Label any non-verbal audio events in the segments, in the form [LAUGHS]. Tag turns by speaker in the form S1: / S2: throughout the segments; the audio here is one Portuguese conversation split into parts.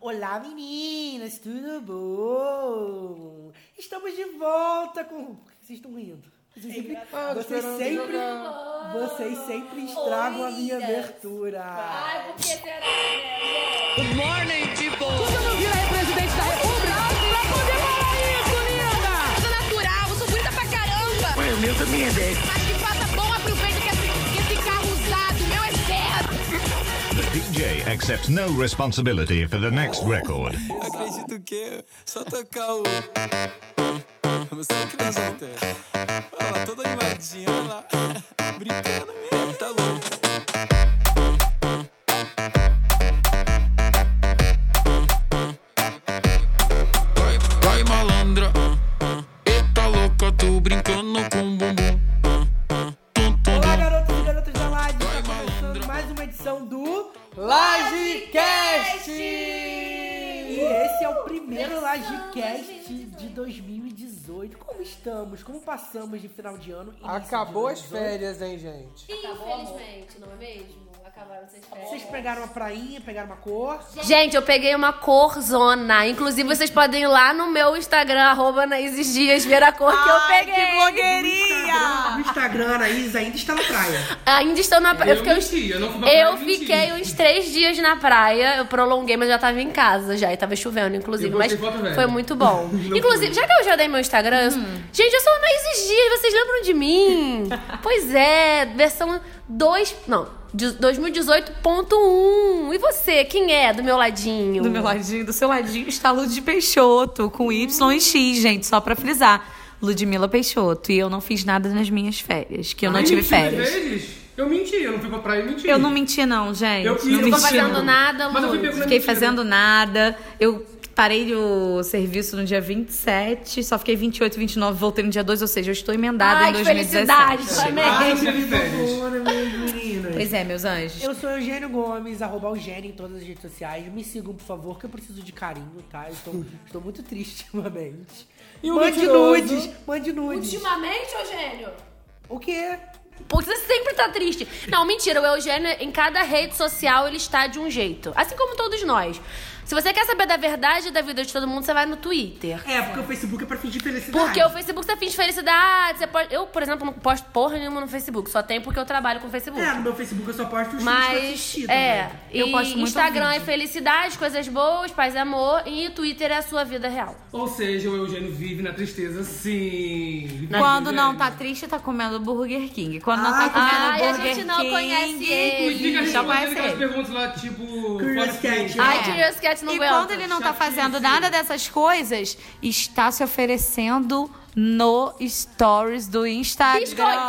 S1: Olá meninas, tudo bom? Estamos de volta com. Por que vocês estão rindo? Vocês sempre,
S2: Ah,
S1: vocês
S2: esperando
S1: sempre,
S2: jogar.
S1: vocês sempre estragam a minha
S3: Oi,
S1: abertura.
S3: Ai, porque será, né? gente?
S4: Você não vira aí presidente da República? Pra poder falar isso, linda! Eu sou natural, eu sou bonita pra caramba! Foi o meu também, é Mas de fato, é bom aproveita que esse, que esse carro usado, meu é zero!
S5: The DJ accepts no responsibility for the next record.
S2: Acredito que só tocar o. [LAUGHS] Você acredita? Olha lá, toda animadinha, olha lá. Brincando mesmo, tá louco.
S6: Vai, vai malandra. Eita louca, tô brincando com bumbum. Tum, tum,
S1: Olá,
S6: tum.
S1: garotos e garotas da Live,
S6: Vai,
S1: está
S6: malandro.
S1: começando mais uma edição do
S2: Livecast!
S1: E esse é o primeiro
S3: Começamos,
S1: Lagecast
S3: 2018.
S1: de 2018. Como estamos? Como passamos de final de ano? início
S2: Acabou
S1: de
S2: as
S1: 2018?
S2: férias, hein, gente?
S3: Infelizmente, não é mesmo? Tá Acabaram essas férias.
S1: Vocês pegaram uma prainha, pegaram uma cor.
S7: Gente, eu peguei uma corzona. Inclusive, vocês podem ir lá no meu Instagram, arroba Anaíses Dias, ver a cor que eu peguei.
S1: No Instagram, a Anaís ainda está na praia.
S7: Ainda estou na praia. Eu fiquei, uns...
S8: menti, eu não fui pra praia,
S7: eu
S8: eu menti.
S7: fiquei uns três dias na praia. Eu prolonguei, mas já tava em casa já. E tava chovendo, inclusive.
S8: Eu
S7: Mas
S8: postei foto, velho.
S7: foi muito bom.
S8: [LAUGHS] Não
S7: inclusive,
S8: fui.
S7: já que eu já dei meu Instagram, eu-
S9: Hum.
S7: gente, eu sou a Anaíses Dias, vocês lembram
S9: [LAUGHS]
S7: de mim? pois é, versão 2. Não, de- 2018.1. E você, quem é do meu ladinho?
S9: Do meu ladinho, do seu ladinho está Lud Peixoto, com Y e X, gente, só pra frisar. Ludmila Peixoto. E eu não fiz nada nas minhas férias, que eu não
S8: Ai,
S9: tive
S8: menti às
S9: férias.
S8: vezes. Eu menti, eu não fui pra praia e menti.
S9: Eu não menti, não, gente.
S8: Eu
S9: não
S8: eu tô
S9: menti,
S7: fazendo
S9: não.
S7: nada,
S8: Mas eu fui
S7: amor.
S8: pego na
S9: Fiquei
S8: mentira.
S9: fazendo nada. Eu parei o serviço no dia 27, só fiquei 28, 29, voltei no dia 2, ou seja, eu estou emendada
S7: Ai,
S9: em
S7: que
S9: 2017.
S7: felicidade, Flamengo.
S8: Ah, eu tive férias.
S1: Bora, minhas meninas.
S9: Pois é, meus anjos.
S1: Eu sou Eugênio Gomes, arroba Eugênio em todas as redes sociais. Me sigam, por favor, que eu preciso de carinho, tá? Eu [LAUGHS] estou, estou muito triste [LAUGHS] ultimamente.
S8: E o
S1: mande
S8: mentiroso?
S1: nudes, mande nudes.
S7: Ultimamente, Eugênio?
S1: O quê?
S7: Porque você sempre tá triste. Não, mentira, o Eugênio, em cada rede social, ele está de um jeito. Assim como todos nós. Se você quer saber da verdade da vida de todo mundo, você vai no Twitter.
S1: É, porque o Facebook é pra fingir felicidade.
S7: Porque o Facebook você finge felicidade. Você pode... Eu, por exemplo, não posto porra nenhuma no Facebook. Só tem porque eu trabalho com Facebook.
S1: É, no meu Facebook eu só posto os filmes que eu
S7: Mas,
S1: assisti
S7: é,
S1: também.
S7: e
S9: né? Eu posto muito
S7: Instagram é
S9: vídeo.
S7: felicidade, coisas boas, paz e amor. E Twitter é a sua vida real.
S8: Ou seja, o Eugênio vive na tristeza, sim. Vive
S9: Quando não
S8: tristeza.
S9: tá triste, tá comendo Burger King. Quando não
S1: Ai,
S9: tá comendo
S7: Ah, ai, a
S9: Burger King...
S7: gente não conhece ele.
S8: E fica
S9: Só
S8: respondendo
S9: conhece
S8: aquelas
S9: ele.
S8: perguntas lá, tipo...
S1: Curious
S8: fora que-
S1: Cat.
S7: Ai,
S9: É.
S7: Curious Cat não
S9: E
S7: aguenta.
S9: quando ele não tá fazendo nada dessas coisas, está se oferecendo no stories do Instagram.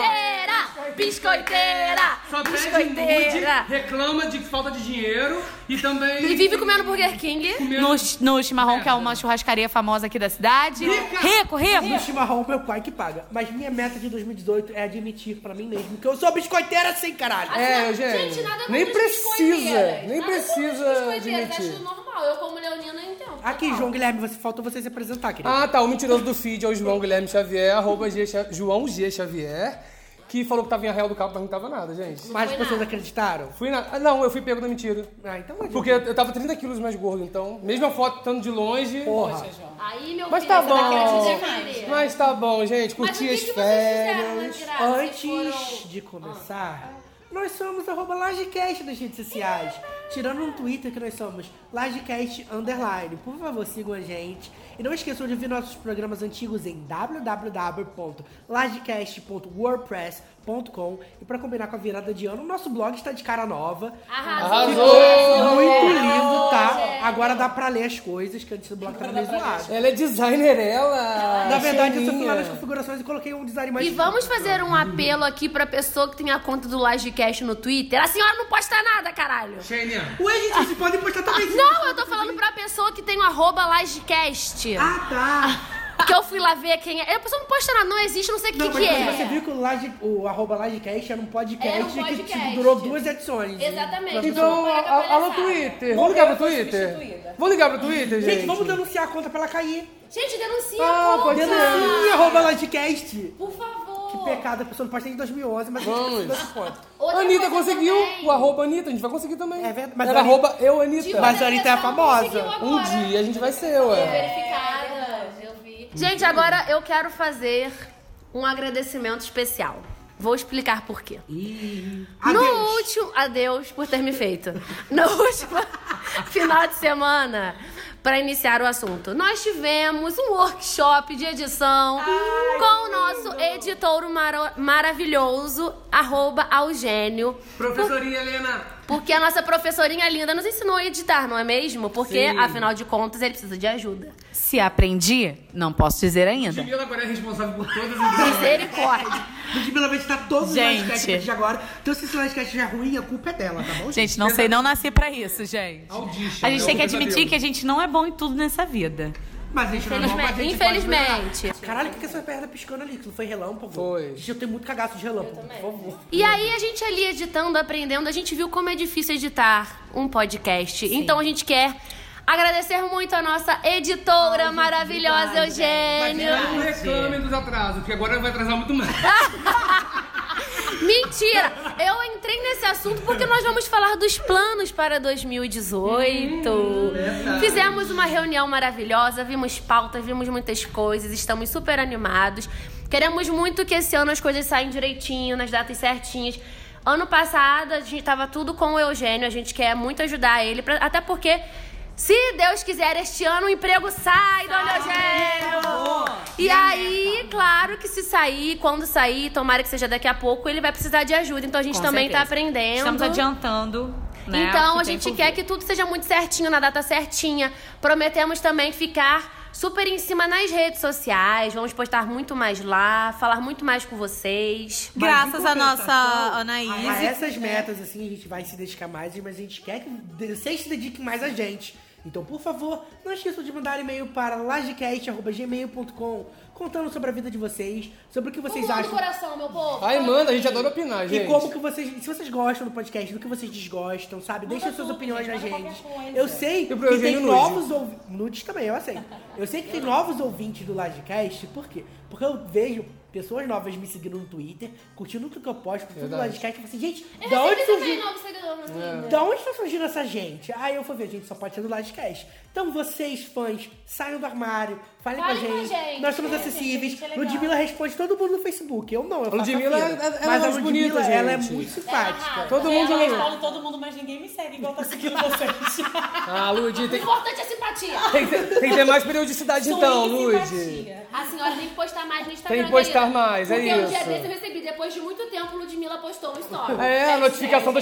S7: Biscoiteira! Biscoiteira!
S8: Só pede nude,
S7: Ah, Biscoiteira!
S8: reclama de falta de dinheiro e também...
S7: E vive comendo Burger King.
S8: comendo-
S9: No, no Chimarrão, que é uma churrascaria famosa aqui da cidade. Rico, rico!
S1: No chimarrão, meu pai que paga. Mas minha meta de 2018 é admitir pra mim mesmo que eu sou biscoiteira sem caralho.
S2: É,
S7: Não,
S2: Eugênio,
S7: Gente, nada contra
S2: nem
S7: os
S2: precisa,
S7: biscoiteiras.
S2: nem
S7: Nada contra os
S2: precisa
S7: biscoiteiros,
S2: admitir.
S7: Acho normal. Eu, como leonina, entendo.
S1: Aqui,
S7: Normal.
S1: João Guilherme, você faltou você se apresentar, querido.
S2: Ah, tá. O mentiroso do feed é o João Guilherme Xavier, arroba G, Xa- João G Xavier, que falou que tava em Arraial do Cabo, mas não tava nada, gente.
S1: Mas as pessoas acreditaram?
S2: Fui na... ah, Não, eu fui pego na mentira.
S1: Ah, então é
S2: Porque eu tava 30 quilos mais gordo, então... Mesma foto, estando de longe...
S1: Porra.
S7: Aí, meu
S2: Mas
S7: filho,
S2: tá
S7: você tá
S2: bom.
S7: querendo dizer que-
S2: Mas tá bom, gente.
S7: Mas o
S2: Curti
S7: que,
S2: as
S7: que vocês
S2: férias.
S7: fizeram, Andirá?
S1: Antes
S7: Vocês foram-
S1: de começar, nós somos arroba Lagecast nas redes sociais. Tirando no Twitter que nós somos Lagecast Underline. Por favor, sigam a gente. E não esqueçam de ouvir nossos programas antigos em www.lagecast.wordpress.com E pra combinar com a virada de ano, o nosso blog está de cara nova.
S7: Arrasou.
S2: Arrasou!
S1: Muito lindo, tá? Agora dá pra ler as coisas, que antes do blog tava meio zoado.
S2: Ela é designer, ela.
S1: Na verdade, eu só fui
S2: Cheirinha.
S1: lá nas configurações e coloquei um design mais...
S7: E vamos fazer um apelo aqui pra pessoa que tem a conta do Lagecast no Twitter. A senhora não posta nada, caralho!
S8: Xenia.
S1: Ué, gente, vocês podem postar tá também.
S7: Ah, Não, eu tô falando pra pessoa que tem o arroba Lagecast.
S1: Ah, tá.
S7: Que eu fui lá ver quem é. A pessoa não posta nada, não existe, não sei o que,
S1: Não,
S7: que
S1: mas
S7: é.
S1: você viu que o, Laje, o arroba Lagecast era um podcast,
S7: Era um podcast.
S1: que tipo, durou duas edições.
S7: Exatamente.
S2: Então,
S7: Paga
S2: a- a- alô,
S7: palhaçada.
S2: Twitter. Vamos ligar pro Twitter? Vamos ligar pro Twitter, gente?
S1: Gente, vamos denunciar a conta pra ela cair.
S7: Gente, denuncia
S2: Ah,
S7: a conta.
S2: pode ser.
S1: Denuncia arroba Lagecast.
S7: Por favor.
S1: Que pecado, a pessoa não pode ter de 2011, mas a gente
S2: Vamos.
S1: precisa desse ponto.
S4: Outra
S2: Anitta
S4: coisa
S2: conseguiu
S4: também,
S2: o arroba Anitta, a gente vai conseguir também.
S1: É verdade, mas
S2: Era
S1: Anitta-
S2: arroba eu Anitta.
S1: Mas a Anitta é
S4: Anitta
S1: famosa.
S4: conseguiu
S2: Um
S4: agora.
S2: dia a gente vai ser, ué.
S4: Verificada, eu vi.
S7: Gente, agora eu quero fazer um agradecimento especial. Vou explicar por quê. No
S1: Adeus.
S7: último. Adeus por ter me feito. [LAUGHS] No último [LAUGHS] final de semana, para iniciar o assunto, nós tivemos um workshop de edição com o nosso editor maro- maravilhoso, arroba Algênio.
S8: Professorinha Helena.
S7: Porque a nossa professorinha linda nos ensinou a editar, não é mesmo? Porque,
S8: Sim.
S7: afinal de contas, ele precisa de ajuda.
S10: Se aprendi, não posso dizer ainda.
S8: Juliana agora é responsável por todas
S7: [LAUGHS]
S8: as... [LAUGHS]
S7: Misericórdia.
S1: Ludmilla vai editar todos
S10: Gente.
S1: os podcasts a partir de agora. Então, se esse podcast já é ruim, a culpa é dela, tá bom?
S10: Gente, não sei, não nasci pra isso, gente.
S8: Audition,
S10: A gente
S8: né?
S10: tem que
S8: O pesadelo.
S10: admitir que a gente não é bom em tudo nessa vida.
S1: Mas a gente não é mal, mas a gente
S7: Infelizmente.
S1: pode melhorar. Caralho, o que que é essa perna piscando ali? Que não foi relâmpago?
S2: Foi.
S1: Gente, eu tenho muito cagaço de relâmpago, por favor.
S7: E aí, a gente ali editando, aprendendo, a gente viu como é difícil editar um podcast. Então, a gente quer agradecer muito a nossa editora maravilhosa, Eugênio.
S8: Ela não reclame dos atrasos, porque agora vai atrasar muito mais.
S7: Mentira! Eu entrei nesse assunto porque nós vamos falar dos planos para 2018. Fizemos uma reunião maravilhosa, vimos pautas, vimos muitas coisas, estamos super animados. Queremos muito que esse ano as coisas saiam direitinho, nas datas certinhas. Ano passado a gente tava tudo com o Eugênio, a gente quer muito ajudar ele, pra- até porque se Deus quiser, este ano o emprego sai, dona
S10: Tá
S7: Eugênio! E aí, claro que se sair, quando sair, tomara que seja daqui a pouco, ele vai precisar de ajuda. Então a gente
S10: Com
S7: também
S10: certeza.
S7: tá aprendendo.
S10: Estamos adiantando. Né, o
S7: Então
S10: que
S7: a
S10: tem
S7: gente
S10: por
S7: quer
S10: vir.
S7: que tudo seja muito certinho, na data certinha. Prometemos também ficar super em cima nas redes sociais. Vamos postar muito mais lá, falar muito mais com vocês.
S1: Mas,
S10: Graças
S1: em
S10: à nossa
S9: Tá
S1: compensação,
S10: Anaís.
S1: A
S9: é
S1: essas metas, assim, a gente vai se dedicar mais, mas a gente quer que vocês se dediquem mais a gente. Então, por favor, não esqueçam de mandar e-mail para lagecast.gmail.com contando sobre a vida de vocês, sobre o que vocês
S4: Vamos lá no
S1: acham.
S4: coração, meu povo.
S2: Ai, manda, a gente adora opinar, gente.
S1: E como que vocês. Se vocês gostam do podcast, do que vocês desgostam, sabe? Deixem suas
S4: tudo,
S1: opiniões na
S4: gente, manda
S1: gente.
S4: qualquer coisa.
S1: Eu sei que
S2: pro
S1: tem
S2: Eugênio Nude.
S1: novos ouvintes. Nudes também, eu aceito. Eu sei que tem novos ouvintes do Lagecast, por quê? Porque eu vejo pessoas novas me seguindo no Twitter, curtindo tudo que eu posto, curtindo o
S2: Verdade.
S1: Lagecast, e falo assim, gente,
S4: Eu
S1: da onde
S4: recebi também
S1: surgiu?
S4: novo seguidor no Twitter.
S1: Da onde tá surgindo essa gente? Aí eu fui ver, gente, só pode ser do Lagecast. Então vocês, fãs, saiam do armário, falem com a
S4: Falem com a
S1: gente.
S4: gente.
S1: Nós somos
S4: É,
S1: acessíveis.
S4: gente, é legal.
S1: Ludmilla responde todo mundo no Facebook. Eu não, eu faço a
S2: Ludmilla,
S1: fila.
S2: ela- ela é
S1: Mas a
S2: mais
S1: Ludmilla,
S2: bonita,
S1: ela é
S2: gente.
S1: muito simpática.
S2: Todo
S4: É,
S2: mundo...
S4: mas
S2: ama.
S9: falo todo mundo, mas ninguém me segue igual tá seguindo vocês.
S2: Ah, Lud, tem,
S4: O importante é a simpatia.
S2: tem que ter- tem que ter mais periodicidade então,
S9: Sorriso e
S2: Lud.
S9: simpatia.
S4: A senhora tem que postar mais no Instagram.
S2: Tem que postar
S4: querida.
S2: mais, é
S4: Porque um dia
S2: isso.
S4: desse eu recebi, depois de muito tempo, Ludmilla postou um story.
S2: É, a notificação tá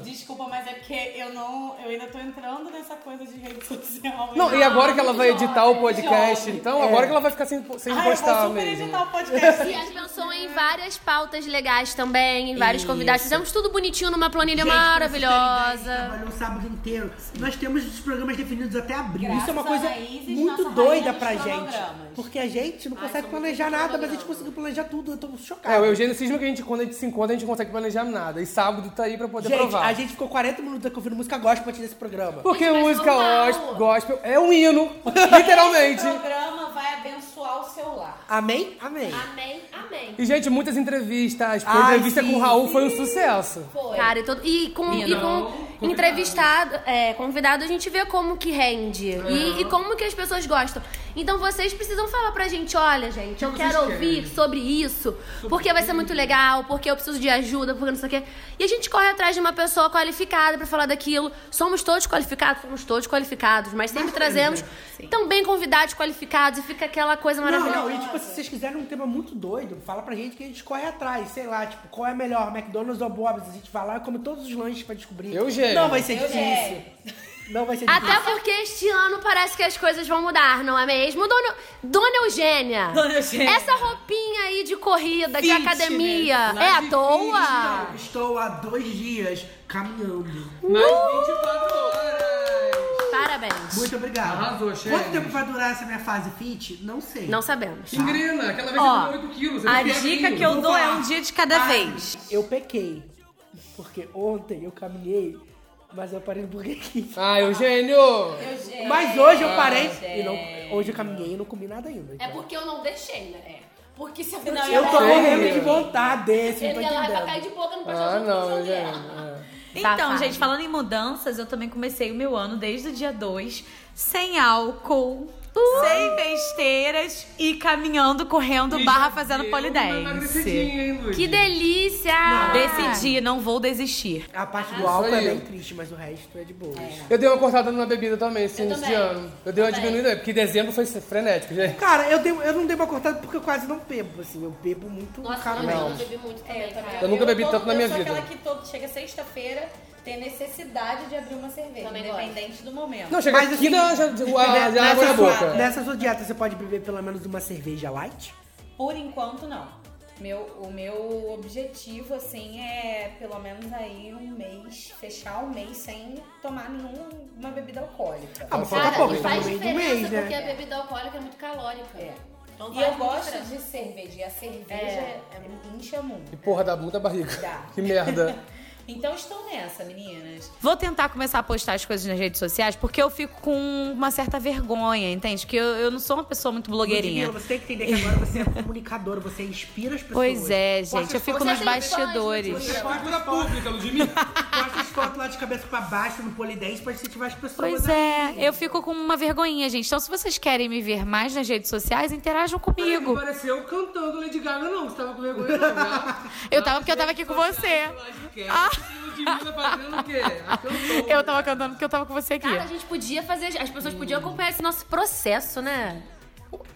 S9: [LAUGHS] Desculpa, mas é porque eu não. Eu ainda tô entrando nessa coisa de rede social. né?
S2: Não, e agora que ela vai editar o podcast, então, agora que ela vai ficar sem, sem
S9: ah, eu
S2: postar
S9: vou super
S2: mesmo.
S9: editar o [LAUGHS] podcast.
S7: E a gente pensou em várias pautas legais também, em vários convidados. Fizemos tudo bonitinho numa planilha maravilhosa.
S1: Trabalhou o um sábado inteiro. Nós temos os programas definidos até abril.
S9: Graças
S1: Isso é uma coisa
S9: a Isis,
S1: muito
S9: nossa
S1: doida
S9: rainha dos
S1: pra gente.
S9: cronogramas.
S1: Porque a gente não consegue planejar nada, mas a gente conseguiu planejar tudo. Eu tô chocado.
S2: É, o Eugênio cisma que a gente, quando a gente se encontra, a gente não consegue planejar nada. E sábado tá aí pra poder
S1: Gente,
S2: provar.
S1: a gente ficou 40 minutos aqui ouvindo música gospel antes desse programa.
S2: Porque
S4: Gente, mas
S2: música
S4: normal.
S2: gospel, gospel é um hino, [LAUGHS] literalmente.
S9: Esse programa vai abençoar o seu lar.
S1: Amém? Amém.
S4: Amém, amém.
S2: E, gente, muitas entrevistas. Pô,
S1: Ai,
S2: entrevista
S1: sim,
S2: com o Raul foi um sucesso.
S4: Foi.
S7: Cara, e, todo, e com, e com entrevistado, é, convidado, a gente vê como que rende.
S1: É.
S7: E, e como que as pessoas gostam. Então vocês precisam falar pra gente, olha, gente, eu quero ouvir sobre isso, porque vai ser muito legal, porque eu preciso de ajuda, porque não sei o quê. E a gente corre atrás de uma pessoa qualificada pra falar daquilo. Somos todos qualificados, somos todos qualificados, mas
S1: Ah,
S7: sempre trazemos também convidados qualificados e fica aquela coisa
S1: Não,
S7: maravilhosa.
S1: não, e tipo, se vocês quiserem um tema muito doido, fala pra gente que a gente corre atrás, sei lá, tipo, qual é melhor, McDonald's ou Bob's? A gente vai lá e come todos os lanches pra descobrir.
S2: Eugênio.
S1: Não vai ser difícil. Não vai ser difícil.
S7: Até porque este ano parece que as coisas vão mudar, não é mesmo? Dona, Dona Eugênia.
S10: Dona Eugênia.
S7: Essa roupinha aí de corrida, de
S10: Fitness.
S7: academia,
S10: Nada
S7: é à
S2: de
S7: toa?
S1: Ah, Estou há dois dias caminhando.
S2: Mais 24 horas.
S7: Parabéns.
S1: Muito obrigado.
S8: Arrasou, chefe.
S1: Quanto tempo vai durar essa minha fase fit? Não sei.
S7: Não sabemos.
S8: Engrena, aquela vez
S10: Ó,
S8: eu 8 quilos.
S10: A dica que eu dou é um dia de cada vez.
S1: Eu pequei. Porque ontem eu caminhei, mas eu parei no Burger King.
S2: Ah, Eugênio!
S1: Mas hoje eu parei. E não, hoje eu caminhei e não comi nada ainda.
S4: É porque eu não deixei, né? É. Porque se
S1: Eu, tô morrendo de vontade desse, não tô
S7: é
S4: Ele ia lá e vai
S1: entendendo.
S4: cair de boca no
S1: Ah,
S4: projeto
S1: não,
S4: não,
S1: gente.
S10: Então,
S1: Safada.
S10: gente, falando em mudanças, eu também comecei o meu ano desde o dia 2, sem álcool, sem besteiras e caminhando, correndo, barra fazendo polidense.
S7: Que delícia!
S10: Decidi, não vou desistir.
S1: A
S4: Ah,
S1: parte
S2: do álcool é bem
S1: triste, mas o resto é de boa.
S2: Eu dei uma cortada na bebida também assim, esse
S1: Eu
S2: início de
S1: também.
S2: ano. Eu dei uma
S1: Também.
S2: diminuída, porque dezembro foi frenético, gente.
S1: Cara, eu, dei- eu não dei uma cortada porque eu quase não bebo, assim. Eu bebo muito
S4: Nossa,
S1: caramelo.
S4: eu não bebi muito também, cara.
S2: Eu nunca bebi
S9: todo-
S2: tanto na
S9: eu
S2: minha
S9: sou
S2: vida.
S9: aquela que todo, chega sexta-feira, tem necessidade de abrir uma cerveja,
S4: Também gosto.
S9: independente do momento.
S2: Não, chega aqui, dá-
S1: [LAUGHS]
S2: já- já- a- já
S1: assim, né, nessa
S2: água na
S1: sua-
S2: boca.
S1: Nessa sua dieta, você pode beber pelo menos uma cerveja light?
S9: Por enquanto, não. Meu, o meu objetivo, assim, é pelo menos aí um mês, fechar um mês sem tomar nenhuma bebida alcoólica.
S1: Ah, mas falta
S4: Cara,
S1: pouco,
S4: e
S1: tá no
S4: faz
S1: meio do
S4: diferença
S1: mês, né?
S4: porque a bebida alcoólica é muito calórica. Então
S9: E
S4: faz
S9: eu
S4: muita
S9: gosto
S4: diferença.
S9: de cerveja, e a cerveja
S4: É.
S9: incha muito.
S2: E porra, dá muita barriga.
S1: Tá.
S9: Dá.
S2: Que merda.
S9: Então estou nessa, meninas.
S10: Vou tentar começar a postar as coisas nas redes sociais, porque eu fico com uma certa vergonha, entende? Porque eu, eu não sou uma pessoa muito blogueirinha.
S1: Ludmilla, você tem que entender que agora você é comunicadora, você inspira as pessoas.
S10: Pois é, gente,
S1: Posta
S10: eu
S1: as
S10: fico
S1: fotos-
S10: nos Você tem fãs, bastidores. Ludmilla.
S1: Você posta
S8: Figura
S1: as fotos-
S8: é pública,
S1: [LAUGHS]
S8: Ludmilla.
S1: Posta as fotos lá de cabeça pra baixo no Polidense pra incentivar as pessoas.
S10: Pois
S1: a
S10: é,
S1: irem.
S10: eu fico com uma vergonhinha, gente. Então, se vocês querem me ver mais nas redes sociais, interajam comigo.
S2: Pareceu cantando Lady Gaga, não. Você tava com vergonha,
S10: [LAUGHS]
S2: não. né?
S10: Eu tava porque eu tava aqui com você.
S2: é.
S10: Ah.
S2: Ludmilla tá
S10: [LAUGHS]
S2: fazendo o quê? Ah, A cantora.
S10: Eu tava cantando porque eu tava com você aqui.
S7: Cara, Tá, a gente podia fazer. As pessoas podiam
S10: Hum.
S7: acompanhar esse nosso processo, né?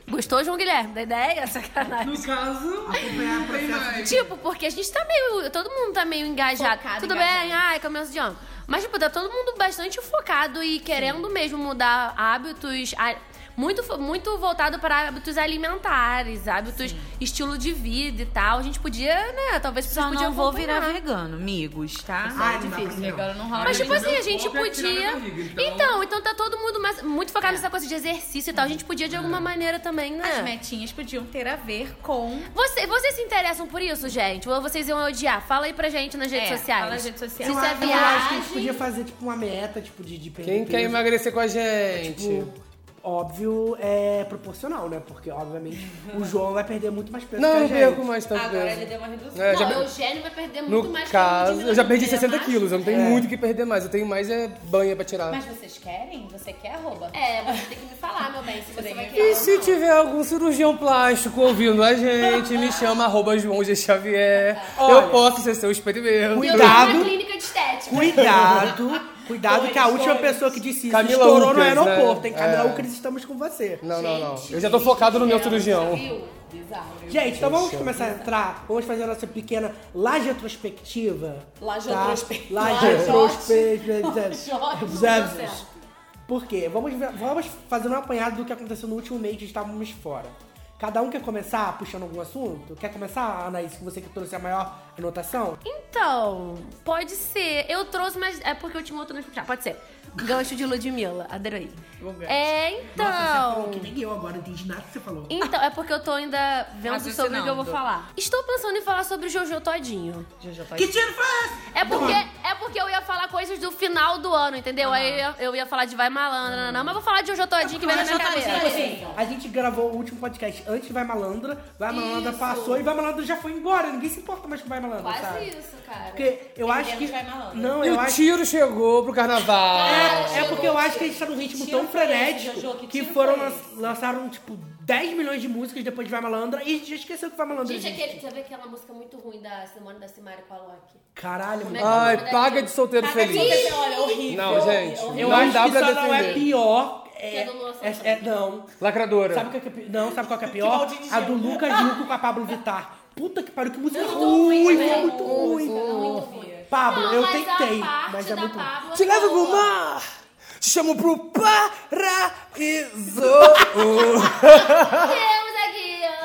S7: Gostou, João Guilherme, da ideia? [LAUGHS] Sacanagem.
S2: No caso,
S1: acompanhar o processo.
S7: Tipo, porque a gente tá meio. Todo mundo tá meio engajado.
S4: Focado,
S7: Tudo
S4: engajado.
S7: bem, ai, começo de ano. Mas, tipo, tá todo mundo bastante focado e querendo mesmo mudar hábitos. a- Muito, fo- muito voltado para hábitos alimentares, hábitos, estilo de vida e tal. A gente podia, né? Talvez vocês
S10: Só
S7: podiam
S10: não vou
S7: acompanhar.
S10: virar vegano, amigos, tá?
S7: Ah, é difícil.
S10: Vegano não rola.
S7: Mas, tipo assim, a gente
S10: foco é tirar
S7: podia.
S10: da barriga,
S7: então...
S10: então- É.
S7: então, tá todo mundo mais- muito focado nessa coisa de exercício e tal. A gente podia de alguma maneira também, né?
S10: As metinhas podiam ter a ver com.
S7: Você, vocês se interessam por isso, gente? Ou vocês iam odiar? Fala aí pra gente nas redes
S10: É,
S7: sociais.
S10: fala nas redes sociais.
S7: Se
S1: Eu
S7: isso
S1: acho-
S7: é
S1: Eu acho que a gente
S7: viagem.
S1: podia fazer, tipo, uma meta, tipo, de, de perder
S2: Quem quer
S1: peso.
S2: emagrecer com a gente?
S1: Tipo, óbvio, é proporcional, né? Porque, obviamente, o João vai perder muito mais peso
S2: Não,
S1: que a
S2: eu não
S1: gente.
S2: perco mais tanto Agora peso. ele
S9: deu uma redução.
S2: É,
S4: não,
S2: já-
S4: o Eugênio vai perder muito
S2: No
S4: mais que a
S2: caso,
S4: Ludmilla
S2: eu já perdi
S7: né?
S4: vai perder,
S2: 60
S4: mas-
S2: quilos, eu não tenho
S1: É.
S2: muito o que perder mais. Eu tenho mais é banha pra tirar.
S9: Mas vocês querem? Você quer arroba?
S4: É, você tem que me falar, meu bem, se você vai querer.
S2: E
S4: ou
S2: se
S4: não.
S2: tiver algum cirurgião plástico ouvindo a gente, me chama arroba João G. Xavier. eu posso ser seu experimento.
S4: Eu tô
S1: Cuidado.
S4: Na clínica de estética.
S1: Cuidado, cuidado que a última pessoa que disse isso
S2: Camila
S1: estourou
S2: Ucres,
S1: no aeroporto,
S2: né?
S1: hein? Camila
S2: É.
S1: Ucres, estamos com você.
S2: Não, não, não. Eu já tô focado no meu cirurgião.
S1: Gente, então vamos começar a entrar, vamos fazer a nossa pequena laje retrospectiva.
S9: Laje
S1: tá?
S9: retrospectiva.
S1: [LAUGHS] Laje
S9: Laje.
S1: retrospectiva.
S4: Jorge, Jorge.
S1: Por quê? Vamos, ver- vamos fazer um apanhado do que aconteceu no último mês que estávamos fora. Cada um quer começar puxando algum assunto? Quer começar, Anaís, que você que trouxe a maior anotação?
S7: Então, pode ser. Eu trouxe, mas é porque eu tinha outro gancho pra puxar. Pode ser. Gancho de Ludmilla, adorei. É, então.
S1: Nossa, você falou que nem eu agora, não entendi nada que você falou.
S7: Então, é porque eu tô ainda vendo sobre o que eu vou
S1: Raciocinando.
S7: falar. Estou pensando em falar sobre Jojo Todinho.
S10: Jojo
S1: Que tiro foi esse?
S7: É porque, é porque eu ia falar coisas do final do ano, entendeu? Aí eu ia, eu ia falar de Vai Malandra, não, não, mas vou falar de Jojo Todinho que vem na minha cabeça.
S1: A gente gravou o último podcast antes de Vai Malandra, Vai Malandra passou e Vai Malandra já foi embora. Ninguém se importa mais com Vai Malandra,
S4: Quase
S1: sabe?
S4: isso, cara.
S1: Porque eu acho que... Não,
S2: E
S1: eu
S2: o
S1: acho...
S2: tiro chegou pro carnaval.
S1: É, é porque eu acho que a gente tá num ritmo
S2: Tiro
S1: tão
S2: foi esse,
S1: frenético
S2: Jojo? Que
S1: que
S2: tiro
S1: foram
S2: foi
S1: lan- lançaram, tipo, 10 milhões de músicas depois de Vai Malandra e a gente já esqueceu que Vai Malandra
S4: Gente,
S1: existe.
S4: aquele, você vê aquela música muito ruim da Simone da Simaria com a Loki?
S1: Caralho,
S4: Como é
S1: mano.
S4: que é o nome
S2: Ai,
S4: daquela?
S2: paga de solteiro
S4: Paga de
S2: feliz.
S4: solteiro, olha, horrível.
S2: Não, gente.
S1: Eu
S2: não
S1: acho
S2: dá
S1: que
S2: pra
S1: só não é
S2: defender.
S1: pior... É,
S4: Que a do Luan
S1: é-
S4: Santana.
S1: é- não.
S2: Lacradora.
S1: Sabe qual que é pi- não, sabe qual que é pior?
S2: balde de
S1: a do
S2: gelo.
S1: Lucas Luco com a Pablo Vittar. Puta que pariu, que música
S2: Muito
S1: ruim, foi
S2: ruim, né?
S1: muito ruim. Pablo,
S4: Ah,
S2: Não,
S1: eu
S2: mas a
S1: tentei,
S2: parte
S1: mas é
S2: da
S1: muito ruim.
S2: Pablo Te é levo boa. pro mar, te chamo pro
S4: Deus aqui, ó,
S2: paraíso.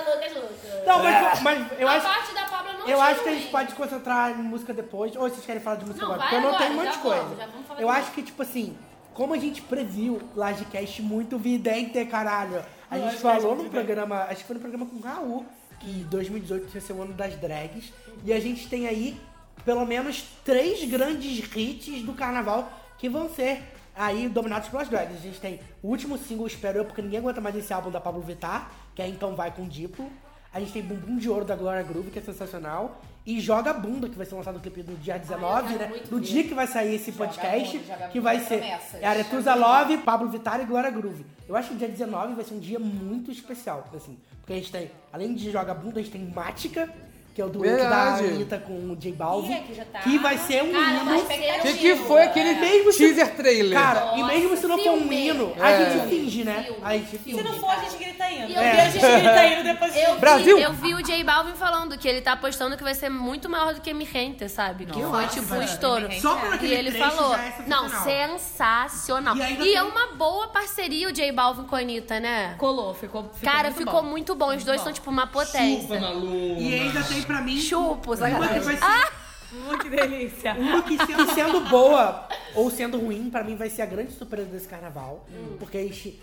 S4: Lucas Lucas.
S1: Não, mas, mas eu
S4: a
S1: acho,
S4: parte da Pablo eu não
S1: eu
S4: achei
S1: acho que a gente
S4: ruim.
S1: pode se concentrar em música depois. Ou vocês querem falar de música
S4: Não,
S1: agora?
S4: vai
S1: Porque eu não
S4: agora,
S1: tenho um monte
S4: já
S1: de
S4: vamos,
S1: coisa.
S4: já vamos falar
S1: eu
S4: de
S1: acho que, tipo assim, como a gente previu Lagecast muito vidente, caralho. A gente
S2: Lagecast
S1: falou no
S2: muito
S1: programa, acho que foi no programa com o Raul, que 2018 ia ser o ano das drags. E a gente tem aí pelo menos três grandes hits do carnaval que vão ser aí dominados pelas drags. A gente tem o último single, espero eu, porque ninguém aguenta mais esse álbum da Pablo Vittar, que é Então Vai com Diplo. A gente tem Bumbum de Ouro da Glória Groove, que é sensacional. E Joga Bunda, que vai ser lançado o clipe no dia 19,
S9: quero
S1: né?
S9: muito
S1: No
S9: ver.
S1: dia que vai sair esse podcast,
S9: Bunda, Joga
S1: que
S9: Bunda,
S1: vai ser
S9: promessas.
S1: é Aretuza Love, Pablo Vittar e Glória Groove. Eu acho que o dia 19 vai ser um dia muito especial, assim. Porque a gente tem, além de Joga Bunda, a gente tem Mática, que é o dueto da
S2: Verdade.
S1: Anitta com o J Balvin.
S9: que já tá-
S1: Que vai ser um
S9: Cara, vai
S1: hino.
S9: pegar
S2: Que que foi aquele teaser trailer?
S1: Cara, e mesmo se não for um hino, a
S2: É.
S1: gente finge, né? A gente finge.
S9: Se não for, a gente grita indo.
S7: E
S9: E
S7: eu
S9: eu
S7: vi a
S9: a gente grita indo depois
S7: Eu vi-
S2: Brasil?
S7: eu vi o J Balvin falando que ele tá apostando que vai ser muito maior do que Me Rente, sabe? Que foi
S1: Nossa,
S7: tipo um
S1: cara.
S7: estouro.
S1: Só por
S7: E
S1: aquele
S7: ele
S1: trecho
S7: falou.
S1: já é
S7: não,
S1: sensacional."
S7: sensacional.
S1: E
S7: E,
S1: ainda tem-
S7: é uma boa parceria o J Balvin com a Anitta, né?
S10: Colou, ficou.
S7: Cara,
S10: muito
S7: ficou
S10: bom.
S7: muito bom. Os dois são tipo uma potência.
S10: Chupa,
S1: né?
S2: Malu.
S1: E ainda tem pra mim.
S7: Chupos, Ah!
S1: uma que vai ser
S10: Hum, que delícia.
S1: Uma que sendo, sendo boa ou sendo ruim, pra mim vai ser a grande surpresa desse carnaval. Porque a gente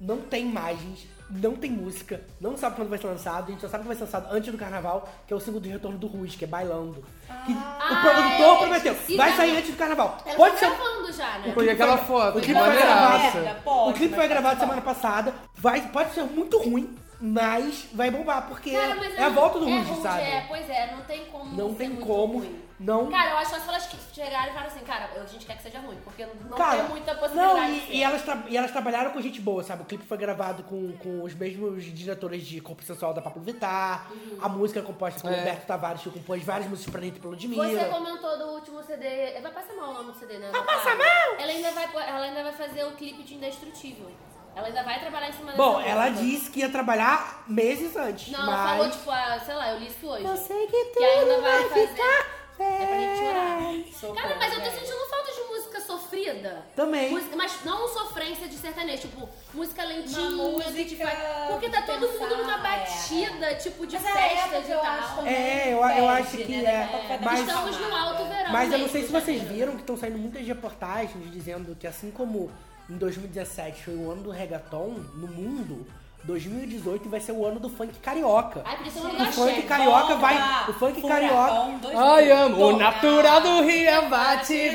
S1: não tem imagens, não tem música, não sabe quando vai ser lançado. A gente só sabe que vai ser lançado antes do carnaval, que é o single de retorno do Ruiz, que é Bailando. Que o produtor
S7: é, esqueci
S1: prometeu, vai sair
S7: da-
S1: antes do carnaval.
S7: Ela
S1: Pode
S7: tá
S1: ser... um
S7: gravando já, né?
S2: Foi aquela foto,
S1: O clipe foi
S2: maneiraça.
S1: gravado, o clipe foi gravado semana passada. Vai, pode ser muito ruim, mas vai bombar, porque
S7: Cara, mas
S1: é a
S7: não-
S1: volta do
S7: é
S1: Ruiz,
S7: rude,
S1: sabe?
S7: É, pois é, não tem como.
S1: Não
S7: ser
S1: tem
S7: muito
S1: como,
S7: ruim.
S1: não
S7: Cara, eu acho só se elas chegaram e falaram assim, cara, a gente quer que seja ruim, porque não tem muita possibilidade.
S1: não, e,
S7: de ser.
S1: e elas tra- e elas trabalharam com gente boa, sabe? O clipe foi gravado com, com os mesmos diretores de Corpo Sensual da Pablo Vittar.
S7: Uhum.
S1: A música é composta por
S2: É.
S1: Roberto Tavares, que compôs várias músicas pra Anitta e pra Ludmilla.
S7: Você comentou do último CD. Vai passar mal o nome do CD, né? Vai
S1: passar mal?
S7: Ela ainda vai, ela ainda vai fazer o clipe de Indestrutível. Ela ainda vai trabalhar em cima
S1: Bom,
S7: dessa
S1: ela
S7: música.
S1: disse que ia trabalhar meses antes.
S7: Não, ela
S1: mas...
S7: falou, tipo, ah, sei lá, eu li isso hoje.
S1: Eu sei que
S7: Que ainda
S1: tudo
S7: vai
S1: vai
S7: fazer.
S1: ficar.
S7: É pra gente
S1: bem.
S7: chorar. Cara, mas eu tô sentindo falta de música sofrida.
S1: Também.
S7: Música- mas não sofrência de sertanejo, tipo, música lentinha.
S9: Uma
S7: que
S9: música
S7: te faz- Porque tá todo mundo
S9: pensar, é.
S7: numa batida, tipo, de festa, de
S9: eu acho
S7: tal.
S9: também
S1: É, eu, eu acho
S9: perde,
S1: que
S9: né, da
S1: é.
S9: época da
S1: Mas,
S7: Estamos no alto verão. tá
S1: Mas eu não
S7: mesmo,
S1: sei se vocês
S7: janeiro.
S1: viram que estão saindo muitas reportagens dizendo que assim como em 2017 foi o ano do reggaeton no mundo, 2018 vai ser o ano do funk carioca.
S7: Ai, por isso eu não
S1: o
S7: gosto,
S1: funk
S7: gente.
S1: carioca
S9: Bomba!
S1: vai. O funk
S9: Furacão
S1: carioca.
S9: 2000.
S2: Ai, amo. O natural do Rio é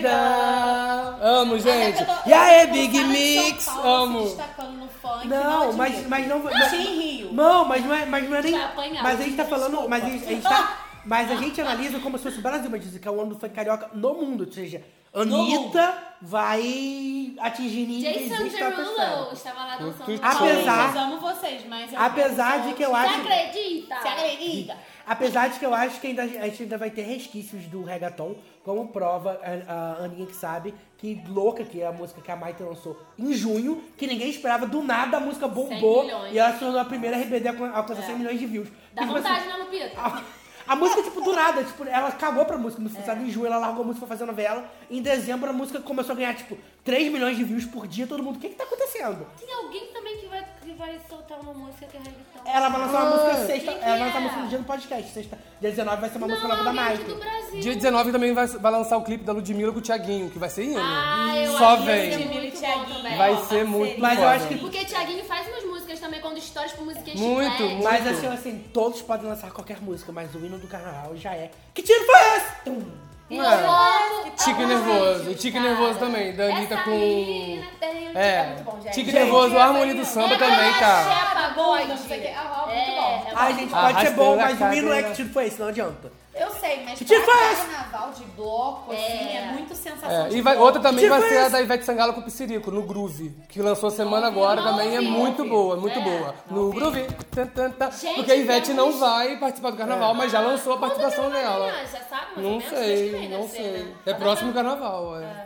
S2: batida. Amo, gente.
S9: Eu tô-
S2: E aí,
S9: eu tô
S2: Big
S9: falando de São
S2: Mix.
S9: Paulo Se
S2: Amo.
S9: destacando no funk,
S1: Não,
S9: no
S1: mas,
S9: Rio.
S1: mas não.
S9: Ah,
S1: mas-
S9: sim, Rio.
S1: Não, mas não é, mas não é nem.
S7: Vai apanhar,
S1: Mas a gente tá
S7: gente,
S1: falando. Mas a gente, a gente tá.
S7: [LAUGHS]
S1: Mas a gente analisa como se fosse o Brasil, mas dizem que é o ano do funk carioca no mundo. Ou seja, Anitta vai atingir níveis
S7: Jason Derulo
S1: estratosféricos.
S7: estava lá dançando.
S2: Tudo
S7: Apesar-
S1: Apesar-
S9: Eu amo vocês, mas... eu
S1: Apesar
S9: não
S1: de
S9: sou-
S1: que eu
S7: Você
S1: acho.
S7: acredita?
S9: Se acredita.
S1: Apesar de que eu acho que ainda, a gente ainda vai ter resquícios do reggaeton, como prova a, a Aninha que sabe, que Louca, que é a música que a Maite lançou em junho, que ninguém esperava, do nada a música bombou
S7: milhões. É.
S1: e ela se tornou a primeira RBD a alcan- a alcançar 100 milhões de views.
S7: Dá
S1: Porque, tipo,
S7: vontade,
S1: assim,
S7: né, Lupita?
S1: a, [LAUGHS] a música, tipo, do nada, tipo, ela cagou pra música, no
S7: É.
S1: sabe, em junho ela largou a música pra fazer novela, em dezembro a música começou a ganhar, tipo, 3 milhões de views por dia, todo mundo, o que que tá acontecendo?
S7: Tem alguém também que vai, que vai soltar uma música que é reggaeton.
S1: Ela vai lançar uma música sexta.
S7: Quem que
S1: Ela vai lançar
S7: é?
S1: uma música no dia do podcast. Sexta, dia 19 vai ser uma música nova
S7: Não,
S1: da
S7: alguém aqui
S1: Mike.
S7: do Brasil.
S2: Dia 19 também vai, vai lançar o clipe da Ludmilla com o Thiaguinho, que vai ser hino.
S7: Ah, eu
S2: Só
S7: acho que vai ser
S2: vem.
S7: muito bom
S9: Thiaguinho.
S7: também.
S2: Vai
S9: Ó,
S2: ser muito
S9: parceria.
S1: Mas eu
S2: foda.
S1: acho que-
S7: Porque Thiaguinho faz umas músicas também, quando histórias com musiquinhas
S2: Muito,
S7: chiclete.
S2: muito.
S1: Mas assim, assim, todos podem lançar qualquer música, mas o hino do carnaval já é. Que tiro foi esse? Então, Tum.
S7: Eu
S2: É.
S7: amo
S2: Tique
S7: alguns
S2: nervoso,
S7: vídeos,
S2: tique
S7: cara.
S2: nervoso também, da Anitta
S7: Essa
S2: com-
S7: menina tem um-
S2: É.
S7: muito bom, gente.
S2: Tique
S7: Gente,
S2: nervoso, a harmonia do samba
S7: é
S2: também, tá.
S7: aquela
S2: cara.
S7: chepa, bode.
S9: Não sei o quê. Ah,
S7: É,
S9: muito bom.
S7: é
S1: Ai, gente,
S2: Ah,
S1: pode ser bom,
S2: arrastando a
S1: mas o hino é
S2: cadeira.
S1: que tiro foi esse, não adianta.
S9: Eu sei, mas
S1: Que te
S9: pra
S1: faz?
S9: carnaval de bloco, assim, é muito sensação
S2: É,
S9: de
S2: e vai-
S9: bloco.
S2: outra também vai
S1: Tipo
S2: ser a
S1: essa.
S2: da Ivete Sangalo com o Psirico, no Groove, que lançou semana agora
S7: não
S2: também, é
S7: ouvi,
S2: muito
S7: não
S2: boa,
S7: ouvi.
S2: muito
S7: É,
S2: boa.
S7: não
S2: No
S7: ouvi.
S2: Groove, tan, tan, tan,
S7: Gente,
S2: porque a Ivete
S7: temos-
S2: não vai participar do carnaval, mas já lançou a
S7: Quando que ela
S2: participação
S7: vai
S2: dela.
S7: ganhar? Já sabe, mais ou
S2: Não
S7: menos? Mês que
S2: sei,
S7: vem
S2: não
S7: deve ser,
S2: sei.
S7: né?
S2: É próximo carnaval, é.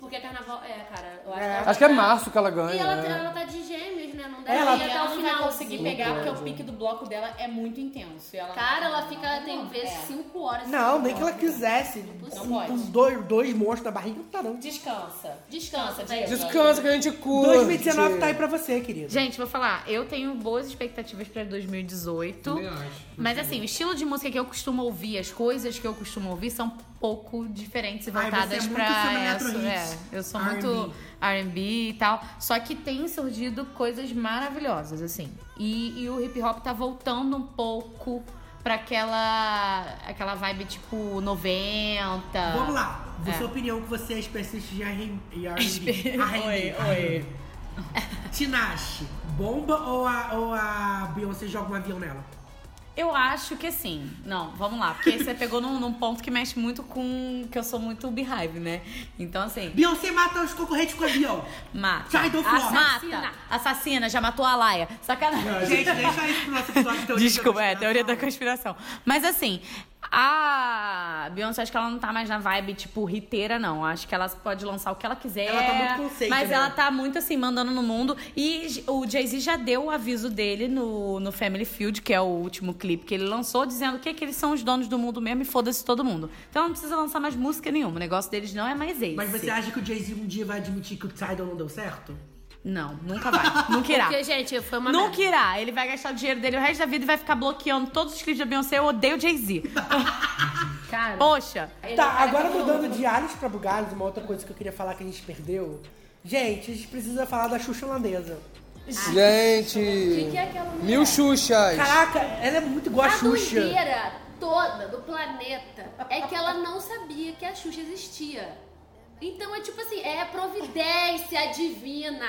S7: Porque carnaval. É, cara, eu acho
S1: É.
S7: ela-
S2: Acho que é março que ela
S7: E ela,
S2: ganha, né?
S7: ela tá de gêmeos, né? Não deve
S9: Ela,
S7: ir até
S9: ela
S7: o
S9: não
S7: final.
S9: vai conseguir pegar porque o pique do bloco dela é muito intenso. e ela não-
S7: Cara, ela fica, tem
S9: não,
S7: vezes
S9: é.
S7: 5 horas. assim.
S1: Não,
S7: sem
S1: nem que ela
S7: dormir.
S1: quisesse.
S9: Não
S1: Com-
S9: pode.
S1: com dois, dois monstros na barriga, não tá não.
S9: Descansa.
S7: Descansa,
S9: Descansa,
S7: velho.
S9: Diego.
S2: Descansa que a gente curte.
S1: 2019 tá aí pra você, querido.
S10: Gente, vou falar, eu tenho boas expectativas pra 2018.
S2: Também acho.
S10: Mas assim, o estilo de música que eu costumo ouvir, as coisas que eu costumo ouvir são um pouco diferentes e
S1: Ai,
S10: voltadas
S1: você é muito
S10: pra
S1: sobre
S10: essa-
S1: eletro
S10: é,
S1: hits,
S10: eu sou
S1: R&B.
S10: muito R&B e tal. Só que tem surgido coisas maravilhosas assim. E, e o hip hop tá voltando um pouco pra aquela aquela vibe tipo 90.
S1: Vamos lá. Da sua opinião que você é especialista de R&B?
S10: Espe- Oi,
S1: R&B.
S10: oi.
S1: Tinashe, bomba ou a, ou a Beyoncé joga um avião nela?
S11: Eu acho que assim. Não, vamos lá. Porque você pegou num, num ponto que mexe muito com. Que eu sou muito beehive, né? Então, assim.
S1: Beyoncé mata os concorrentes com a Beyoncé.
S11: Mata.
S1: Sai do
S11: Assassina.
S1: fora.
S11: Mata. Assassina, já matou a Laia. Sacanagem.
S1: Gente, deixa isso pro nosso episódio de teoria.
S11: Desculpa, é, teoria da conspiração. Mas assim, a Beyoncé, acho que ela não tá mais na vibe, tipo, riteira, não. Acho que ela pode lançar o que ela quiser.
S1: Ela tá muito conceito,
S11: Mas
S1: né?
S11: ela tá muito, assim, mandando no mundo. E j- o Jay-Z já deu o aviso dele no, no Family Field, que é o último clipe que ele lançou, dizendo que, que eles são os donos do mundo mesmo e foda-se todo mundo. Então não precisa lançar mais música nenhuma. O negócio deles não é mais esse.
S1: Mas você acha que o Jay-Z um dia vai admitir que o Tidal não deu certo?
S11: Não, nunca vai. Nunca irá.
S12: Porque, gente, foi uma
S11: Nunca
S12: merda.
S11: irá. Ele vai gastar o dinheiro dele o resto da vida e vai ficar bloqueando todos os clipes da Beyoncé. Eu odeio o Jay-Z.
S7: [LAUGHS]
S12: Cara.
S11: Poxa.
S1: Tá, agora mudando de Alice pra Bugalhos, uma outra coisa que eu queria falar que a gente perdeu. Gente, a gente precisa falar da Xuxa holandesa.
S2: Gente,
S7: O que que é aquela mulher?
S2: mil Xuxas.
S1: Caraca, ela é muito igual a
S7: a
S1: Xuxa.
S7: doideira toda do planeta é que ela não sabia que a Xuxa existia. Então é tipo assim, é providência divina,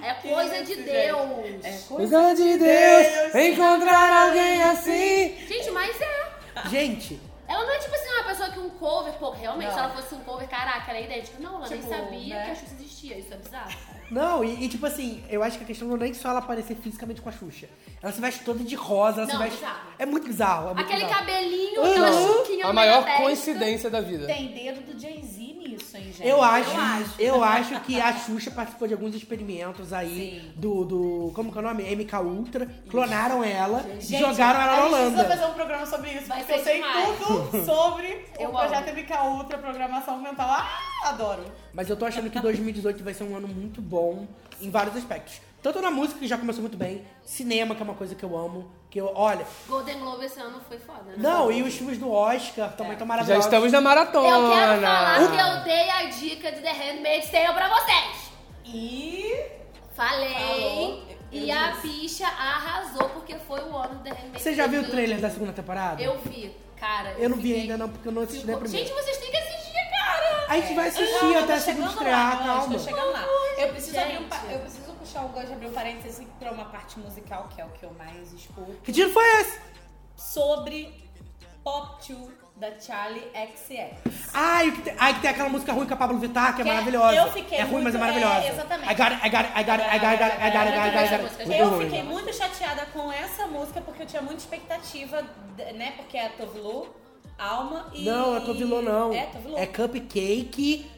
S7: é coisa de Deus.
S11: É.
S2: Coisa de Deus, encontrar alguém assim.
S7: Gente, mas é.
S1: Gente,
S7: Ela não é tipo assim, uma pessoa que um cover, pô, realmente,
S1: Não.
S7: se ela fosse um cover, caraca, ela é idêntica. Não, ela
S9: Tipo,
S7: nem sabia
S9: né?
S7: que a Xuxa existia, isso é bizarro.
S1: Não, e, e, tipo assim, eu acho que a questão não é nem só ela aparecer fisicamente com a Xuxa. Ela se veste toda de rosa, ela
S7: Não,
S1: se veste.
S7: bizarro.
S1: É muito bizarro. É muito
S7: Aquele
S1: bizarro.
S7: cabelinho,
S1: Uhum.
S7: aquela chuquinha
S2: A
S7: no
S2: maior
S7: meio da testa.
S2: coincidência da vida.
S9: Tem dedo do Jay-Z nisso, hein, gente?
S1: Eu acho, eu acho que a Xuxa participou de alguns experimentos aí do, do. Como que é o nome? MK Ultra. Clonaram ela e
S9: Gente,
S1: jogaram ela na
S9: A gente precisa
S1: Holanda.
S9: fazer um programa sobre isso,
S7: Vai
S9: porque eu
S7: ser
S9: sei
S7: demais.
S9: tudo sobre
S7: Eu
S9: o projeto
S7: amo.
S9: MK Ultra, é programação mental. Ah, adoro.
S1: Mas eu tô achando que 2018 vai ser um ano muito bom em vários aspectos. Tanto na música, que já começou muito bem, cinema, que é uma coisa que eu amo. Que eu, olha.
S7: Golden Globe esse ano foi foda, né?
S1: Não, e os filmes do Oscar
S9: É.
S1: também estão maravilhosos.
S2: estamos na maratona. Uh!
S7: Eu quero falar
S1: O-
S7: que eu dei a dica de The Handmaid's Tale pra vocês.
S9: E.
S7: Falei.
S9: Falou. Eu
S7: E a
S9: disse.
S7: bicha arrasou porque foi o ano do The Handmaid's
S1: Você já
S7: Tale
S1: viu o
S7: do
S1: trailer
S7: YouTube.
S1: da segunda temporada?
S7: Eu vi, cara. tipo,
S1: Eu não vi ainda não, porque eu não assisti nem a primeira.
S7: Gente, vocês têm que assistir, cara.
S1: A gente vai assistir até a segunda estrear, calma.
S9: Tô chegando tá lá. Eu preciso,
S7: Gente.
S9: abrir um pa- eu preciso puxar o gancho, abrir um parênteses pra uma parte musical, que é o que eu mais escuto.
S1: Que tiro foi esse?
S9: Sobre Pop 2 da Charlie XX.
S1: Ai, que tem, ai, que tem aquela música ruim com a Pablo Vittar, que é
S9: Que
S1: maravilhosa.
S9: eu fiquei
S1: é ruim, mas é
S9: muito-
S1: maravilhosa.
S9: é, exatamente.
S1: I got it, I got it, I got it, I got it, I got it, I got it, I got it. Muito
S9: Eu
S1: ruim.
S9: fiquei muito chateada com essa música porque eu tinha muita expectativa, d- né? Porque é Tovlu, Alma e.
S1: Não, é Tovilô não.
S9: É Tovlu.
S1: É Cupcake,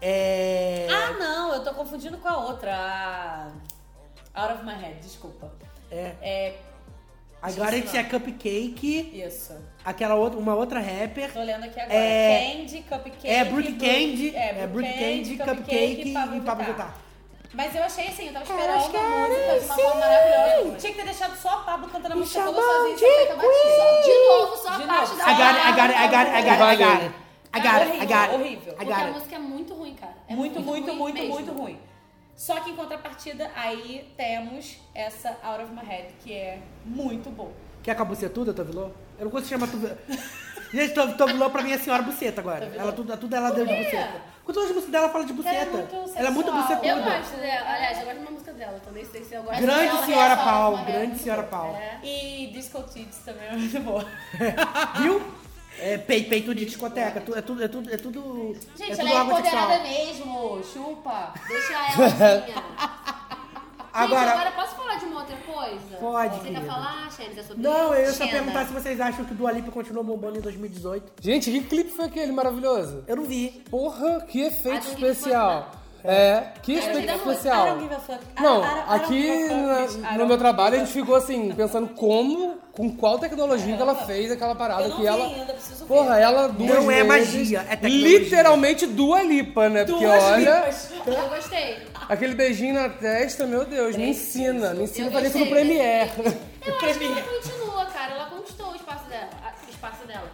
S1: é...
S9: Ah, não, eu tô confundindo com a outra. A... Out of my head, desculpa.
S1: É.
S9: É.
S1: Agora
S9: esqueci
S1: é Cupcake,
S9: Isso.
S1: aquela outra, uma outra rapper.
S9: Tô olhando aqui agora.
S1: É-
S9: Candy, Cupcake.
S1: É Brooke Candy,
S9: é,
S1: é Brooke Candy, Cupcake e Pablo Vittar.
S9: Mas eu achei assim, eu tava esperando a música de
S1: assim.
S9: uma forma maravilhosa. Tinha que ter deixado só a Pablo cantando a música toda sozinha, sem feito a batida.
S7: De novo, só a
S9: De
S7: parte
S9: novo.
S7: da
S1: I got it, I got it, I got it, I got it, I got
S2: Valeu.
S1: it. I got it, I got it.
S9: Horrível,
S1: I
S7: Porque
S1: got
S7: a
S1: it.
S7: música é muito ruim, cara. É
S9: muito, muito,
S7: ruim
S9: muito,
S7: mesmo.
S9: muito ruim. Só que em contrapartida, aí temos essa Out of My Head, que é muito boa.
S1: Quer com a bucetuda, Tovilô? Eu não consigo chamar Tovilô. Gente, Tov- Tovilô pra mim é senhora buceta agora. Ela, tudo, tudo ela deu de buceta. Com todas as músicas dela, ela fala de buceta.
S9: Ela é muito
S1: Ela é muito
S9: sensual.
S1: bucetuda.
S7: Eu gosto dela. Aliás, eu gosto de uma música dela também. Sei se eu gosto
S1: Grande
S7: dela.
S1: senhora
S7: Essa
S1: Paul,
S7: última dela é
S1: grande
S7: muito
S1: senhora
S7: boa.
S1: Paul.
S7: É.
S9: E Disco Tids também é muito boa.
S1: Viu? É pei- peito de discoteca. Tu- É tudo, é tudo, é tudo.
S7: Gente,
S1: é tudo
S7: ela é
S1: órgão
S7: empoderada
S1: sexual.
S7: mesmo. Chupa. Deixa
S1: [LAUGHS]
S7: ela sozinha. Gente, agora
S1: Agora.
S7: posso falar de uma outra coisa?
S1: Pode,
S7: Você quer
S1: querida.
S7: falar, Xeris, é sobre
S1: Não, eu ia só
S7: Xena.
S1: perguntar se vocês acham que o Dua Lipa continua bombando em 2018.
S2: Gente, que clipe foi aquele maravilhoso?
S1: Eu não vi.
S2: Porra, que
S7: Ah,
S2: efeito
S7: do
S2: especial. É, que
S7: Era
S2: efeito
S7: da música,
S9: I
S2: especial.
S9: don't give a fuck. I
S2: Não,
S9: don't- I don't- I don't
S2: aqui
S9: give a fuck,
S2: na-
S9: bitch. I
S2: no
S9: don't-
S2: meu trabalho a gente ficou assim, pensando como, com qual tecnologia que ela fez aquela
S9: Eu
S2: parada
S9: não
S2: que
S9: vi
S2: ela.
S9: ainda, preciso ver.
S2: Porra, ela duas
S1: Não é
S2: vezes,
S1: magia, é tecnologia.
S2: Literalmente Dua Lipa, né? Porque
S9: Duas
S2: olha,
S9: lipas.
S7: Eu gostei.
S2: aquele beijinho na testa, meu Deus, me ensina, me ensina
S7: Eu
S2: a fazer isso no
S7: gostei desse
S2: Premiere.
S7: Eu acho que ela continua, cara. Ela conquistou o espaço dela. a- O espaço dela.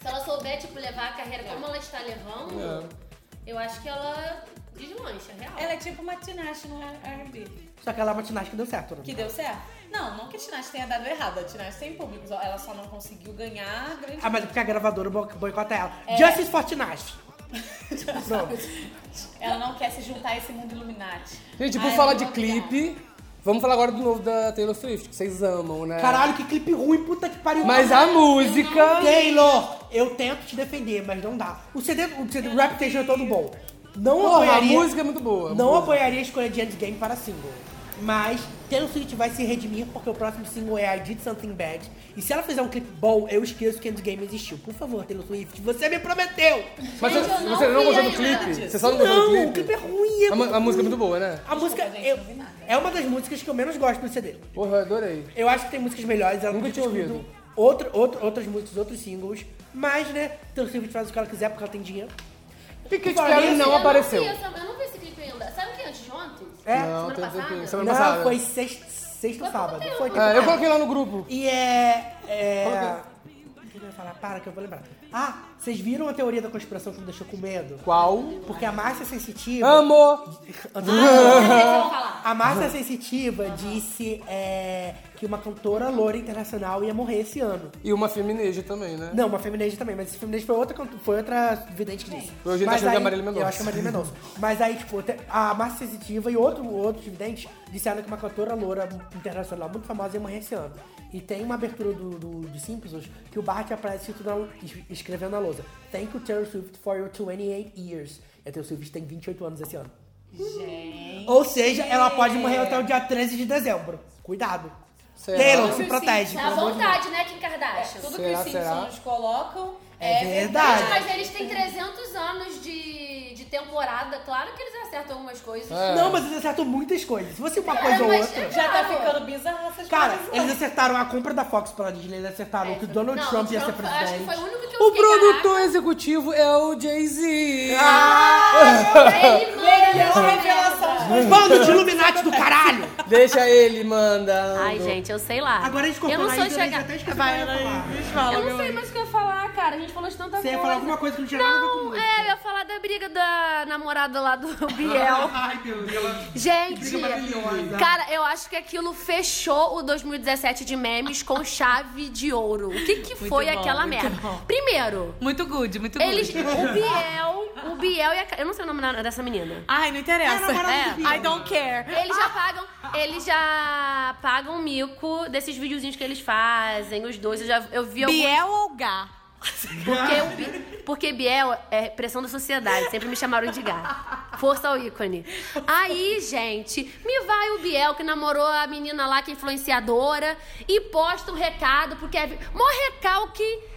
S7: Se ela souber, tipo, levar a carreira como ela está levando,
S1: É.
S7: eu acho que ela deslancha, real.
S9: Ela é tipo uma Tinashe no R&B.
S1: Só que ela é uma tinagem que deu certo, né?
S9: Que deu certo? Não, não que a Tinashe tenha dado errado. A Tinashe tem público. só- Ela só não conseguiu ganhar grande...
S1: Ah, mas é porque a gravadora bo- boicota ela. Justice for Tinashe. Pronto.
S9: Ela não quer se juntar a esse mundo Illuminati.
S2: Gente,
S9: Ah,
S2: por
S9: eu
S2: falar
S9: não
S2: de
S9: vou
S2: clipe, Vamos falar agora do novo da Taylor Swift, que vocês amam, né?
S1: Caralho, que clipe ruim, puta que pariu.
S2: Mas a música-
S1: Taylor, eu tento te defender, mas não dá. O CD, o CD do Reputation é todo bom. Não
S2: Porra,
S1: apoiaria,
S2: a música é muito boa.
S1: Não
S2: boa.
S1: apoiaria a escolha de Endgame para single. Mas Taylor Swift vai se redimir porque o próximo single é I Did Something Bad. E se ela fizer um clipe bom, eu esqueço que Endgame existiu. Por favor, Taylor Swift, você me prometeu!
S2: Mas você- Gente, eu você não não vi gostou do ainda. clipe? Você só não gostou do
S1: Não, o
S2: clipe?
S1: clipe é ruim. É
S2: A mu-
S1: muito
S2: a música é
S1: ruim.
S2: muito boa, né?
S1: A música eu- é uma das músicas que eu menos gosto do CD.
S2: Porra, eu adorei.
S1: Eu acho que tem músicas melhores, ela nunca tinha ouvido. Outra, outra, outras músicas, outros singles. Mas, né, Taylor Swift faz o que ela quiser porque ela tem dinheiro.
S2: Piquet
S1: Fora
S2: Perry
S1: isso-
S2: não apareceu.
S4: Eu não, vi essa- eu não vi esse clipe ainda. Sabe o que antes de ontem?
S1: É?
S2: Não,
S4: Semana
S2: tem- tem- tem-
S4: passada?
S2: semana passada.
S1: Não, foi sexta, sexta ou sábado. Foi
S2: É, eu coloquei lá no grupo.
S1: E é... é...
S2: Coloquei.
S1: O que eu ia falar? Para que eu vou lembrar. Ah, vocês viram a teoria da conspiração que me deixou com medo?
S2: Qual?
S1: Porque a Márcia Sensitiva... Ah,
S2: Amo!
S1: A Márcia Sensitiva disse é, que uma cantora loura internacional ia morrer esse ano.
S2: E uma femineja também, né?
S1: Não, uma femineja também, mas esse femineja foi outra, canto- foi outra vidente que disse.
S2: Eu já
S1: Mas
S2: achei que é
S1: aí-
S2: a Marília Mendonça.
S1: Eu acho que é a Marília Mendonça. Mas aí, tipo, te- a Márcia Sensitiva e outro, outro vidente disseram que uma cantora loura internacional muito famosa ia morrer esse ano. E tem uma abertura do, do, de Simpsons que o Bart aparece escrito na- es- escrevendo na lousa. Thank you, Taylor Swift, for your 28 years. E a Taylor Swift tem 28 anos esse ano.
S9: Gente.
S1: Ou seja, ela pode morrer até o dia 13 de dezembro. Cuidado.
S2: Será?
S1: Taylor, se protege.
S4: Dá
S1: pelo amor de Deus. É,
S4: vontade, né, Kim Kardashian?
S9: Tudo
S1: Será,
S9: que os
S1: será?
S9: Simpsons colocam
S1: É
S9: é,
S1: verdade.
S9: verdade.
S4: Mas eles têm 300 anos de, de temporada. Claro que eles acertam algumas coisas.
S8: É.
S1: Não, mas eles acertam muitas coisas. Se fosse uma É,
S7: É,
S1: coisa ou
S4: mas-
S1: outra.
S9: Já tá ficando bizarro essas
S1: Cara,
S9: coisas.
S1: eles acertaram a compra da Fox pela Disney, eles acertaram que o Donald
S4: Não,
S1: Trump ia ser
S4: Trump, acho que
S1: presidente.
S4: foi o único que eu
S2: O
S4: fiquei,
S2: produtor executivo é o Jay-Z.
S1: Ah! [LAUGHS]
S4: Ele manda
S9: Legal, revelação.
S1: Bando de Illuminati do caralho!
S2: Deixa ele, manda.
S7: Ai, gente, eu sei lá.
S1: Agora a gente
S7: Eu
S1: cortou
S7: não
S1: na
S7: sou
S1: Isa, a gente
S7: enxerga-
S1: até esqueceu
S7: Vai,
S1: o que eu ia
S7: Ana
S1: falar.
S7: Eu não sei mais o que eu ia falar, cara. A gente falou de tanta
S1: Você
S7: coisa.
S1: ia falar alguma coisa que não tinha nada a ver com
S7: Não,
S1: música.
S7: é, eu ia falar da briga da namorada lá do [LAUGHS] Biel.
S8: Ai, meu Deus, ela...
S7: Gente,
S8: Briga maravilhosa.
S7: cara, eu acho que aquilo fechou o 2017 de memes com chave de ouro. O que que
S10: Muito
S7: foi
S10: bom,
S7: aquela
S10: muito
S7: merda?
S10: bom.
S7: Primeiro,
S10: Muito good, muito good.
S7: eles, o Biel, o Biel e a, eu não sei o nome na- dessa menina.
S10: Ai, não
S9: É,
S10: interessa. É,
S7: namorada do Biel.
S10: I don't care.
S7: Eles já pagam, eles já pagam o mico desses videozinhos que eles fazem, os dois. Eu já eu vi alguns-
S10: Biel ou Gá?
S7: Porque, o Bi- porque Biel é pressão da sociedade, sempre me chamaram de gato. Força ao ícone. Aí, gente, me vai o Biel, que namorou a menina lá, que é influenciadora, e posta um recado, porque é. Mó recalque.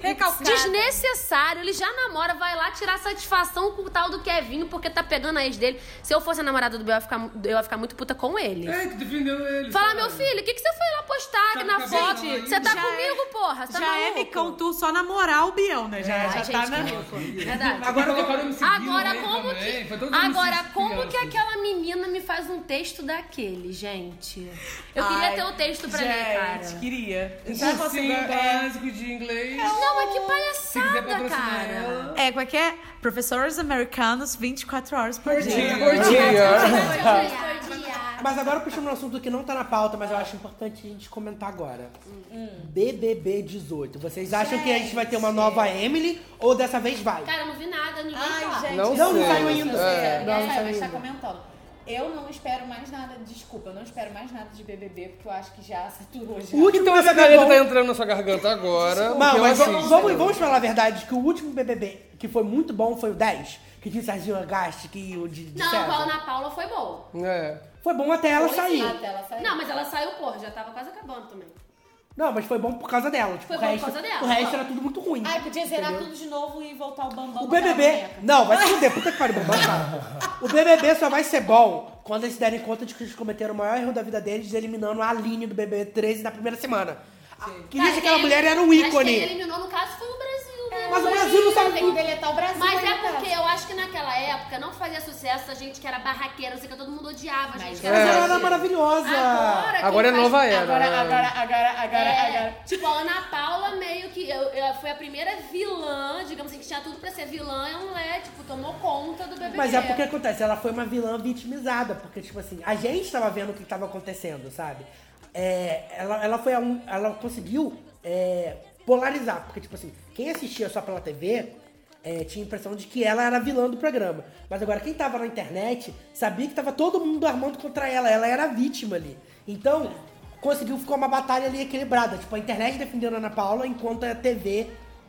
S10: Recalcado.
S7: Desnecessário, ele já namora, vai lá tirar satisfação com o tal do Kevinho, porque tá pegando a ex dele. Se eu fosse a namorada do Biel, eu ia ficar, mu- eu ia ficar muito puta com ele.
S8: É, que defendendo ele.
S7: Fala,
S8: sabe?
S7: meu filho, o que, que você foi lá postar aqui
S8: Tá
S7: na
S8: com a
S7: foto?
S8: Biel aí?
S7: Você tá
S10: Já é
S7: comigo, porra? Você tá
S10: Já é
S7: maluco? É,
S10: Micão Tour só namorar o Biel, né? Já,
S7: Ai,
S10: já
S7: gente,
S10: tá
S7: que
S10: na...
S8: [LAUGHS]
S7: louco. Verdade.
S8: Agora colocaram o MC Guilherme
S7: Agora
S8: aí
S7: como
S8: também,
S7: que
S8: né? foi todo mundo
S7: Agora
S8: se
S7: como que
S8: assim.
S7: aquela menina me faz um texto daquele, gente? Eu
S10: Ai,
S7: queria ter o texto pra ler,
S10: Gente,
S7: cara.
S10: queria.
S8: Um
S2: tá
S10: assim, é,
S8: cursinho
S9: tá.
S8: básico de inglês.
S2: É um
S7: Não,
S4: é
S7: mas
S8: Se
S7: que
S8: quiser
S7: palhaçada,
S8: patrocinar
S7: cara.
S8: ela.
S10: É, como é que é? Professores americanos, 24 horas por,
S2: dia.
S10: dia.
S2: Por dia.
S1: Mas agora puxando um assunto que não tá na pauta, mas eu acho importante a gente comentar agora. BBB 18. Vocês acham que a gente vai ter uma nova Emily ou dessa vez vai?
S4: Cara, eu não vi nada, ninguém
S9: Ai,
S4: fala.
S9: gente.
S2: Não
S1: Não, não
S2: sei.
S1: saiu ainda.
S2: É.
S1: Não, não
S9: Não,
S1: saiu
S9: mas tá
S1: ainda.
S9: comentando. Eu não espero mais nada, desculpa, eu não espero mais nada de BBB, porque eu acho que já saturou já.
S1: O último
S2: Então essa
S1: BBB
S2: galera
S1: bom-
S2: tá entrando na sua garganta agora. é um o
S1: Não,
S2: que eu
S1: mas vamos,
S2: assisto.
S1: vamos, vamos falar a verdade que o último BBB que foi muito bom foi o 10, que tinha o Serginho Agaste, que o de, de
S4: Não, a
S1: César.
S4: Ana Paula foi boa.
S2: É.
S1: Foi bom até ela
S9: Foi
S1: sair.
S9: sim, até ela sair.
S4: Não, mas ela saiu, porra, já tava quase acabando também.
S1: Não, mas foi bom por causa dela. Tipo,
S4: Foi
S1: o
S4: bom por
S1: resto,
S4: causa dela,
S1: O resto
S4: ó.
S1: era tudo muito ruim.
S9: Ai, podia zerar
S1: entendeu?
S9: tudo de novo e voltar o bambam.
S1: O BBB... Não, vai se fuder. Puta que pariu, bambam, cara. O BBB só vai ser bom quando eles se derem conta de que eles cometeram o maior erro da vida deles, eliminando a Aline do BBB 13 na primeira semana. A-
S4: Tá,
S1: Queria que aquela mulher era um
S4: Mas quem
S1: ícone.
S4: eliminou, no caso, foi o Brasil, né?
S1: Mas o Brasil não sabe
S9: Tem que deletar o Brasil.
S4: Mas
S9: aí,
S4: é
S9: no caso.
S4: porque eu acho que naquela época não fazia sucesso a gente que era barraqueira, não sei que todo mundo odiava, a gente que
S1: Mas
S4: era
S1: ela era
S4: barraqueira.
S1: maravilhosa.
S4: Agora, quem
S2: Agora é
S4: faz-
S2: nova era.
S9: Agora, agora, agora, agora,
S4: É,
S9: agora.
S4: Tipo, a Ana Paula meio que. Eu, eu- foi a primeira vilã, digamos assim, que tinha tudo pra ser vilã, e não é, tipo, tomou conta do BBB.
S1: Mas é porque acontece, ela foi uma vilã vitimizada, porque, tipo assim, a gente tava vendo o que tava acontecendo, sabe? É, ela, ela foi a um, ela conseguiu é, polarizar, porque, tipo assim, quem assistia só pela TV é, tinha a impressão de que ela era a vilã do programa. Mas agora, quem tava na internet sabia que tava todo mundo armando contra ela. Ela era a vítima ali. Então, conseguiu ficar uma batalha ali equilibrada. Tipo, a internet defendendo a Ana Paula, enquanto a TV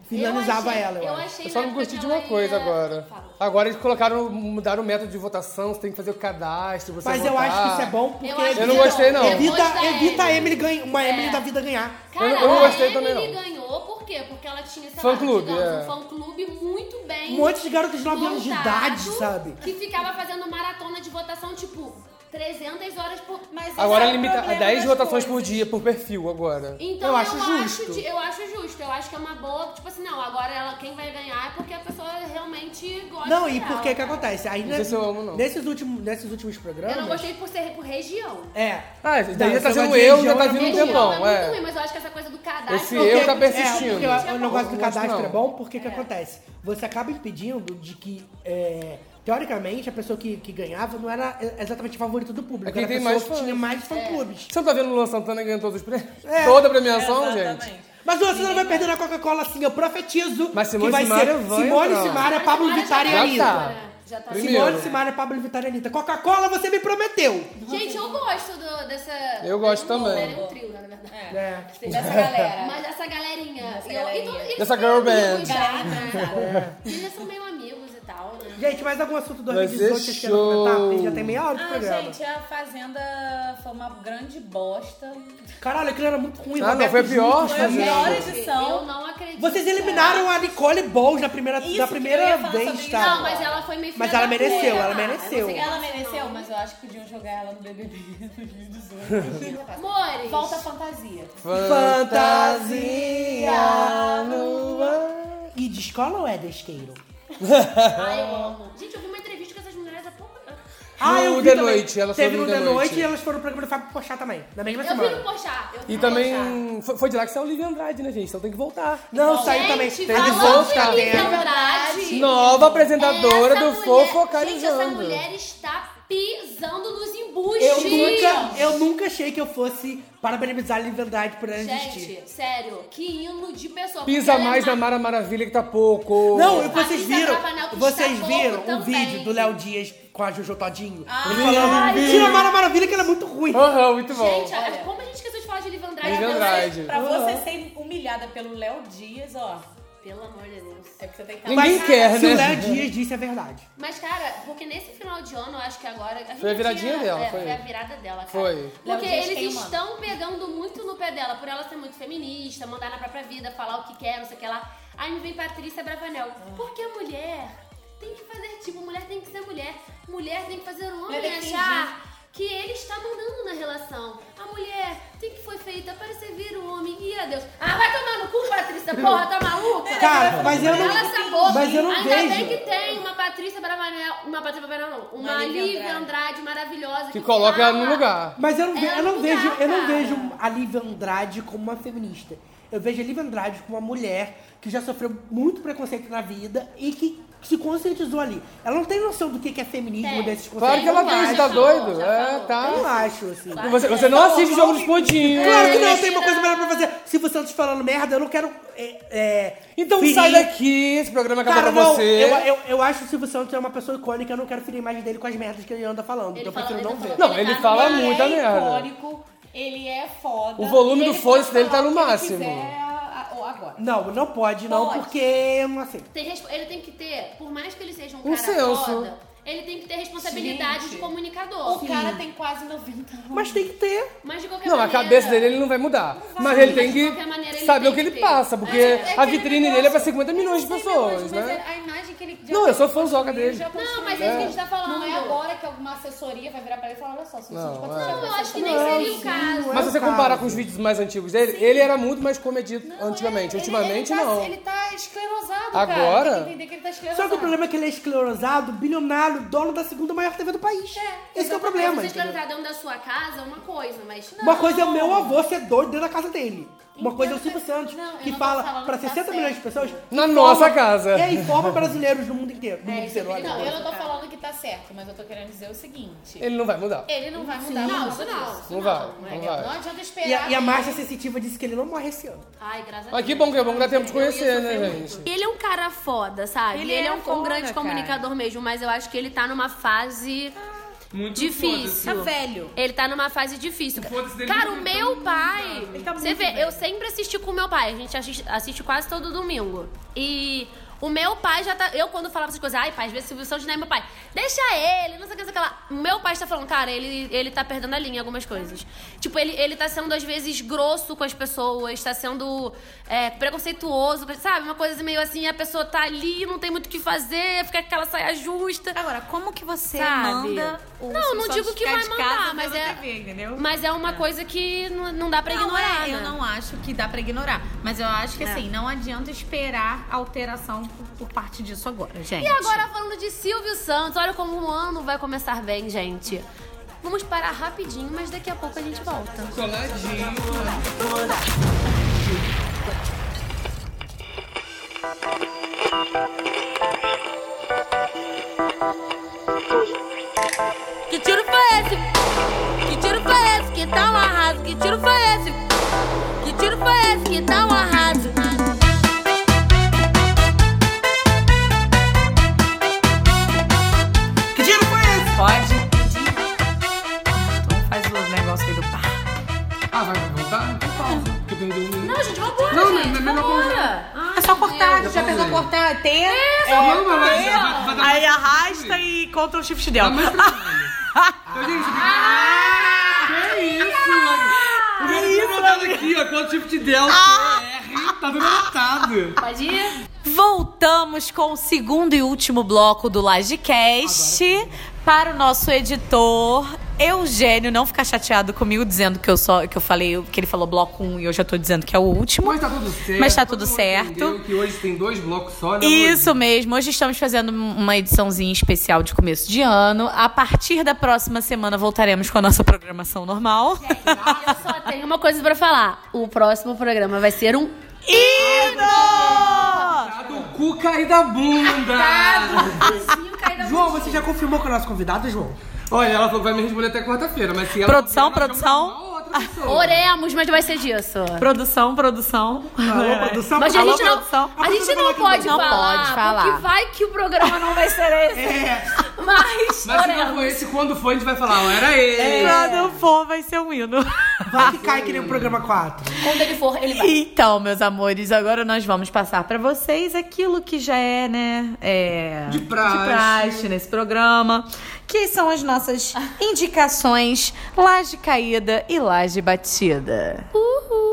S1: finalizava
S7: achei-
S1: ela. Eu,
S7: eu
S1: acho.
S7: achei
S2: Eu só
S7: na
S2: não
S7: época
S2: gostei
S7: que
S2: de uma
S7: ela
S2: coisa
S7: ia-
S2: agora. Agora eles colocaram, mudaram o método de votação, você tem que fazer o cadastro, você
S1: Mas
S2: votar.
S1: eu acho que isso é bom porque
S2: Eu, não gostei, não.
S1: Evita, evita a Emily ganha, uma Emily da vida ganhar.
S2: Eu não- eu não gostei também,
S7: Emily
S2: não.
S7: ganhou, por quê? Porque ela tinha, sei
S1: Fã-clube,
S7: lá, digamos,
S1: é.
S7: um fã-clube muito bem...
S1: Um monte de garotas de 9 anos de
S7: montado,
S1: idade, sabe?
S7: Que ficava fazendo maratona de votação, tipo, 300 horas por... Mas
S2: Agora
S7: esse é o
S2: limita a
S7: problema
S2: 10
S7: das
S2: votações
S7: coisas.
S2: por dia, por perfil agora.
S7: Então
S2: eu acho justo.
S7: de- eu acho justo, eu acho que é uma boa, tipo assim, não, agora ela, quem vai ganhar é porque a pessoa realmente gosta
S1: Não, e
S7: dela.
S1: por que que acontece? Aí,
S2: Não sei se eu amo, não.
S1: Nesses, últimos, nesses últimos programas...
S7: Eu não gostei por ser por região.
S1: É.
S2: Ah, isso daí
S1: Não,
S2: já tá
S1: esse negócio de
S2: sendo eu,
S1: região
S2: já tá
S1: é
S2: vindo um
S1: muito
S2: tempão,
S1: ruim,
S7: Muito
S2: é.
S7: ruim, mas eu acho que essa coisa do cadastro...
S2: Esse
S1: Porque-
S2: eu tá
S1: é,
S2: persistindo.
S1: porque o negócio do
S2: Não gosto,
S1: cadastro
S2: não.
S1: é bom, porque o que acontece? Você acaba impedindo de que, é, teoricamente, a pessoa que, que ganhava não era exatamente favorita do público.
S2: É quem
S1: era a
S2: tem
S1: pessoa
S2: mais
S1: que
S2: fãs.
S1: tinha mais fã-clubes.
S2: Você não tá vendo o Luan Santana ganhando todos os prêmios?
S8: É.
S2: Toda a premiação, gente?
S1: Mas você não vai perder na Coca-Cola assim, eu profetizo.
S2: Mas Simone é
S1: que vai
S2: Simaria
S1: ser
S2: vai
S1: Simone
S2: entrar.
S1: Simaria, Pablo Vittar e
S2: já
S1: Anitta.
S2: tá. Já tá.
S1: Simone
S2: Primeiro.
S1: Simaria, Pablo Vittar e Anitta. Coca-Cola, você me prometeu.
S7: Gente, eu gosto do- dessa...
S2: Eu gosto
S7: dessa
S2: também.
S7: mulher, É um trio, na verdade.
S1: É.
S9: Dessa
S7: [LAUGHS]
S9: galera.
S7: Mas essa galerinha. eu- então, e todo- eles
S2: Dessa
S7: são
S2: girl
S7: amigos
S2: band.
S7: já, né?
S2: É.
S7: Eles já
S2: [LAUGHS]
S7: são meio amigos e tal, né?
S1: Gente, mais algum assunto do
S2: Vai
S1: 2018
S2: ser
S1: que vocês querem comentar? Porque já tem meia hora de
S9: Ah,
S1: programa.
S9: gente, a Fazenda foi uma grande bosta.
S1: Caralho, aquilo era muito ruim.
S2: Ah, não,
S1: Roberto
S2: foi a pior
S1: Justus,
S9: é- Foi a
S1: gente.
S9: pior edição.
S7: Eu não acredito.
S1: Vocês eliminaram a Nicole Bowles na primeira,
S9: Isso
S1: da
S9: que
S1: primeira
S9: eu ia falar sobre
S1: vez,
S9: isso.
S1: tá?
S7: Não, mas ela foi meio
S1: Mas
S7: filha
S1: ela
S7: da
S1: mereceu,
S7: puta.
S1: ela mereceu.
S9: Ela mereceu, mas eu acho que podiam jogar ela no [LAUGHS] BBB 2018.
S7: Amores.
S9: Volta a fantasia.
S1: Fantasia no ar. E de escola ou é desqueiro?
S7: Ai, eu amo. Gente, eu vi uma entrevista com essas mulheres há pouco.
S1: Ah, eu
S2: No
S1: vi
S2: The
S1: também.
S2: Noite, elas
S1: Teve no
S2: foram no
S1: The
S2: The
S1: Noite.
S2: Noite.
S1: e elas foram pro programa do Fábio Pochá também, na mesma
S7: Eu
S1: semana.
S7: vi no Pochá. eu vi
S2: E
S7: no Pochá.
S2: também foi, foi de lá que saiu o Livia Andrade, né, gente? Então tem que voltar.
S1: Não,
S7: Gente,
S1: saiu também. Tem
S7: falando
S1: de
S7: de
S1: volta.
S7: Lívia
S1: Tem-
S7: Andrade,
S2: Nova apresentadora
S7: essa
S2: do
S7: mulher-
S2: Fofocalizando.
S7: Gente, essa mulher está pisando nos embustes.
S1: Eu nunca, eu nunca achei que eu fosse parabenizar a Lívia Andrade por ela existir.
S7: Gente, sério, que hino de pessoa. Porque
S2: Pisa
S7: ela é
S2: mais na
S7: maravilhosa.
S2: Mara Maravilha que tá pouco.
S1: Não, e vocês
S7: Patrícia
S1: viram,
S7: Bravanel, que
S1: vocês
S7: está
S1: viram
S7: pouco
S1: um
S7: também.
S1: vídeo do Léo Dias com a Jojo Todinho?
S7: Ah,
S1: ele falando,
S2: vi.
S1: tira a Mara Maravilha que ela é muito ruim.
S2: Aham, muito bom.
S7: Gente, a- como a gente esqueceu de falar de Liv Andrade?
S2: Lívia
S7: meu
S2: Andrade.
S9: Pra você ser humilhada pelo Léo Dias, ó,
S7: Deus, Pelo amor de Deus.
S9: é porque você tem que
S2: Ninguém
S9: estar
S2: quer,
S1: Se o
S2: né?
S1: Léo Dias disse a verdade.
S7: Mas, cara, porque nesse final de ano, eu acho que agora... gente
S2: Foi a viradinha
S7: tinha-
S2: dela,
S7: é,
S2: foi.
S7: a virada dela, cara.
S2: Foi.
S9: Léo
S7: Porque
S9: Dias
S7: eles
S9: queimando.
S7: estão pegando muito no pé dela, por ela ser muito feminista, mandar na própria vida, falar o que quer, não sei o que lá. Aí me vem Patrícia Bravanel.
S9: Ah.
S7: Porque a mulher tem que fazer tipo, mulher tem que ser mulher. Mulher tem que fazer um homem
S9: Mulher tem que
S7: achar que ele está mandando na relação. A mulher tem que foi feita para servir o homem. E adeus. Ah, vai tomar no cu, Patrícia, porra, tá maluca?
S1: Cara, mas eu não-
S7: Cala essa boca.
S1: mas eu não
S7: Ainda
S1: vejo.
S7: bem que tem uma Patrícia Bravanel, uma Patrícia Bravanel não, uma
S9: Uma Lívia
S7: Lívia Andrade maravilhosa.
S2: Que coloca ela no
S7: fala.
S2: lugar.
S1: Mas eu não, ve-
S7: Ela
S1: eu não
S7: não
S1: vejo,
S7: dá,
S1: eu não
S7: cara.
S1: vejo a Lívia Andrade como uma feminista. Eu vejo a Lívia Andrade como uma mulher que já sofreu muito preconceito na vida e que se conscientizou ali. Ela não tem noção do que que é feminismo
S7: Tem.
S1: desses
S2: Claro
S1: conceitos.
S2: que ela tem, você tá
S7: Já
S2: doido?
S7: já
S2: É,
S7: falou.
S1: Eu não
S2: tá.
S1: acho, assim.
S2: Você, você não assiste o jogo dos pontinhos.
S1: Claro que não, tem uma coisa melhor pra fazer. Se você não tá te falando merda, eu não quero. é, é,
S2: Então
S1: ferir-
S2: sai daqui, esse programa acaba
S1: Cara,
S2: pra
S1: não,
S2: você.
S1: eu, eu, eu acho que o Silvio Santos é uma pessoa icônica, eu não quero ferir a imagem dele com as merdas que ele anda falando. então
S7: Ele
S1: eu
S7: fala-
S1: prefiro
S7: ele
S1: não
S7: tá
S1: ver.
S7: falando-
S2: Não, ele fala
S9: ele
S2: muita
S9: é
S2: merda.
S9: icônico, ele é foda.
S2: O volume
S9: e
S2: do
S9: ele
S2: foda-se
S9: pode
S2: dele tá
S9: falar
S2: no
S9: o que ele
S2: máximo.
S9: quiser, a- a- agora.
S1: Não, não pode, não,
S9: Pode.
S1: porque eu não aceito.
S7: Tem resp- ele tem que ter, por mais que ele seja um,
S2: Um
S7: cara
S2: senso.
S7: foda, ele tem que ter responsabilidade
S9: Gente.
S7: de comunicador.
S9: O cara tem quase 90
S7: Hum.
S9: anos.
S1: Mas tem que ter.
S7: Mas de qualquer
S2: Não, a
S7: maneira,
S2: cabeça dele ele não vai mudar. Mas
S7: vai,
S2: ele tem
S7: mas de qualquer maneira,
S2: que
S7: ele
S2: saber
S7: tem
S2: o que ele
S7: que ter.
S2: passa, porque
S7: É, é
S2: a
S9: aquele
S2: vitrine
S9: negócio.
S2: dele é pra 50 milhões de
S9: Sim,
S2: pessoas,
S9: mas é
S2: né?
S9: a imagem que ele
S10: é,
S9: já
S2: Não, eu sou
S9: construiu,
S2: fãzoca dele.
S9: ele já construiu.
S7: Não, mas é isso que a gente tá falando.
S9: Não é agora que alguma assessoria vai virar pra ele e falar, olha só, se você
S2: Não,
S9: não,
S2: é.
S7: Não, tipo, eu acho que nem seria o um caso.
S2: Mas se você
S1: Não é o
S2: comparar
S1: caso.
S2: com os vídeos mais antigos dele, ele era muito mais comedido antigamente. Ultimamente,
S9: ele, ele
S2: não.
S11: assim,
S9: Tá, ele tá esclerosado,
S2: Agora?
S9: cara. Tem que entender que ele tá esclerosado.
S1: Só que o problema é que ele é esclerosado, bilionário, dono da segunda maior TV do país. É, Esse que é o problema.
S7: Você
S1: entendeu?
S7: estar dentro da sua casa é uma coisa, mas...
S1: Uma coisa é o meu avô ser doido dentro da casa dele. Uma coisa é o Silvio Santos,
S9: Não, eu
S1: que
S9: não tô
S1: fala
S9: falando
S1: pra
S9: que tá
S1: 60 milhões de pessoas.
S2: Na
S1: informa-
S2: nossa casa.
S1: É, informa brasileiros no mundo inteiro. No mundo inteiro, olha.
S9: Não, eu não tô falando que
S10: tá certo, mas eu tô querendo dizer
S11: é
S10: o seguinte.
S2: Ele não vai mudar.
S10: Ele não vai mudar.
S2: Sim.
S10: não,
S2: Não,
S10: isso não. Isso
S2: não vai,
S10: é.
S2: não vai.
S10: Não adianta esperar.
S1: E a, e a
S10: que-
S1: Márcia Sensitiva disse que ele não morre esse ano.
S4: Ai, graças
S2: Mas que bom, que é bom que dá tempo de conhecer, né, gente?
S7: E Ele é um cara foda, sabe?
S10: Ele
S7: Ele, ele
S10: é
S7: é um com-
S10: foda, cara.
S7: grande comunicador mesmo, mas eu acho que ele tá numa fase
S10: Muito
S7: difícil.
S10: foda-se. Tá velho.
S7: Ele tá numa fase difícil.
S10: dele
S7: Cara,
S10: não
S7: o
S10: tá
S7: meu
S10: muito
S7: pai.
S10: velho. Ele tá
S7: você
S10: muito
S7: vê,
S10: velho.
S7: eu sempre assisti com o meu pai. A gente assiste, assiste quase todo domingo. E. O meu pai já tá. Eu, quando falava essas coisas, ai, pai, às vezes Silvio Santos não é meu pai. Deixa ele, não sei o que, não sei o que lá. O meu pai tá falando, cara, ele, ele tá perdendo a linha em algumas coisas. Tipo, ele, ele tá sendo, às vezes, grosso com as pessoas, tá sendo é, preconceituoso, sabe? Uma coisa meio assim, a pessoa tá ali, não tem muito o que fazer, fica com aquela saia justa. Agora, como que você
S11: manda o
S7: Não, não
S11: Silvio
S7: digo
S11: Santos
S7: que
S11: ficar
S7: vai
S11: de casa
S7: mandar, mas
S11: vendo
S7: é.
S11: TV, entendeu?
S7: Mas é uma coisa que não, não dá pra
S10: Não,
S7: ignorar.
S10: é, eu
S7: né?
S10: não acho que dá pra ignorar. Mas eu acho que
S7: É.
S10: assim, não adianta esperar alteração por, por parte disso agora, gente.
S7: E agora falando de Silvio Santos, olha como o ano vai começar bem, gente. Vamos parar rapidinho, mas daqui a pouco a gente volta.
S11: Que tiro foi esse? Que tiro foi esse? Que tá um arraso? Que tiro foi esse? Que tiro foi esse? Que tá um arraso?
S10: Que tiro foi esse? Pode.
S11: Faz o negócio aí do pá.
S8: Ah, vai voltar? Então pausa. Porque perdeu um minuto.
S7: Não, gente, vambora,
S8: Não, não,
S7: gente,
S8: não, não, não.
S7: vambora.
S10: é só cortar,
S8: Deus.
S10: já pensou cortar? Tem.
S8: É, só cortar. Vai dar mais-
S11: Aí arrasta e conta o shift
S8: Dá
S11: dela.
S8: mais Que isso, mano?
S11: Ah! Que
S8: Primeiro
S11: isso,
S8: botado aqui, ó. Quanto tipo de delta?
S11: Ah!
S8: R, tá tudo anotado.
S7: Pode ir?
S11: Voltamos com o segundo e último bloco do Lagecast para o nosso editor Eugênio não ficar chateado comigo dizendo que eu só que eu falei que ele falou bloco 1 e eu já tô dizendo que é o último.
S8: Mas tá tudo certo.
S11: Mas tá tudo
S8: Todo mundo
S11: certo.
S8: entendeu Que hoje tem dois blocos só, né?
S11: Isso mesmo. Hoje estamos fazendo um, uma ediçãozinha especial de começo de ano. A partir da próxima semana voltaremos com a nossa programação normal.
S7: Só tem uma coisa pra falar. O próximo programa vai ser um
S11: [LAUGHS] hino!
S8: Tá do cu cair da bunda.
S11: Tá.
S1: João, você já confirmou com o nosso convidado, João?
S8: Olha, ela falou que vai me responder até quarta-feira, mas se ela...
S11: Produção, produção. [LAUGHS]
S7: Oremos, mas vai ser disso.
S11: Produção, produção.
S7: Alô,
S11: produção.
S7: Mas a gente não, a gente não pode
S11: Não
S7: falar,
S11: pode falar.
S7: porque vai que o programa não vai ser esse. Mas,
S8: Mas se
S7: oremos.
S8: não for esse, quando for, a gente vai falar, ó, era ele.
S11: É. Quando for, vai ser um hino.
S1: Vai que cai que nem o programa 4.
S7: Quando ele for, ele vai.
S11: [LAUGHS] Então, meus amores, agora nós vamos passar pra vocês aquilo que já é, né, é, de,
S8: praxe.
S11: praxe nesse programa, que são as [LAUGHS] nossas indicações laje caída e laje batida.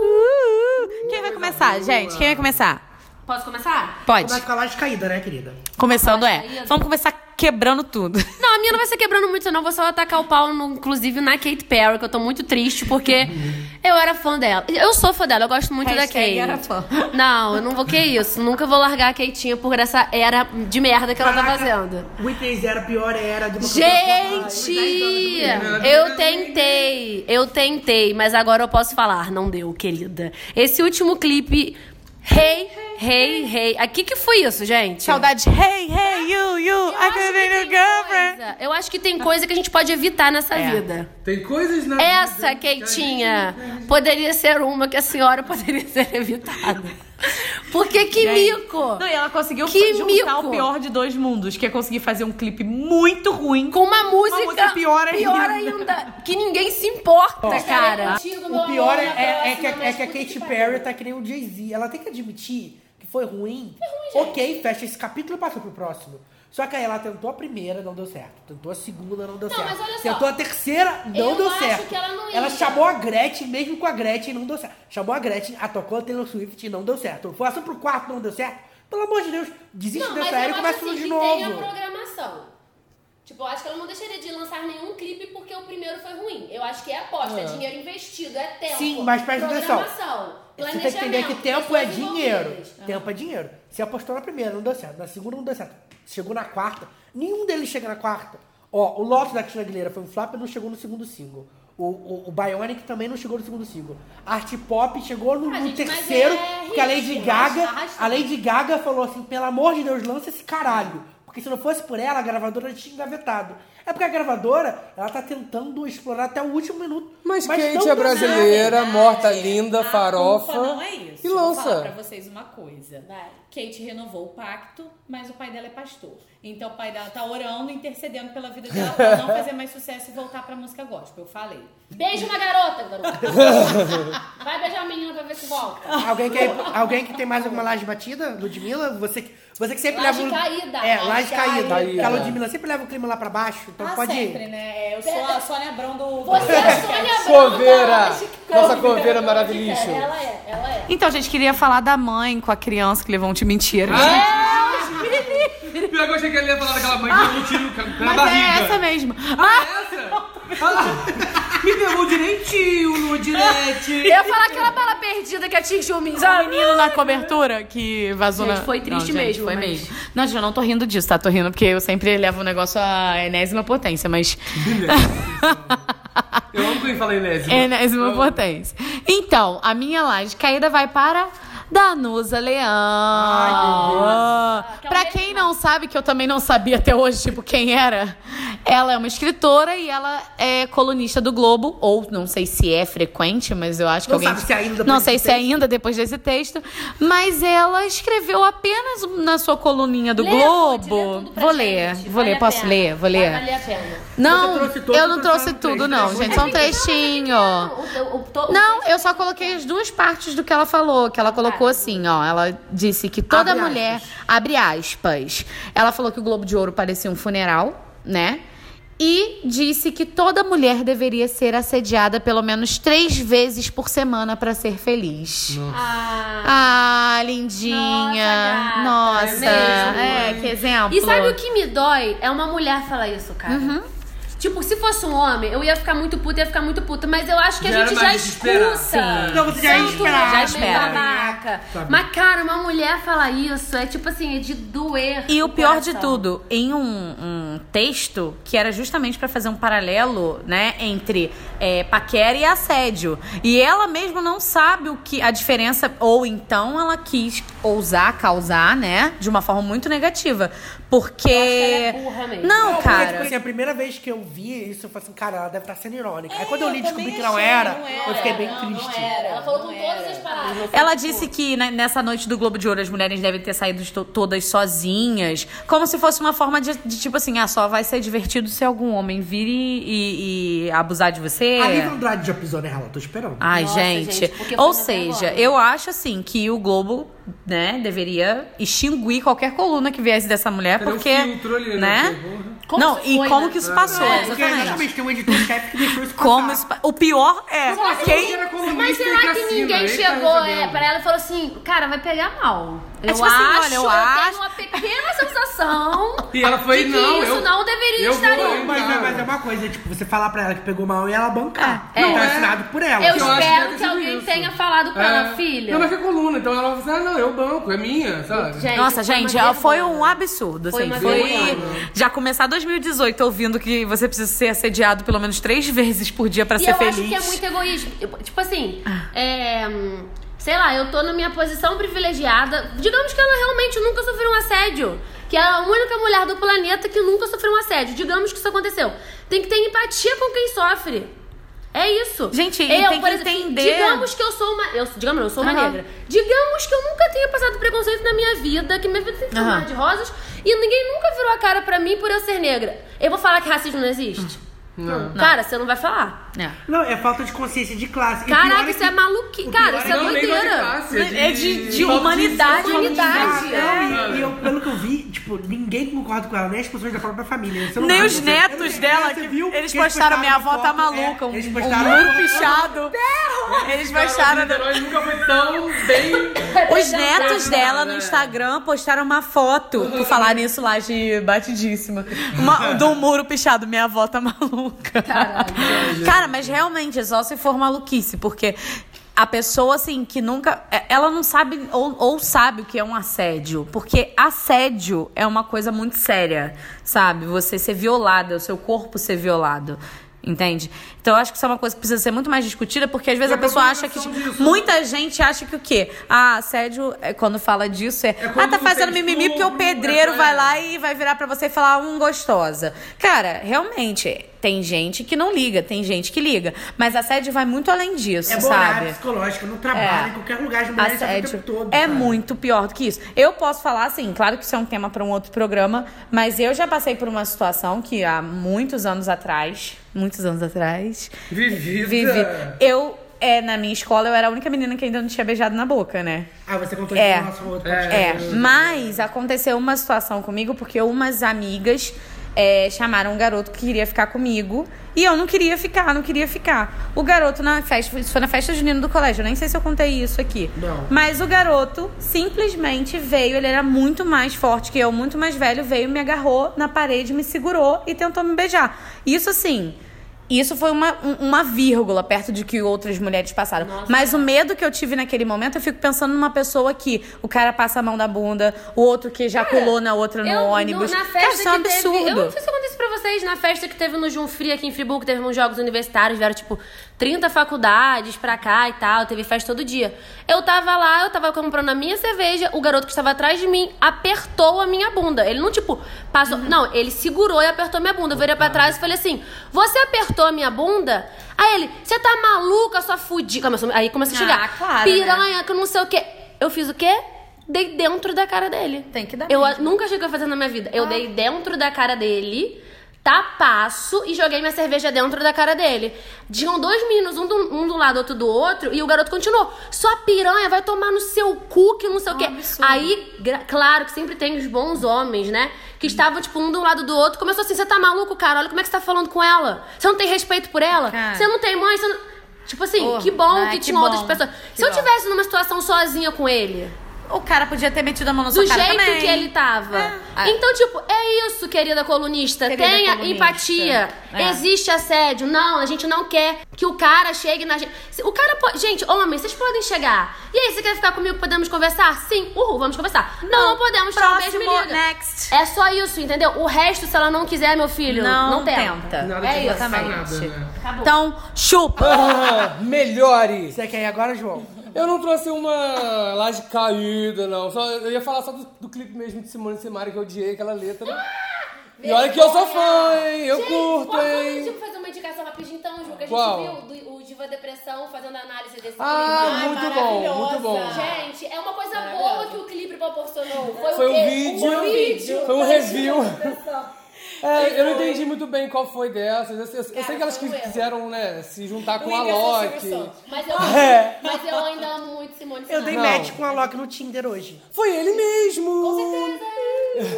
S11: Uhul. Quem vai começar, gente? Quem vai começar?
S7: Posso começar?
S11: Pode.
S1: Vai ficar lá de caída, né, querida?
S11: Começando
S7: Laje
S11: é.
S7: caída.
S11: Vamos começar quebrando [LAUGHS] tudo.
S7: Não, a minha não vai ser quebrando muito, não. Vou só atacar o pau, no- inclusive, na Kate Perry, que eu tô muito triste, porque eu era fã dela. Eu sou fã dela, eu gosto muito da
S11: Hashtag
S7: Kate.
S11: era fã.
S7: Não, eu não vou que isso. Nunca vou largar a Katinha por essa era de merda que ela tá fazendo.
S1: Whitney's era a pior era de uma então,
S7: Gente! Eu tentei, eu tentei, mas agora eu posso falar, não deu, querida. Esse último clipe, Hey, Hey, Hey. Aqui que foi isso, gente?
S11: Saudade. Hey, hey, you, you, I can be your girlfriend.
S7: Coisa. Eu acho que tem coisa que a gente pode evitar nessa
S11: É.
S7: vida.
S8: Tem coisas na
S7: Essa, Keitinha, poderia ser uma que a senhora poderia [LAUGHS] ser evitada. Porque que
S11: Gente,
S7: mico!
S11: Não, e ela conseguiu
S7: Que
S11: juntar
S7: mico!
S11: o pior de dois mundos, que é conseguir fazer um clipe muito ruim
S7: Com uma música,
S11: pior ainda.
S7: ainda, Que ninguém se importa, cara.
S1: O pior é, é- é que, é que a Katy Perry tá que nem o Jay-Z. Ela tem que admitir que foi ruim. ok, fecha esse capítulo e passa pro próximo. Só que aí ela tentou a primeira, não deu certo. Tentou a segunda, não deu
S4: Não,
S1: certo.
S4: mas olha só.
S1: tentou a terceira, não
S4: Eu
S1: deu
S4: acho
S1: certo.
S4: que ela não ia.
S1: chamou a Gretchen, mesmo com a Gretchen, não deu certo. Chamou a Gretchen, atacou a Taylor Swift, não deu certo. Foi pro quarto, não deu certo. Pelo amor de Deus, desiste
S4: Não, mas
S1: dessa
S4: eu
S1: era e
S4: acho
S1: começa tudo
S4: assim,
S1: de
S4: que
S1: novo.
S4: tem a programação. Tipo, eu acho que ela não deixaria de lançar nenhum clipe porque o primeiro foi ruim. Eu acho que é aposta, é,
S1: É.
S4: dinheiro investido, é tempo.
S1: Sim, mas presta atenção.
S4: programação,
S1: Você tem É que entender que
S4: planejamento,
S1: tempo é
S4: pessoas
S1: dinheiro.
S4: envolvidas. Ah.
S1: Tempo é dinheiro. Você apostou na primeira, não deu certo. Na segunda, não deu certo. Chegou na quarta. Nenhum deles chega na quarta. Ó, o Lotus da Cristina Aguilera foi um flop e não chegou no segundo single. O, o, o Bionic também não chegou no segundo single. Art Pop chegou no,
S4: Ah,
S1: no
S4: gente, mas
S1: terceiro,
S4: é
S1: porque a Lady
S4: hit,
S1: Gaga,
S4: arrasta, arrasta.
S1: a Lady Gaga falou assim, pelo amor de Deus, lança esse caralho. Porque Porque se não fosse por ela, a gravadora tinha engavetado. É porque a gravadora, ela tá tentando explorar até o último minuto.
S2: Mas,
S1: não
S2: Kate é
S1: deu
S2: brasileira,
S1: nada.
S2: morta linda,
S11: Ah,
S2: farofa.
S9: Não é isso.
S2: E
S9: Vou falar pra
S2: lança.
S9: vocês uma coisa. Kate renovou o pacto, mas o pai dela é pastor. Então o pai dela tá orando, intercedendo pela vida dela pra
S2: [LAUGHS]
S9: não fazer mais sucesso e voltar pra música gospel. Eu falei.
S4: Beija uma garota, [LAUGHS] garota. Vai beijar a menina pra ver se volta.
S1: Alguém, quer, alguém que tem mais alguma laje batida? Ludmilla? Você, que- você que sempre
S4: Laje
S1: leva. o-
S4: caída,
S1: É,
S4: laje
S1: laje caída.
S4: caída.
S1: A Ludmilla sempre leva o clima lá pra baixo, então
S9: Ah,
S1: pode
S9: sempre,
S1: ir.
S9: né? Eu sou a Sônia Abrão do...
S4: Você é a Sônia Abrão da
S2: Coveira!
S4: Laje Caída.
S2: Nossa coveira maravilhosa.
S4: Ela é, ela é.
S11: Então, gente, queria falar da mãe com a criança que levou um de mentira.
S8: Pior que eu achei que ele ia falar daquela mãe que eu tiro o cara na
S11: Mas é essa
S8: barriga.
S11: mesmo.
S8: Me pegou direitinho no direct.
S7: Eu ia falar aquela bala perdida que atingiu o menino.
S11: é O menino na cobertura que vazou
S7: Gente,
S11: na...
S7: foi triste
S11: é? Não, gente,
S7: mesmo,
S11: Foi
S7: mas-
S11: mesmo. Não, gente, eu não tô rindo disso, tá? Tô rindo porque eu sempre levo o negócio à enésima potência, mas... [LAUGHS]
S8: Eu amo quem fala enésima.
S11: É, Enésima potência. Então, a minha laje caída vai para Danusa Leão. pra quem não sabe, que eu também não sabia até hoje, tipo, quem era, ela é uma escritora e ela é colunista do Globo, ou não sei se é frequente, mas eu acho que
S1: Não
S11: alguém.
S1: sabe se é ainda depois
S11: não
S1: desse
S11: sei se é ainda depois desse texto. Mas ela escreveu apenas na sua coluninha do
S7: Lê,
S11: Globo. vou ler, vou ler, posso ler? Vou ler.
S7: Vai valer a pena.
S11: Não,
S7: Você trouxe todo,
S11: eu não
S7: trouxe
S11: trouxe tudo, não, gente. Só um trechinho.
S7: O- o- to-
S11: Não, eu só coloquei as duas partes do que ela falou. Que ela colocou assim, ó. Ela disse que toda
S7: É. Abre
S11: mulher. Abre aspas. Ela falou que o Globo de Ouro parecia um funeral, né? E disse que toda mulher deveria ser assediada pelo menos três vezes por semana pra ser feliz. Ah, lindinha. Nossa, é, que exemplo.
S7: E sabe o que me dói? É uma mulher falar isso, cara.
S11: Uhum.
S7: Tipo, se fosse um homem, eu ia ficar muito puta, ia ficar muito puta. Mas eu acho que
S11: Já
S7: a
S11: era
S7: gente
S11: mais
S7: já
S11: de esperar.
S7: escuta.
S11: Sim. Não, você já
S7: Santo
S11: espera.
S7: homem,
S11: Já é espera.
S7: babaca.
S11: Tá bom.
S7: Mas, cara, uma mulher falar isso é tipo assim, é de doer.
S11: E o pior de
S7: coração.
S11: tudo, em um, um texto que era justamente pra fazer um paralelo, né, entre é, paquera e assédio. E ela mesma não sabe o que a diferença, ou então ela quis ousar causar, né, de uma forma muito negativa, porque
S1: é
S11: não,
S1: porque,
S11: cara.
S1: tipo assim, a primeira vez que eu vi isso, eu falei assim, cara, ela deve estar sendo irônica. Aí quando eu
S7: É, eu
S1: li e descobri
S7: também
S1: que não
S7: achei,
S1: era,
S7: não
S1: eu
S7: era,
S1: fiquei bem
S7: não,
S1: triste.
S7: Ela falou com todas as palavras.
S11: Ela disse que né, nessa noite do Globo de Ouro as mulheres devem ter saído to- todas sozinhas, como se fosse uma forma de, de, tipo assim, ah, só vai ser divertido se algum homem vir e, e- e abusar de você.
S7: É.
S1: A Liva Andrade já pisou nela, tô esperando.
S7: Ah,
S11: Ai, gente. Ou seja, eu acho assim que o Globo, né, deveria extinguir qualquer coluna que viesse dessa mulher,
S1: Cadê o
S11: porque.
S1: filtro ali, né?
S11: né?
S1: Como
S11: não,
S1: isso
S11: e
S1: foi,
S11: como
S1: né?
S11: que isso
S1: É.
S11: passou?
S1: É, porque
S11: exatamente.
S1: exatamente, tem um editor-chefe que deixou isso
S11: Como isso pa- O pior é.
S7: Nossa,
S11: quem...
S7: Mas será que ninguém chegou é, pra ela e falou assim, cara, vai pegar mal.
S11: É
S7: Eu
S11: tipo
S7: acho,
S11: assim, olha, eu
S7: eu
S11: acho-
S7: tenho uma pequena sensação
S1: E ela foi,
S7: de que
S1: não,
S7: isso
S1: eu-
S7: não deveria estar em
S1: mas, é- mas é uma coisa, tipo, você falar pra ela que pegou mal e ela bancar.
S7: É.
S1: não, tá
S7: É.
S1: assinado por ela.
S7: Eu espero que alguém tenha falado pra ela,
S8: É.
S7: filha.
S8: Não, mas que é coluna. Então ela fala assim, ah, não, eu banco, é minha, sabe?
S11: Nossa, gente, ó, foi um absurdo.
S8: Foi
S11: Assim,
S8: uma
S11: foi
S8: vergonha.
S11: já começar 2018 ouvindo que você precisa ser assediado pelo menos três [LAUGHS] vezes por dia pra
S7: e
S11: ser
S7: eu
S11: feliz. Ah.
S7: acho que é muito egoísmo. Eu- Tipo assim, é, hum, sei lá, eu tô na minha posição privilegiada. Digamos que ela realmente nunca sofreu um assédio. Que ela é a única mulher do planeta que nunca sofreu um assédio. Digamos que isso aconteceu. Tem que ter empatia com quem sofre. É isso.
S11: Gente, e
S7: eu,
S11: tem
S7: por
S11: que
S7: exemplo, assim,
S11: entender-
S7: Digamos que eu sou uma. Eu, digamos, não, eu sou uma
S11: Aham.
S7: negra. Digamos que eu nunca tenha passado preconceito na minha vida, que minha vida sempre foi um
S11: Aham.
S7: mar de rosas, e ninguém nunca virou a cara pra mim por eu ser negra. Eu vou falar que racismo não existe?
S1: Não. Não.
S7: Cara, você não vai falar.
S1: Não, é falta de consciência de classe. E pior
S7: Caraca,
S1: é
S7: isso
S1: que-
S7: é maluquice. Cara, isso é
S1: Não, nem
S7: doideira.
S1: classe,
S8: é
S11: É
S1: falta
S7: Humanidade.
S1: Ah, É, E eu, pelo que eu vi, tipo, ninguém concorda com ela, nem as pessoas da própria família. Você não
S11: Nem
S1: vai
S11: os
S1: ver.
S11: netos
S1: Eu não sei,
S11: dela,
S1: você
S11: que
S1: viu?
S11: eles
S1: Que
S11: postaram, "Minha avó tá
S1: foto", é,
S11: maluca, um-
S1: eles
S11: um
S1: postaram
S11: muro
S1: a foto.
S11: pichado. Eles baixaram.
S8: Nós nunca foi tão bem...
S11: Os netos dela no Instagram postaram uma foto, por falar nisso, lá de batidíssima. Uma, de um muro pichado, minha avó tá maluca. [LAUGHS] Cara, mas realmente, é só se for maluquice, porque a pessoa, assim, que nunca. é- Ela não sabe ou, ou sabe o que é um assédio. Porque assédio é uma coisa muito séria, sabe? Você ser violada, o seu corpo ser violado. Entende? Então eu acho que isso é uma coisa que precisa ser muito mais discutida, porque às vezes
S10: E
S11: a
S10: a
S11: pessoa acha que.
S10: propagação
S11: tipo,
S10: disso.
S11: muita gente acha que o quê? Ah, assédio, é, quando fala disso, é. ah,
S10: quando
S11: tá
S10: tu
S11: fazendo
S10: fez
S11: mimimi porque o
S10: tudo,
S11: pedreiro
S10: é,
S11: vai
S10: é.
S11: lá e vai virar pra você e falar um gostosa. Cara, realmente, tem gente que não liga, tem gente que liga. Mas assédio vai muito além disso,
S1: É
S10: né?
S11: sabe?
S1: bolada psicológica, no trabalho,
S11: É.
S1: em qualquer lugar, as mulheres sofrem o
S11: Assédio
S1: tempo todo.
S11: é
S1: cara.
S11: muito pior do que isso. Eu posso falar assim, claro que isso é um tema para um outro programa, mas eu já passei por uma situação que há muitos anos atrás, muitos anos atrás,
S1: Vivida.
S11: vivi. Eu é, na minha escola eu era a única menina que ainda não tinha beijado na boca, né?
S1: Ah, você contou
S11: É.
S1: isso no nosso outro
S11: É,
S1: podcast.
S11: mas aconteceu uma situação comigo porque umas amigas é, chamaram um garoto que queria ficar comigo e eu não queria ficar, não queria ficar. O garoto na festa, isso foi na festa junina do colégio, eu nem sei se eu contei isso aqui.
S1: Não.
S11: Mas o garoto simplesmente veio, ele era muito mais forte que eu, muito mais velho, veio, me agarrou na parede, me segurou e tentou me beijar. Isso assim. Isso foi uma, um- uma vírgula perto de que outras mulheres passaram. Mas o medo que eu tive naquele momento, eu fico pensando numa pessoa que o cara passa a mão na bunda, o outro que ejaculou na outra no
S7: Eu,
S11: ônibus.
S7: Na
S11: Cara, isso é um
S7: festa que teve,
S11: absurdo.
S7: eu não sei se eu contei isso pra vocês. Na festa que teve no Junfri aqui em Friburgo, teve uns jogos universitários, vieram tipo 30 faculdades pra cá e tal, teve festa todo dia. Eu tava lá, eu tava comprando a minha cerveja, o garoto que estava atrás de mim apertou a minha bunda. Ele não, tipo, passou.
S11: Uhum.
S7: Não, ele segurou e apertou minha bunda. Eu virei pra trás e falei assim: Você apertou a minha bunda? Aí ele, você tá maluca, sua fudida. Começou- Aí começa a
S11: Ah,
S7: chegar.
S11: claro, né?
S7: Piranha, que não sei o quê. Eu fiz o quê? Dei dentro da cara dele. Tem que dar Eu a- nunca achei que eu ia fazer na minha vida.
S11: Ah.
S7: Eu dei dentro da cara dele, tapaço e joguei minha cerveja dentro da cara dele. Tinham dois meninos, um do, um do lado, outro do outro, e o garoto continuou. Sua piranha vai tomar no seu cu que não sei o
S11: Ah,
S7: quê. Aí, gra- claro que sempre tem os bons homens, né? Que estavam, tipo, um do lado do outro. Começou assim, você tá maluco, cara? Olha como é que você tá falando com ela. Você não tem respeito por ela? Você não tem mãe? Você não... Tipo assim,
S11: Porra,
S7: que bom
S11: né?
S7: que
S11: Que
S7: tinha outras
S11: bom.
S7: pessoas.
S11: Que
S7: Se eu
S11: bom.
S7: tivesse numa situação sozinha com ele.
S11: O cara podia ter metido a mão na
S7: Do
S11: sua cara
S7: jeito
S11: também.
S7: que ele tava.
S11: É.
S7: Então, tipo, é isso, querida colunista.
S11: Querida
S7: Tenha
S11: colunista.
S7: empatia.
S11: É.
S7: Existe assédio. Não, a gente não quer que o cara chegue na gente. Se- O cara pode. Gente, homem, vocês podem chegar. E aí, você quer ficar comigo? Podemos conversar? Sim, uhul, vamos conversar. Não,
S11: Não,
S7: podemos,
S11: próximo,
S7: talvez me liga.
S11: next.
S7: É só isso, entendeu? O resto, se ela não quiser, meu filho,
S11: Não
S7: não, tenta.
S11: tenta. Nada
S7: É
S11: de
S7: isso.
S11: exatamente.
S1: né?
S2: Então,
S11: chupa!
S2: Ah, melhore!
S1: Você quer ir agora, João?
S2: Eu não trouxe uma laje caída, não. Só, eu ia falar só do, do clipe mesmo de Simone e Simara, que eu odiei aquela letra. e olha que eu sou fã, hein? Eu
S4: Gente,
S2: curto,
S4: posso,
S2: hein?
S4: tipo, fazer uma indicação rapidinho então, Ju, que a gente
S2: Qual?
S4: viu do- o Diva Depressão fazendo a análise desse
S2: Ah,
S4: clipe.
S2: muito bom, muito bom.
S4: Gente, é uma coisa boa que o clipe proporcionou. Foi,
S2: Foi
S4: o
S2: um
S4: quê?
S2: vídeo,
S4: um vídeo.
S2: foi um
S4: da
S2: review.
S4: Diva Depressão.
S2: É, eu não
S4: Foi.
S2: entendi muito bem qual foi dessas. Eu, eu- eu sei que elas
S4: foi um erro.
S2: quiseram, né, se juntar com
S4: O
S2: a
S4: Whindersson
S2: Loki.
S4: Silva Santos. Mas eu,
S2: É.
S4: mas eu ainda amo muito Simone
S11: É.
S1: Eu dei
S2: Não.
S1: match com a Loki no Tinder hoje.
S2: Foi ele mesmo!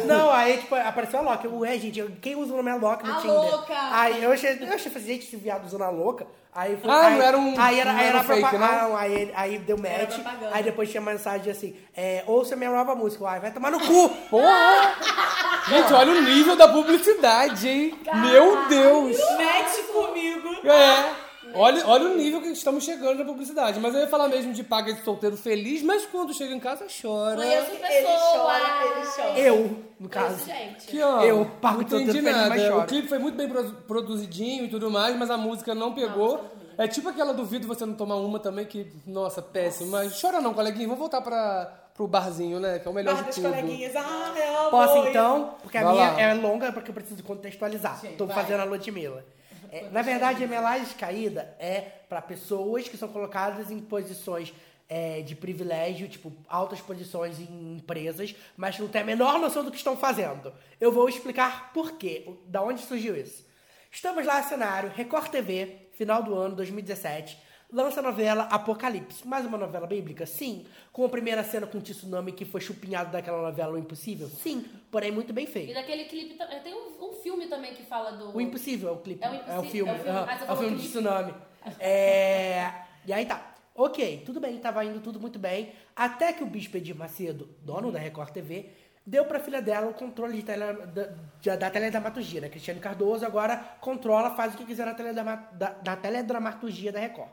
S1: Não, aí tipo, apareceu a Loki. Eu, ué, gente, eu- quem usa o nome é Loki no
S4: A
S1: Tinder?
S4: louca.
S1: Aí eu achei, eu achei, falei, gente, esse viado usando a louca. Aí foi,
S2: Ah,
S1: aí,
S2: não era um-
S1: aí era,
S2: não
S1: aí
S2: era
S1: era
S2: fake,
S1: propa-
S2: não?
S1: ah, aí, aí deu match. Aí depois tinha mensagem assim: é, ouça minha nova música. Uai, vai tomar no cu!
S2: Porra! Gente, olha o nível da publicidade, hein? Meu Deus!
S9: Mete comigo.
S2: É. Olha, olha o nível que estamos chegando na publicidade. Mas eu ia falar mesmo de paga de solteiro feliz, mas quando chega em casa chora.
S4: Conheço pessoas.
S9: Ele chora, ele chora.
S1: Eu, no caso.
S9: é
S4: Isso, gente.
S2: Que, ó,
S1: Eu pago
S2: não
S1: de solteiro
S2: entendi
S1: feliz,
S2: nada.
S1: mas choro.
S2: O clipe foi muito bem produ- produzidinho e tudo mais, mas a música não pegou. é tipo aquela do Vido Você Não Tomar Uma também, que, nossa, péssimo. Mas chora não, coleguinha. Vamos voltar pra, pro barzinho, né? Que é o melhor
S9: Bar
S2: de
S9: das
S2: tudo.
S9: coleguinhas. Ah, meu amor.
S1: Posso então? Porque a
S2: Vai
S1: minha
S2: lá.
S1: é longa, porque eu preciso contextualizar. Tô
S9: vai.
S1: fazendo a Ludmilla. É, na verdade, a melagem caída é pra pessoas que são colocadas em posições é, de privilégio, tipo, altas posições em empresas, mas que não tem a menor noção do que estão fazendo. Eu vou explicar por quê, o- da onde surgiu isso. Estamos lá, cenário, Record TV, final do ano, 2017, lança a novela Apocalipse. Mais uma novela bíblica? Sim. Com a primeira cena com o tsunami que foi chupinhado daquela novela O Impossível? Sim. Porém, muito bem
S4: E
S1: feito.
S4: daquele clipe. tam- Tem um, um filme também que fala do.
S1: O Impossível é o clipe.
S4: É o Impossível,
S1: filme.
S4: é o filme.
S1: aham,
S4: Ah, você
S1: É o
S4: falou
S1: filme de
S4: clipe. [LAUGHS]
S1: tsunami. É... E aí tá. Ok, tudo bem, tava indo tudo muito bem. Até que o Bispo Edir Macedo, dono
S4: Uhum.
S1: da Record TV, deu pra filha dela o controle de tele, da, de- da teledramaturgia, né? Cristiano Cardoso agora controla, faz o que quiser na teledrama- da, da teledramaturgia da Record.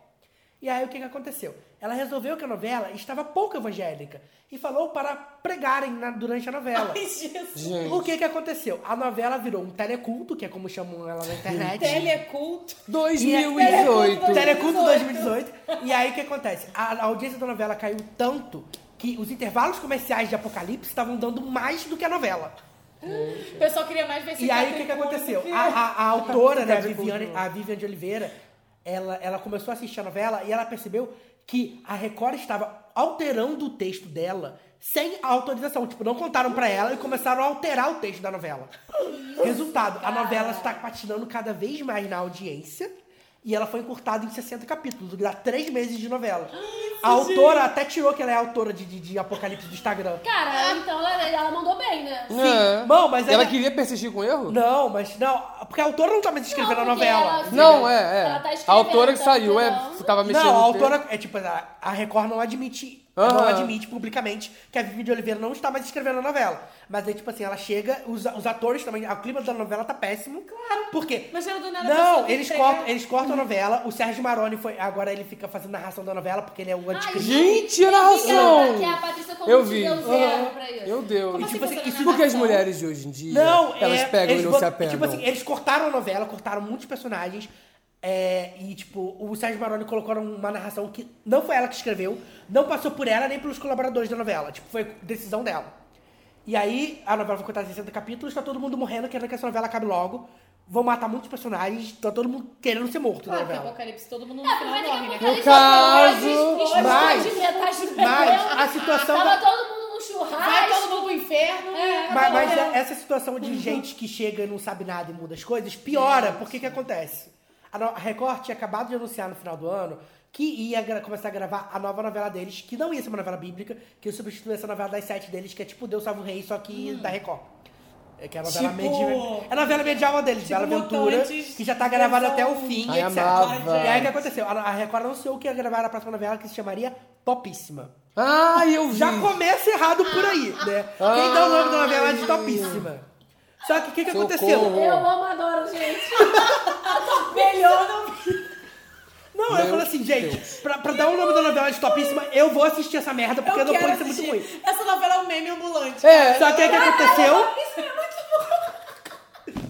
S1: E aí o que, que aconteceu? Ela resolveu que a novela estava pouco evangélica e falou para pregarem na- durante a
S4: [LAUGHS]
S1: novela.
S9: Ai, Jesus.
S1: O que, que aconteceu? A novela virou um teleculto, que é como chamam ela na
S9: [LAUGHS]
S11: é
S1: internet.
S9: é Teleculto.
S2: É.
S1: 2018. Teleculto 2018. E aí o que acontece? A, a audiência da novela caiu tanto que os intervalos comerciais de Apocalipse estavam dando mais do que a novela.
S9: O pessoal queria mais ver se
S1: E aí o que, que aconteceu? A, a- a autora, né, a Viviane, a Viviane de Oliveira, ela, ela começou a assistir a novela e ela percebeu que a Record estava alterando o texto dela sem a autorização. Tipo, não contaram pra ela e começaram a alterar o texto da novela. Resultado, a novela está patinando cada vez mais na audiência. E ela foi encurtada em 60 capítulos, o que dá três meses de novela. A autora
S4: gente.
S1: até tirou que ela é autora de, de- de Apocalipse do Instagram.
S4: Cara, então ela, ela mandou bem, né?
S1: Sim. Bom, mas
S2: Ela
S1: queria
S2: persistir com o erro?
S1: Não, mas não. Porque a autora não tá mais escrevendo
S4: Não,
S1: a
S4: porque
S1: novela.
S4: ela-
S2: Não, é, é.
S4: Ela tá escrevendo,
S2: a autora que
S4: tá
S2: saiu, é,
S4: entendendo.
S2: tava mexendo.
S1: Não, a
S2: no
S1: autora é tipo, a a Record não admite, não
S2: Aham.
S1: admite publicamente que a Vivi de Oliveira não está mais escrevendo a novela. Mas aí, tipo assim, ela chega, os, os atores também, o clima da novela tá péssimo. Claro. Por quê?
S7: é
S9: Mas ela do nada
S1: Não,
S9: começou a
S1: eles
S9: entregar.
S1: cortam, eles cortam a novela. O Sérgio Maroni foi. Agora ele fica fazendo narração da novela porque ele é o
S7: Ah,
S1: anticristo.
S2: Gente, a narração!
S4: é
S2: Eu vi. Aham. Meu Deus.
S1: E, tipo assim, isso-
S2: Por que as mulheres de hoje em dia,
S1: Não,
S2: elas
S1: é,
S2: pegam e
S1: eles
S2: não
S1: bot-
S2: se apegam?
S1: Tipo assim, eles cortaram a novela, cortaram muitos personagens. é, e, tipo, o Sérgio Maroni colocou uma narração que não foi ela que escreveu, não passou por ela nem pelos colaboradores da novela. Tipo, foi decisão dela. E aí, a novela vai contar 60 capítulos, tá todo mundo morrendo, querendo que essa novela acabe logo. Vão matar muitos personagens, tá todo mundo querendo ser morto
S9: Claro
S1: na
S9: que é
S1: novela.
S9: apocalipse, todo mundo no final morre, né?
S1: No caso, mas, mas a situação
S4: Tava
S1: da-
S4: todo mundo no churrasco.
S9: Vai todo mundo pro inferno.
S4: É,
S1: Mas, mas
S4: é.
S1: essa situação de gente que chega e não sabe nada e muda as coisas piora, porque que acontece? A, no- a Record tinha acabado de anunciar no final do ano que ia gra- começar a gravar a nova novela deles, que não ia ser uma novela bíblica, que ia substituir essa novela das sete deles, que é tipo Deus Salva o Rei, só que da Record. É que é a novela
S2: Tipo-
S1: medieval. É a novela medieval deles, Bela Aventura,
S2: Mutantes,
S1: que já tá gravada até o
S2: versão-
S1: fim,
S2: Ai,
S1: etc.
S2: amava.
S1: E aí o que aconteceu? A, a Record anunciou que ia gravar a próxima novela que se chamaria Topíssima.
S2: Ah, eu vi.
S1: Já começa errado por aí, né? Quem dá o nome da novela é de Topíssima. Só que o que, que aconteceu?
S4: Eu amo, adoro, gente. Melhor não
S1: Não, eu falo assim, gente, pra, pra dar o nome da novela de Topíssima, eu vou assistir essa merda, porque
S9: Eu
S1: não
S9: quero
S1: pode ser muito ruim.
S9: Essa novela é um meme ambulante.
S1: É. Só que aí o que
S9: Cara,
S1: aconteceu?
S9: Isso é muito bom.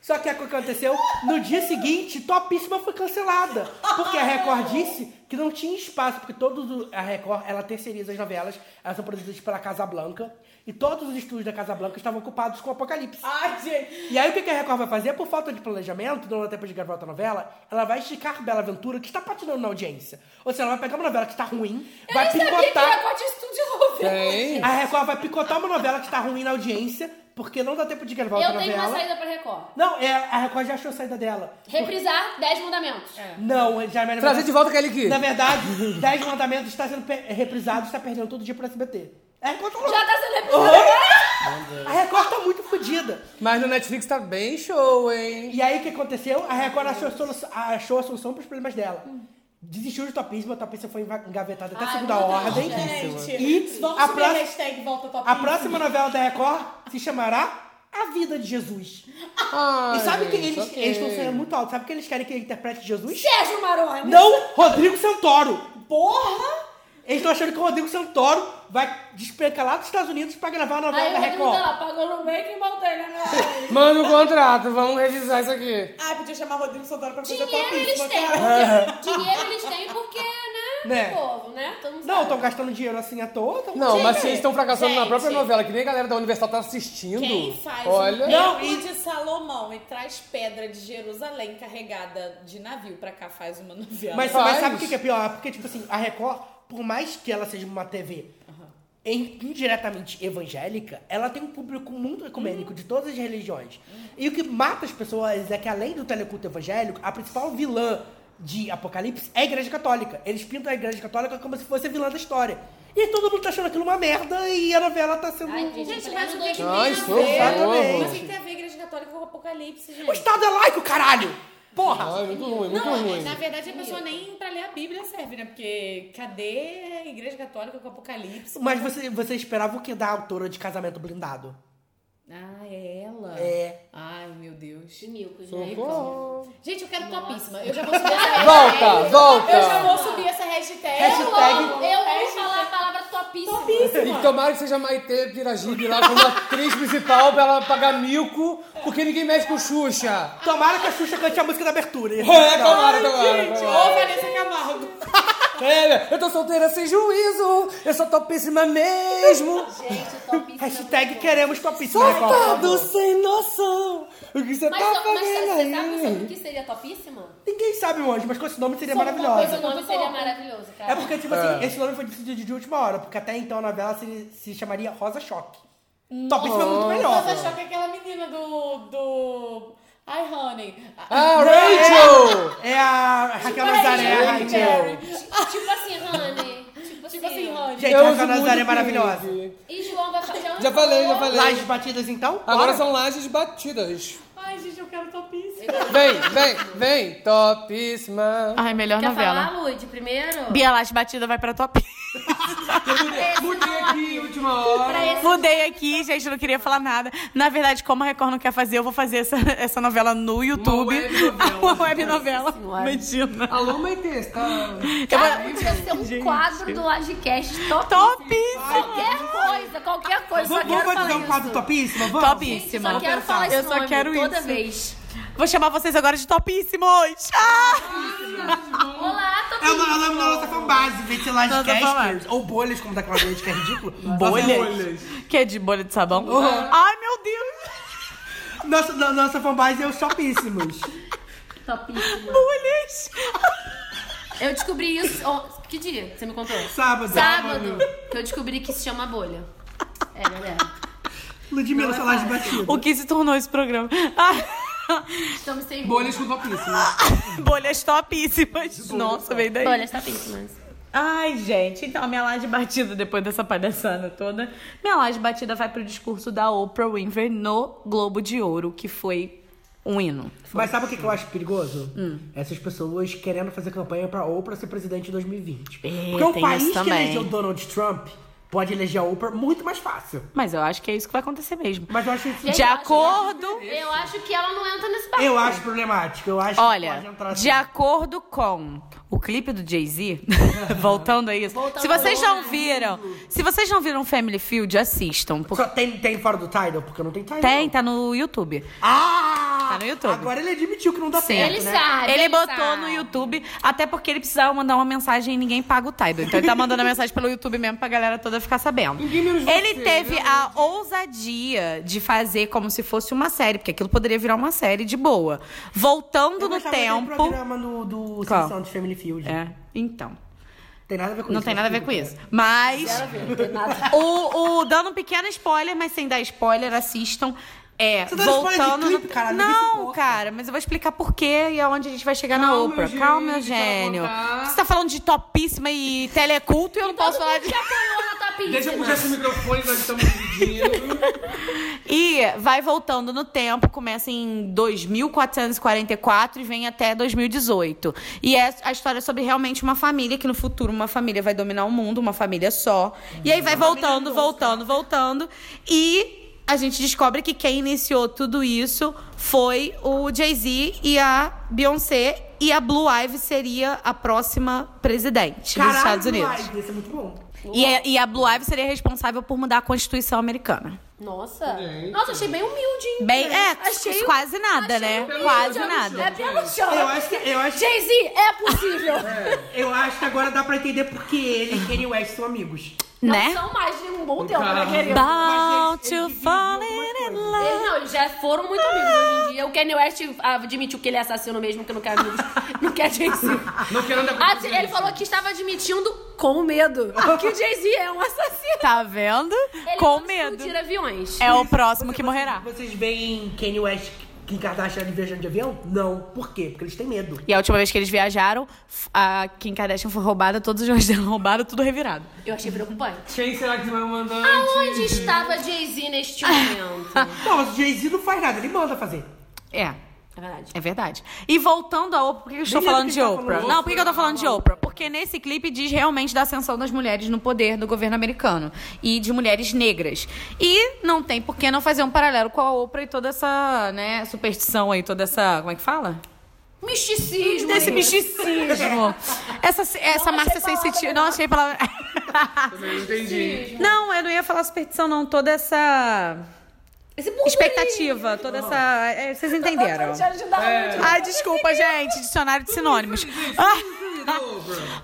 S1: Só que o que aconteceu? No dia seguinte, Topíssima foi cancelada. Porque a Record disse que não tinha espaço, porque todos o- a Record, ela terceiriza as novelas, elas são produzidas pela Casa Blanca, e todos os estúdios da Casa Blanca estavam ocupados com o Apocalipse.
S9: Ai, gente.
S1: E aí o que que a Record vai fazer? Por falta de planejamento, não dá tempo de gravar outra novela, ela vai esticar Bela Aventura, que está patinando na audiência. Ou seja, ela vai pegar uma novela que está ruim,
S4: Eu
S1: vai
S4: nem sabia que
S1: picotar.
S4: era corte de estúdio novela.
S1: A Record vai picotar uma novela que está ruim na audiência, porque não dá tempo de gravar
S4: Eu
S1: outra
S4: tenho
S1: novela.
S4: uma saída pra Record.
S1: Não, é, a Record já achou a saída dela.
S4: Reprisar 10 mandamentos.
S1: É. Não, já na
S2: Trazer de volta aquele que-
S1: assim. Na verdade,
S2: [LAUGHS]
S1: 10 mandamentos está sendo pe- é, reprisado, está perdendo todo dia pro SBT. É,
S4: Já tá sendo
S1: reprisado. A Record tá muito fodida.
S2: Mas no Netflix tá bem show, hein?
S1: E aí o que aconteceu? A Record achou a, solu- achou a solução pros problemas dela. Desistiu de Topíssima, a Topíssima foi enga- engavetada até a segunda ordem. E
S9: É, Vamos
S1: a,
S9: subir
S1: pró-
S9: a hashtag volta
S1: a próxima novela da Record se chamará A Vida de Jesus. e sabe que
S9: gente,
S1: eles
S9: ok.
S1: eles estão sendo muito altos. Sabe o que eles querem que ele interprete Jesus?
S4: Sérgio Maroni.
S1: Não, Rodrigo Santoro.
S9: Porra!
S1: Eles estão achando que o Rodrigo Santoro vai despencar lá dos Estados Unidos pra gravar a novela
S4: Aí
S1: da
S4: o Rodrigo tá
S1: é Record.
S4: lá, pagou no bem que voltei, né?
S2: Manda o contrato, vamos revisar isso aqui.
S9: Ai, podia chamar Rodrigo Santoro pra fazer
S4: Dinheiro
S9: topíssima,
S4: eles têm.
S2: cara.
S1: [LAUGHS]
S4: porque- Dinheiro eles têm porque, né?
S2: Né?
S4: Povo, né? Todo mundo
S1: Não,
S4: sabe.
S1: estão gastando dinheiro assim à toa. tão-
S2: Não, mas se eles estão fracassando na
S9: Gente.
S2: própria novela, que nem a galera da Universal tá assistindo.
S9: Quem faz
S2: Olha.
S9: um não, de Salomão e traz pedra de Jerusalém carregada de navio pra cá faz uma [LAUGHS] novela.
S1: Mas, mas sabe o que que é pior? Porque, tipo assim, a Record, por mais que ela seja uma TV em- indiretamente evangélica, ela tem um público muito ecumênico de todas as religiões. E o que mata as pessoas é que, além do teleculto evangélico, a principal vilã de Apocalipse é a Igreja Católica. Eles pintam a Igreja Católica como se fosse a vilã da história. E todo mundo tá achando aquilo uma merda e a novela tá sendo.
S9: Gente, mas o que, que tem
S4: né?
S1: Ai,
S9: a
S1: sou
S9: ver?
S1: exatamente.
S9: Mas o que tem a ver a Igreja Católica com o Apocalipse, gente?
S1: O Estado é laico, caralho! Porra!
S2: Ai, muito ruim, muito
S9: não,
S2: ruim.
S9: na verdade a pessoa nem pra ler a Bíblia serve, né? Porque cadê a Igreja Católica com o Apocalipse?
S1: Mas você, você esperava o que da autora de casamento blindado?
S9: Ah, é ela?
S1: É.
S9: Ai, meu Deus.
S4: Milcos,
S1: Socorro. [LAUGHS]
S9: Gente, eu quero topíssima. Eu já vou subir essa
S2: Volta,
S9: hashtag.
S2: volta.
S9: Eu já vou subir essa Hashtag.
S4: Eu amo, eu amo
S9: Hashtag-
S4: falar a palavra topíssima.
S2: E tomara que seja Maite Piragibe lá como atriz principal pra ela pagar mico, porque ninguém mexe com Xuxa.
S1: Tomara que a Xuxa cante a música da abertura. É,
S2: tomara,
S1: Ai,
S2: tomara.
S1: gente,
S2: tomara.
S1: ô,
S9: Vanessa Camargo.
S2: É, eu tô solteira sem juízo, eu sou topíssima mesmo.
S1: Hashtag queremos né, topíssima. Record.
S2: Soltado sem noção. O que você
S4: Mas,
S2: tá
S4: mas
S2: fazendo
S4: você sabe
S2: aí?
S4: o que seria topíssima?
S1: Ninguém sabe, meu anjo, mas com esse nome seria
S4: Só uma
S1: É maravilhosa.
S4: coisa, O nome seria maravilhoso, cara.
S1: É porque, tipo
S2: É.
S1: assim, esse nome foi decidido de última hora, porque até então a novela se, se chamaria Rosa Choque. Topíssima é muito melhor.
S13: Nossa, achou que aquela menina do. do. Ai, honey.
S1: Ah,
S13: Não,
S1: Rachel! É a Raquel
S13: Tipo,
S1: Nazaré, a
S13: Mary,
S1: Rachel.
S13: Mary.
S4: Tipo assim, Honey. Tipo, assim, Honey.
S1: Gente,
S2: Eu
S1: a
S2: uso
S1: Raquel Nazaré
S2: muito
S1: é maravilhosa.
S2: Pink.
S4: E João vai falar.
S2: Já falei, já falei.
S1: Lajes batidas então?
S2: Agora
S1: Bora.
S2: são lajes batidas.
S13: Ai, gente, eu quero topíssima.
S2: Vem, vem, vem. Topíssima.
S11: Ai, melhor
S7: Quer
S11: novela.
S7: falar, Lud, primeiro?
S11: Bia Laje Batida vai pra tua
S4: é
S2: Mudei
S4: um
S2: aqui, última hora.
S11: Mudei aqui, gente, não queria falar nada. Na verdade, como a Record não quer fazer, eu vou fazer essa, essa novela no YouTube. [LAUGHS] Uma web novela. Medina.
S2: Alô, Maitê, você tá...
S4: Cara, podia ser um quadro do Lagecast top.
S11: Topíssima.
S4: Qualquer coisa, qualquer coisa. só
S1: Vamos
S4: quero
S1: vamos
S4: falar
S1: fazer um quadro
S4: isso.
S1: topíssima? Vamos?
S11: Topíssima.
S4: Só quero falar esse
S11: eu só
S4: nome
S11: quero
S4: toda
S11: isso.
S4: vez.
S11: Vou chamar vocês agora de topíssimos. Ah!
S4: Olá,
S1: É o nome é o nome da nossa fanbase, vê se
S11: Nossa
S1: Lajecasters.
S11: fanbase.
S1: Ou bolhas, como da Cláudia Leite, que é ridículo.
S11: Bolhas? Que é de bolha de sabão?
S4: Uhum.
S11: Ai, meu Deus!
S1: Nossa, no- nossa fanbase é os
S11: [LAUGHS]
S1: topíssimos.
S4: Topíssima.
S11: Bolhas!
S4: Eu descobri isso. on- que dia que você me contou?
S1: Sábado.
S4: Sábado. Que eu descobri que se chama bolha. É, galera.
S11: é
S1: Ludmilla, sua laje batida.
S11: O que se tornou esse programa? Ah, [LAUGHS]
S4: Estamos sem
S2: Bolhas com topíssima.
S11: bolhas topíssimas. Nossa, veio daí.
S4: Bolhas topíssimas.
S11: Ai, gente, então a minha laje batida depois dessa palhaçada toda. Minha laje batida vai pro discurso da Oprah Winfrey no Globo de Ouro, que foi um hino.
S1: Mas sabe o que, que eu acho perigoso?
S11: Hum.
S1: Essas pessoas querendo fazer campanha pra Oprah ser presidente em 2020. Porque o
S11: É, tem
S1: país
S11: isso
S1: que
S11: também.
S1: elegeu Donald Trump pode eleger a Oprah muito mais fácil.
S11: Mas eu acho que é isso que vai acontecer mesmo.
S1: Mas eu acho isso...
S11: De acordo.
S4: Eu acho que ela não entra nesse papo.
S1: Eu acho problemático. Eu acho que pode
S11: Olha,
S1: entrar assim.
S11: de acordo com o clipe do Jay-Z, [LAUGHS] voltando a isso.
S1: Voltando
S11: se vocês
S1: ao
S11: não viram, se vocês não viram Family Field, assistam. Porque
S1: assim. Só tem, tem fora do Tidal? Porque não tem Tidal.
S11: tem, tá no YouTube.
S1: Ah!
S11: Tá no YouTube.
S1: Agora ele admitiu que não dá
S11: Sim.
S1: certo, né?
S11: Ah,
S10: Ah,
S11: Ele, botou no YouTube, até porque ele precisava mandar uma mensagem e ninguém paga o Tidal. Então ele tá mandando a [LAUGHS] mensagem pelo YouTube mesmo pra galera toda ficar sabendo. Ele
S14: você,
S11: teve a ousadia de fazer como se fosse uma série, porque aquilo poderia virar uma série de boa. Voltando no
S1: gostava daquele
S11: tempo.
S1: programa do, do
S11: Qual?
S1: Simpsons de Family Field.
S11: É, então.
S1: Tem nada a ver com
S11: Não
S1: isso. né? mas
S11: tem nada a ver
S1: tudo
S11: com
S1: bem.
S11: isso. Mas.
S1: Zero a ver, não tem nada.
S11: O, o- dando um pequeno spoiler, mas sem dar spoiler, assistam. É,
S1: Você dá spoiler de
S11: voltando.
S1: clipe, cara, ninguém se
S11: não, cara, mas eu vou explicar por quê e aonde a gente vai chegar na
S1: Calma,
S11: Oprah.
S1: Eugênio,
S11: Calma,
S1: deixa ela
S11: Eugênio.
S1: contar.
S11: Você tá falando de topíssima e teleculto e eu não
S1: Tá
S11: posso falar de.
S2: Deixa eu puxar esse microfone, nós
S4: [LAUGHS]
S2: estamos dividindo.
S11: E vai voltando no tempo, começa em 2444 e vem até 2018. E é a história sobre realmente uma família, que no futuro uma família vai dominar o mundo, uma família só. E aí vai voltando, voltando, voltando. E a gente descobre que quem iniciou tudo isso foi o Jay-Z e a Beyoncé. E a Blue Ivy seria a próxima presidente
S1: Caralho,
S11: dos Estados
S1: Blue
S11: Unidos.
S1: Ivy, Isso é muito bom.
S11: E a, e a Blue Ivy seria responsável por mudar a Constituição americana.
S7: é-
S4: Nossa. Nossa, achei bem humilde, hein?
S11: Bem, é,
S4: achei
S11: quase nada, né?
S4: humilde,
S11: Quase
S4: é
S11: nada.
S4: É pelo chão.
S1: Eu acho que- eu acho que-
S4: Jay-Z, é possível.
S1: Eu acho que agora dá pra entender porque ele e Kanye West são amigos.
S4: Não
S11: Né?
S4: são mais de um bom tempo, né, querido?
S11: About to fall in love.
S4: Eles não, eles já foram muito amigos hoje em dia. O Kanye West admitiu que ele é assassino mesmo, que não quer amigos. não quer Jay-Z.
S2: Não quer andar com
S4: Ah,
S2: presidente.
S4: Ele falou que estava admitindo com medo que o Jay-Z é um assassino.
S11: Tá vendo?
S4: Ele é um
S11: Com
S4: não
S11: medo.
S4: explodir aviões.
S11: É o próximo que morrerá.
S1: Vocês veem Kanye West Kim Kardashian viajando de avião? Não. Por quê? Porque eles têm medo.
S11: E a última vez que eles viajaram, f- a Kim Kardashian foi roubada, todos os jornais dela [LAUGHS] roubaram, tudo revirado.
S4: Eu achei preocupante.
S2: Quem será que vai mandar?
S4: Aonde estava Jay-Z neste momento?
S1: Não, mas o Jay-Z não faz nada, ele manda fazer.
S11: É.
S4: É verdade.
S11: É verdade. E voltando a Oprah, por que eu estou
S1: Nem lembro
S11: falando
S1: que
S11: de
S1: tá
S11: Oprah?
S1: falando.
S11: Não, por que que eu tô falando de Oprah? Porque nesse clipe diz realmente da ascensão das mulheres no poder do governo americano e de mulheres negras. E não tem por que não fazer um paralelo com a Oprah e toda essa, né, superstição aí, toda essa. Como é que fala?
S4: Misticismo.
S11: Desse misticismo. Essa, essa Márcia sensitiva. Não achei palavra.
S8: Também não entendi.
S11: Não, eu não ia falar superstição, não. Toda essa. expectativa, toda essa. é, vocês entenderam.
S14: Tentando te ajudar
S8: É. muito.
S11: Ai, desculpa, gente. Dicionário de sinônimos. Ah.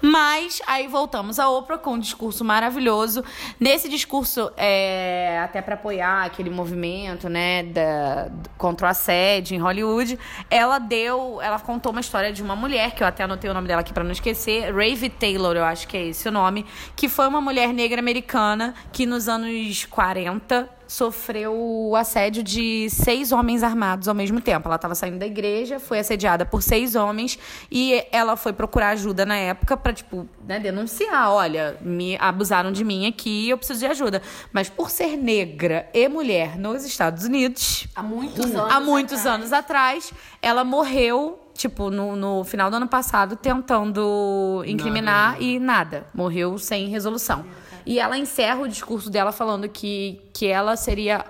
S11: Mas aí voltamos à Oprah com um discurso maravilhoso. Nesse discurso, é, até pra apoiar aquele movimento, né, da, contra o assédio em Hollywood, ela deu, ela contou uma história de uma mulher que eu até anotei o nome dela aqui pra não esquecer, Rave Taylor, eu acho que é esse o nome, que foi uma mulher negra americana que nos anos 40 sofreu o assédio de seis homens armados ao mesmo tempo. Ela estava saindo da igreja, foi assediada por seis homens e ela foi procurar ajuda na época para tipo, né, denunciar, olha, me abusaram de mim aqui, eu preciso de ajuda. Mas por ser negra e mulher nos Estados Unidos, há
S4: muitos
S11: Hum. há
S4: anos
S11: muitos anos atrás, ela morreu Tipo, no, no final do ano passado, tentando incriminar e nada. Morreu sem resolução. E ela encerra o discurso dela falando que, que ela seria,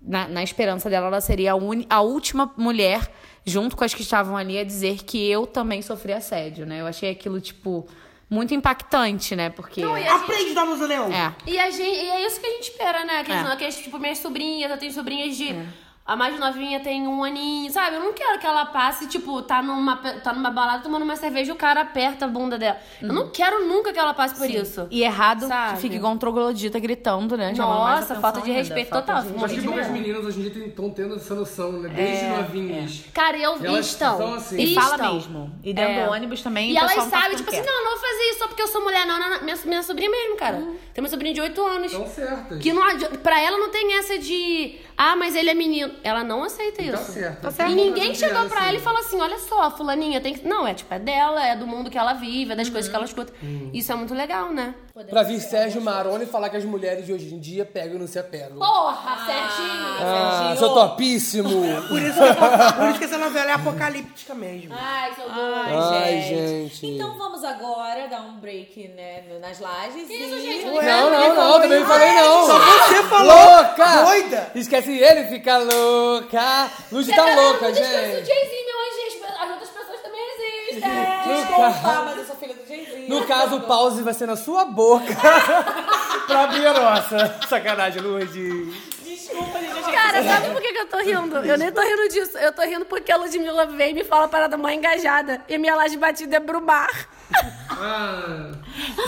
S11: na, na esperança dela, ela seria a, uni- a última mulher, junto com as que estavam ali, a dizer que eu também sofri assédio, né? Eu achei aquilo, tipo, muito impactante, né? Porque.
S4: Não, e a gente- Aprende,
S11: Danusa Leão! É.
S4: E, a gente, e é isso que a gente espera, né? Aqueles,
S11: É.
S4: aqueles, tipo, minhas sobrinhas, eu tenho sobrinhas de. A mais novinha tem um aninho, sabe? Eu não quero que ela passe, tipo, tá numa, pe- tá numa balada tomando uma cerveja e o cara aperta a bunda dela. Eu não quero nunca que ela passe por
S11: Uhum. Sim.
S4: isso.
S11: E é errado
S4: Sabe?
S11: que fique igual um troglodita gritando, né? Chamando mais
S4: Nossa,
S11: atenção
S4: falta de
S11: ainda,
S4: respeito
S11: falta
S4: total.
S11: de-
S4: Fico
S8: Mas tipo assim, que bom
S4: morrendo de
S8: que as
S4: medo.
S8: meninas hoje em dia estão tendo essa noção, né? Desde
S11: É,
S8: novinhas.
S4: Cara, eu vi
S8: Elas
S4: estão.
S8: são assim.
S11: E
S4: Estão.
S11: fala mesmo. Então, E dentro
S4: É.
S11: do ônibus também.
S4: E
S11: o pessoal
S4: elas
S11: não tá
S4: sabem,
S11: ficando
S4: tipo assim,
S11: quieto.
S4: não, eu não vou fazer isso só porque eu sou mulher, não, não, não. Minha, minha sobrinha mesmo, cara.
S11: Uhum.
S4: Tem uma sobrinha de 8 anos.
S8: Estão certas.
S4: Que não adianta. Pra ela não tem essa de. Ah, mas ele é menino. Ela não aceita isso.
S8: certa.
S4: Tá
S8: Tá
S4: certo.
S8: certa.
S4: E ninguém
S8: Tá
S4: chegou
S8: certa.
S4: pra ela e falou assim: olha só, fulaninha tem que. Não, é tipo, é dela, é do mundo que ela vive, é das coisas que ela escuta.
S2: Uhum.
S4: Isso é muito legal, né?
S2: Pra vir Sérgio Maroni falar que as mulheres de hoje em dia pegam e não se apegam.
S4: Porra, certinho!
S2: Ah, sou topíssimo!
S8: [LAUGHS]
S1: Por isso, que, por isso que essa novela é apocalíptica mesmo.
S4: Ai, sou
S2: Ai,
S1: Ai,
S2: gente.
S11: Então
S13: vamos agora dar um break né, no- nas lajes. Isso, gente,
S8: é,
S2: Não,
S8: né?
S2: não, não, também não falei não.
S1: Só você falou,
S2: Louca!
S1: doida.
S2: Esquece ele, fica louca. Luz tá louca, gente.
S4: Jay-Z, meu anjo, as- as outras pessoas também existem.
S2: Desculpa,
S13: mas eu sou filha do Jay-Z.
S8: né?
S2: No caso, o pause vai ser na
S8: [LAUGHS]
S2: sua boca. [LAUGHS] pra minha nossa. Sacanagem, Lourdes.
S13: Desculpa, gente. eu achei
S7: Cara,
S13: que vocês-
S7: sabe por que, que eu tô rindo? Eu nem tô rindo disso. Eu tô rindo porque a Ludmilla vem e me fala a parada mó engajada. E minha laje batida é Brumar.
S8: Ah,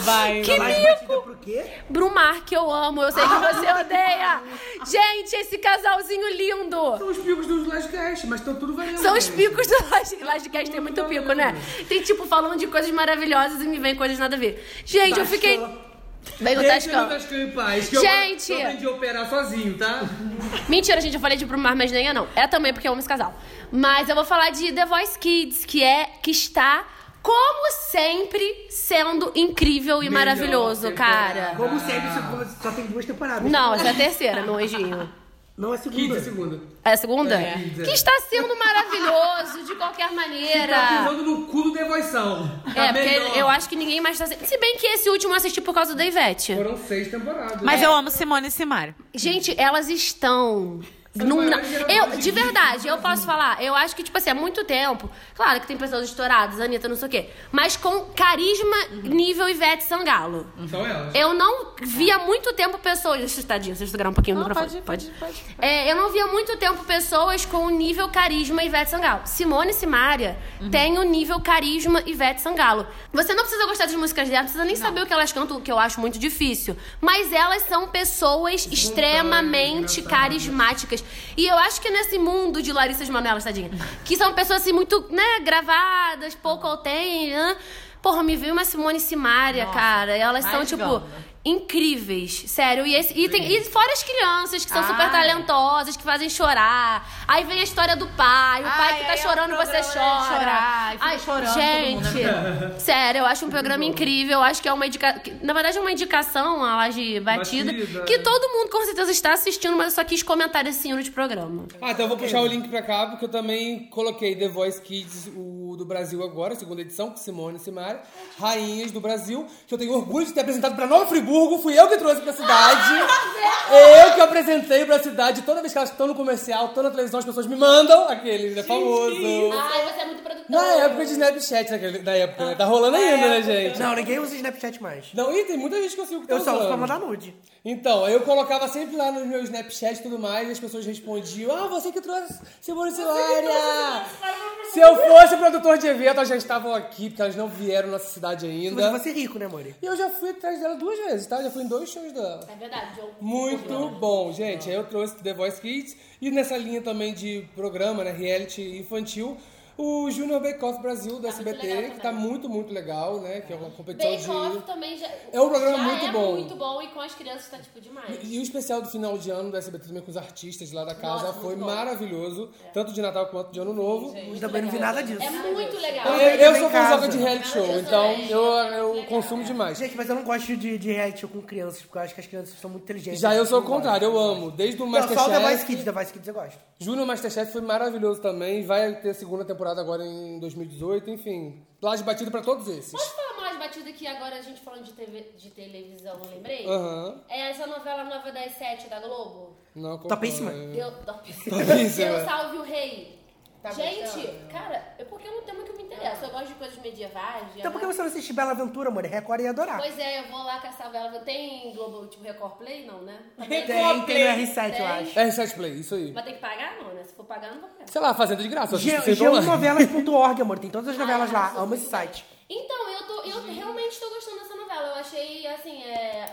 S2: Vai,
S7: que
S1: laje
S7: mico!
S1: Pro é quê?
S7: Brumar, que eu amo. Eu sei que você
S4: [LAUGHS]
S7: odeia. Gente, esse casalzinho lindo.
S8: São os picos dos Lastcast, mas estão tudo valendo.
S7: São os
S8: né?
S7: picos do Laje- Lajecast, tem muito pico, né? Tem, tipo, falando de coisas maravilhosas e me vem coisas nada a ver. Gente,
S8: Tascam.
S7: eu fiquei... Vem com o
S8: Deixa
S7: Tascam.
S8: o Tascam em paz, que
S7: Gente!
S8: eu, eu aprendi a operar sozinho, tá?
S7: Mentira, gente, eu falei de Brumar, mas nem é não. É também porque eu amo esse casal. Mas eu vou falar de The Voice Kids, que é que está como sempre sendo incrível e maravilhoso, cara.
S1: Como sempre, só- só tem duas temporadas.
S7: Não, essa é a terceira, meu anjinho.
S1: Não, é a segunda.
S8: Quinta e segunda.
S7: É a segunda?
S8: É.
S7: Que está sendo maravilhoso de qualquer maneira.
S8: Tá pisando no cu do devoição. Tá
S7: É, porque eu acho que ninguém mais tá. Se bem que esse último eu assisti por causa da Ivete.
S8: Foram seis temporadas. né?
S11: Mas
S7: É.
S11: eu amo Simone e Simário.
S7: Gente, elas estão. Num, na-
S11: maiores gerações
S7: eu,
S11: de
S7: de verdade, eu posso falar. Eu acho que, tipo assim, há muito tempo. Claro que tem pessoas estouradas, Anitta, não sei o quê. Mas com carisma nível Ivete Sangalo.
S8: São Então é elas.
S11: É.
S7: Eu não vi há muito tempo pessoas. Deixa eu tadinho, deixa eu segurar um pouquinho o microfone.
S11: pode, pode.
S7: É, eu não vi há muito tempo pessoas com o nível carisma Ivete Sangalo. Simone Simaria
S11: Uhum.
S7: tem o nível carisma Ivete Sangalo. Você não precisa gostar das músicas dela, não precisa nem saber o que elas cantam, o que eu acho muito difícil. Mas elas são pessoas extremamente carismáticas. E eu acho que nesse mundo de Larissas Manoelas, tadinha, que são pessoas assim muito, né, gravadas, pouco ou tem, né? Porra, me veio uma Simone Simaria, cara. Elas são,
S11: mais
S7: tipo,
S11: gama.
S7: incríveis. Sério. E, esse, e, tem, e fora as crianças que são
S11: Ah,
S7: super
S11: é.
S7: talentosas, que fazem chorar. Aí vem a história do pai. O pai
S11: Ai,
S7: que tá
S11: aí é um
S7: chorando, você
S11: programa, né,
S7: chora.
S11: chorar, e fica chorando todo mundo,
S7: Gente,
S11: né?
S7: sério, eu acho um programa incrível. Acho que é uma indicação. Na verdade, é uma indicação, a laje batida,
S8: Batida,
S7: que
S8: né?
S7: todo mundo com certeza está assistindo, mas eu só quis comentar esse hino de programa.
S2: Ah, então eu vou puxar o link pra cá, porque eu também coloquei The Voice Kids o do Brasil agora, segunda edição, com Simone e Simara, Rainhas do Brasil, que eu tenho orgulho de ter apresentado pra Nova Friburgo Friburgo, fui eu que trouxe
S7: [LAUGHS]
S2: pra cidade.
S7: Ah,
S2: eu que apresentei pra cidade. Toda vez que elas estão no comercial, estão na televisão, as pessoas me mandam aquele, né? Famoso.
S7: Ai, você é muito produtor.
S2: Na época de Snapchat, naquele, na época, né? Tá rolando
S1: Na
S2: ainda,
S7: Ah,
S2: né,
S1: época.
S2: gente?
S1: Não, ninguém usa Snapchat mais.
S2: Não, e tem muita gente que eu sigo que tá
S1: Eu só uso
S2: usando.
S1: pra mandar nude.
S2: Então, aí eu colocava sempre lá no meu Snapchat e tudo mais, e as pessoas respondiam: Ah, você que trouxe Simone Silária! Se eu fosse produtor de evento, elas já estavam aqui, porque elas não vieram na nossa cidade ainda.
S1: Mas você é rico, né, Mori?
S2: E eu já fui atrás dela duas vezes, tá? Já fui em dois shows dela.
S7: É verdade, John.
S2: Muito bom, gente. Aí eu trouxe The Voice Kids e nessa linha também de programa, né, reality infantil, o Junior Bake Off Brasil
S7: Ah,
S2: do SBT, que tá muito, muito legal, né? Que é uma competição
S7: Bake Off
S2: de.
S7: também já.
S2: É um programa
S7: já
S2: muito
S7: é
S2: bom.
S7: muito bom e com as crianças tá tipo demais.
S2: E o especial do final de ano do SBT também com os artistas lá da casa
S7: Nossa,
S2: foi
S7: muito bom.
S2: maravilhoso, tanto de Natal quanto de Ano Novo.
S1: Eu também não vi nada disso.
S7: É muito legal.
S2: Eu, eu
S1: Em
S2: sou
S1: casa.
S2: fãzoca de reality show, então eu, eu consumo demais.
S1: Gente, mas eu não gosto de, de reality show com crianças, porque eu acho que as crianças são muito inteligentes.
S2: Já eu sou o
S1: Não gosto.
S2: contrário, é eu amo. Desde o
S1: Não, só o
S2: Masterchef.
S1: The Voice Kids, The Voice Kids eu gosto.
S2: Júnior Masterchef foi maravilhoso também. Vai ter segunda temporada agora em 2018, enfim. Laje batida pra todos esses.
S7: Posso falar mais batida que agora a gente falando de, TV de televisão, eu lembrei?
S2: Aham.
S7: É essa novela nova das sete da Globo.
S2: Não,
S1: Topíssima.
S2: é.
S7: Deu,
S1: [LAUGHS]
S7: topíssima.
S1: é
S2: Topíssima.
S7: Deu salve o rei.
S1: Tá
S7: gente,
S1: gostando?
S7: cara, eu, porque é um tema que me interessa. Eu gosto de coisas medievais. de
S1: Então por que você não assiste Bela Aventura, Mori? Record ia adorar.
S7: Pois é, eu vou lá caçar vela. Tem Globo, tipo, Record Play?
S1: [LAUGHS]
S7: Não, né? Mas
S1: Tem, tem no R7, eu
S7: Tem.
S1: acho.
S2: R7 Play, isso aí.
S7: Mas tem que pagar, não, né? Se for pagar, não vou pagar.
S2: Sei lá, Fazenda de Graça. eu assisto
S1: Ge- um
S2: sempre online.
S1: Geonovelas.org, amor. Tem todas as novelas lá. Amo esse site.
S7: Então, eu, tô, eu realmente tô gostando dessa novela. Eu achei, assim, é...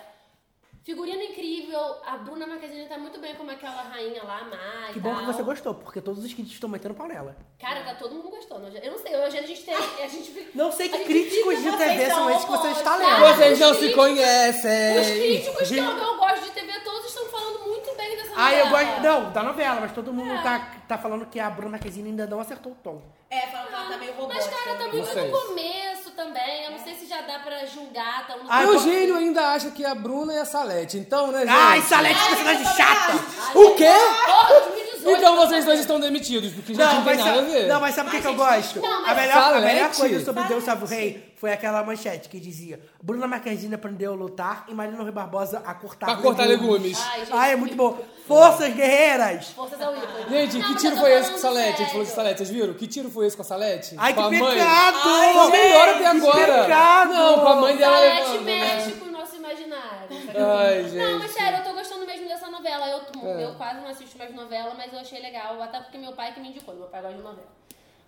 S7: Figurino incrível. A Bruna Marquezine tá muito bem como aquela rainha lá, a Mai
S1: Que
S7: e
S1: bom
S7: tal.
S1: que você gostou, porque todos os kids estão metendo pau nela.
S7: Cara, tá todo mundo gostando. Eu não sei, hoje a gente tem... A gente fica-
S1: Não sei
S7: a
S1: que
S7: gente
S1: críticos
S7: fica,
S1: de TV
S7: vocês
S1: são esses que você está lendo.
S7: opostos.
S2: Vocês não
S7: Os
S2: se
S7: críticos-
S2: conhecem.
S7: Os críticos que
S1: Gente.
S7: eu, eu gosto de TV, todos estão falando muito bem dessa novela.
S1: Ah, eu gosto. Não, da novela, mas todo mundo
S7: É.
S1: tá, tá falando que a Bruna Marquezine ainda não acertou o tom.
S9: É, falando que ela tá meio robótica.
S7: Ah, Mas, cara, tá
S1: Não
S7: muito
S1: sei.
S7: no começo também.
S1: É.
S7: Eu não sei se já dá pra julgar. Tá um...
S2: Ah, o Eugênio ainda acha que é a Bruna e a Salete, então, né, gente?
S1: Ai, Salete, que personagem chata!
S2: O quê?
S7: Ó, 2018.
S2: Então vocês dois estão demitidos, porque já não, tem
S1: mas
S2: nada a
S1: sabe,
S2: ver.
S1: não, mas sabe o que, que eu gosto?
S7: não, mas-
S1: a, melhor, a
S2: Salete?
S1: melhor coisa sobre Deus Salve o Rei foi aquela manchete que dizia Bruna Marquezine aprendeu a lutar e Marina Rui Barbosa a cortar
S2: A cortar legumes.
S7: Ai, gente.
S1: Ai, é muito bom. Forças guerreiras!
S7: Forças ao ícone.
S2: Gente,
S7: Não,
S2: que
S7: mas
S2: tiro
S7: eu tô
S2: foi esse com a
S7: falando
S2: Salete? A gente falou de
S7: sério.
S2: Salete, vocês viram? Que tiro foi esse com a Salete?
S1: Ai,
S2: com
S1: que
S2: a mãe?
S1: pecado!
S2: Foi o melhor
S1: Ai,
S2: até
S1: que
S2: agora.
S1: pecado!
S2: Não, com a mãe dela
S7: Salete
S2: levando,
S7: mexe
S2: né?
S7: com o nosso imaginário. sabe?
S2: Ai,
S7: Não,
S2: gente.
S7: mas sério, eu tô gostando mesmo dessa novela. Eu, tô-
S2: É.
S7: eu quase não assisto mais novela, mas eu achei legal. Até porque meu pai que me indicou, meu pai gosta de novela.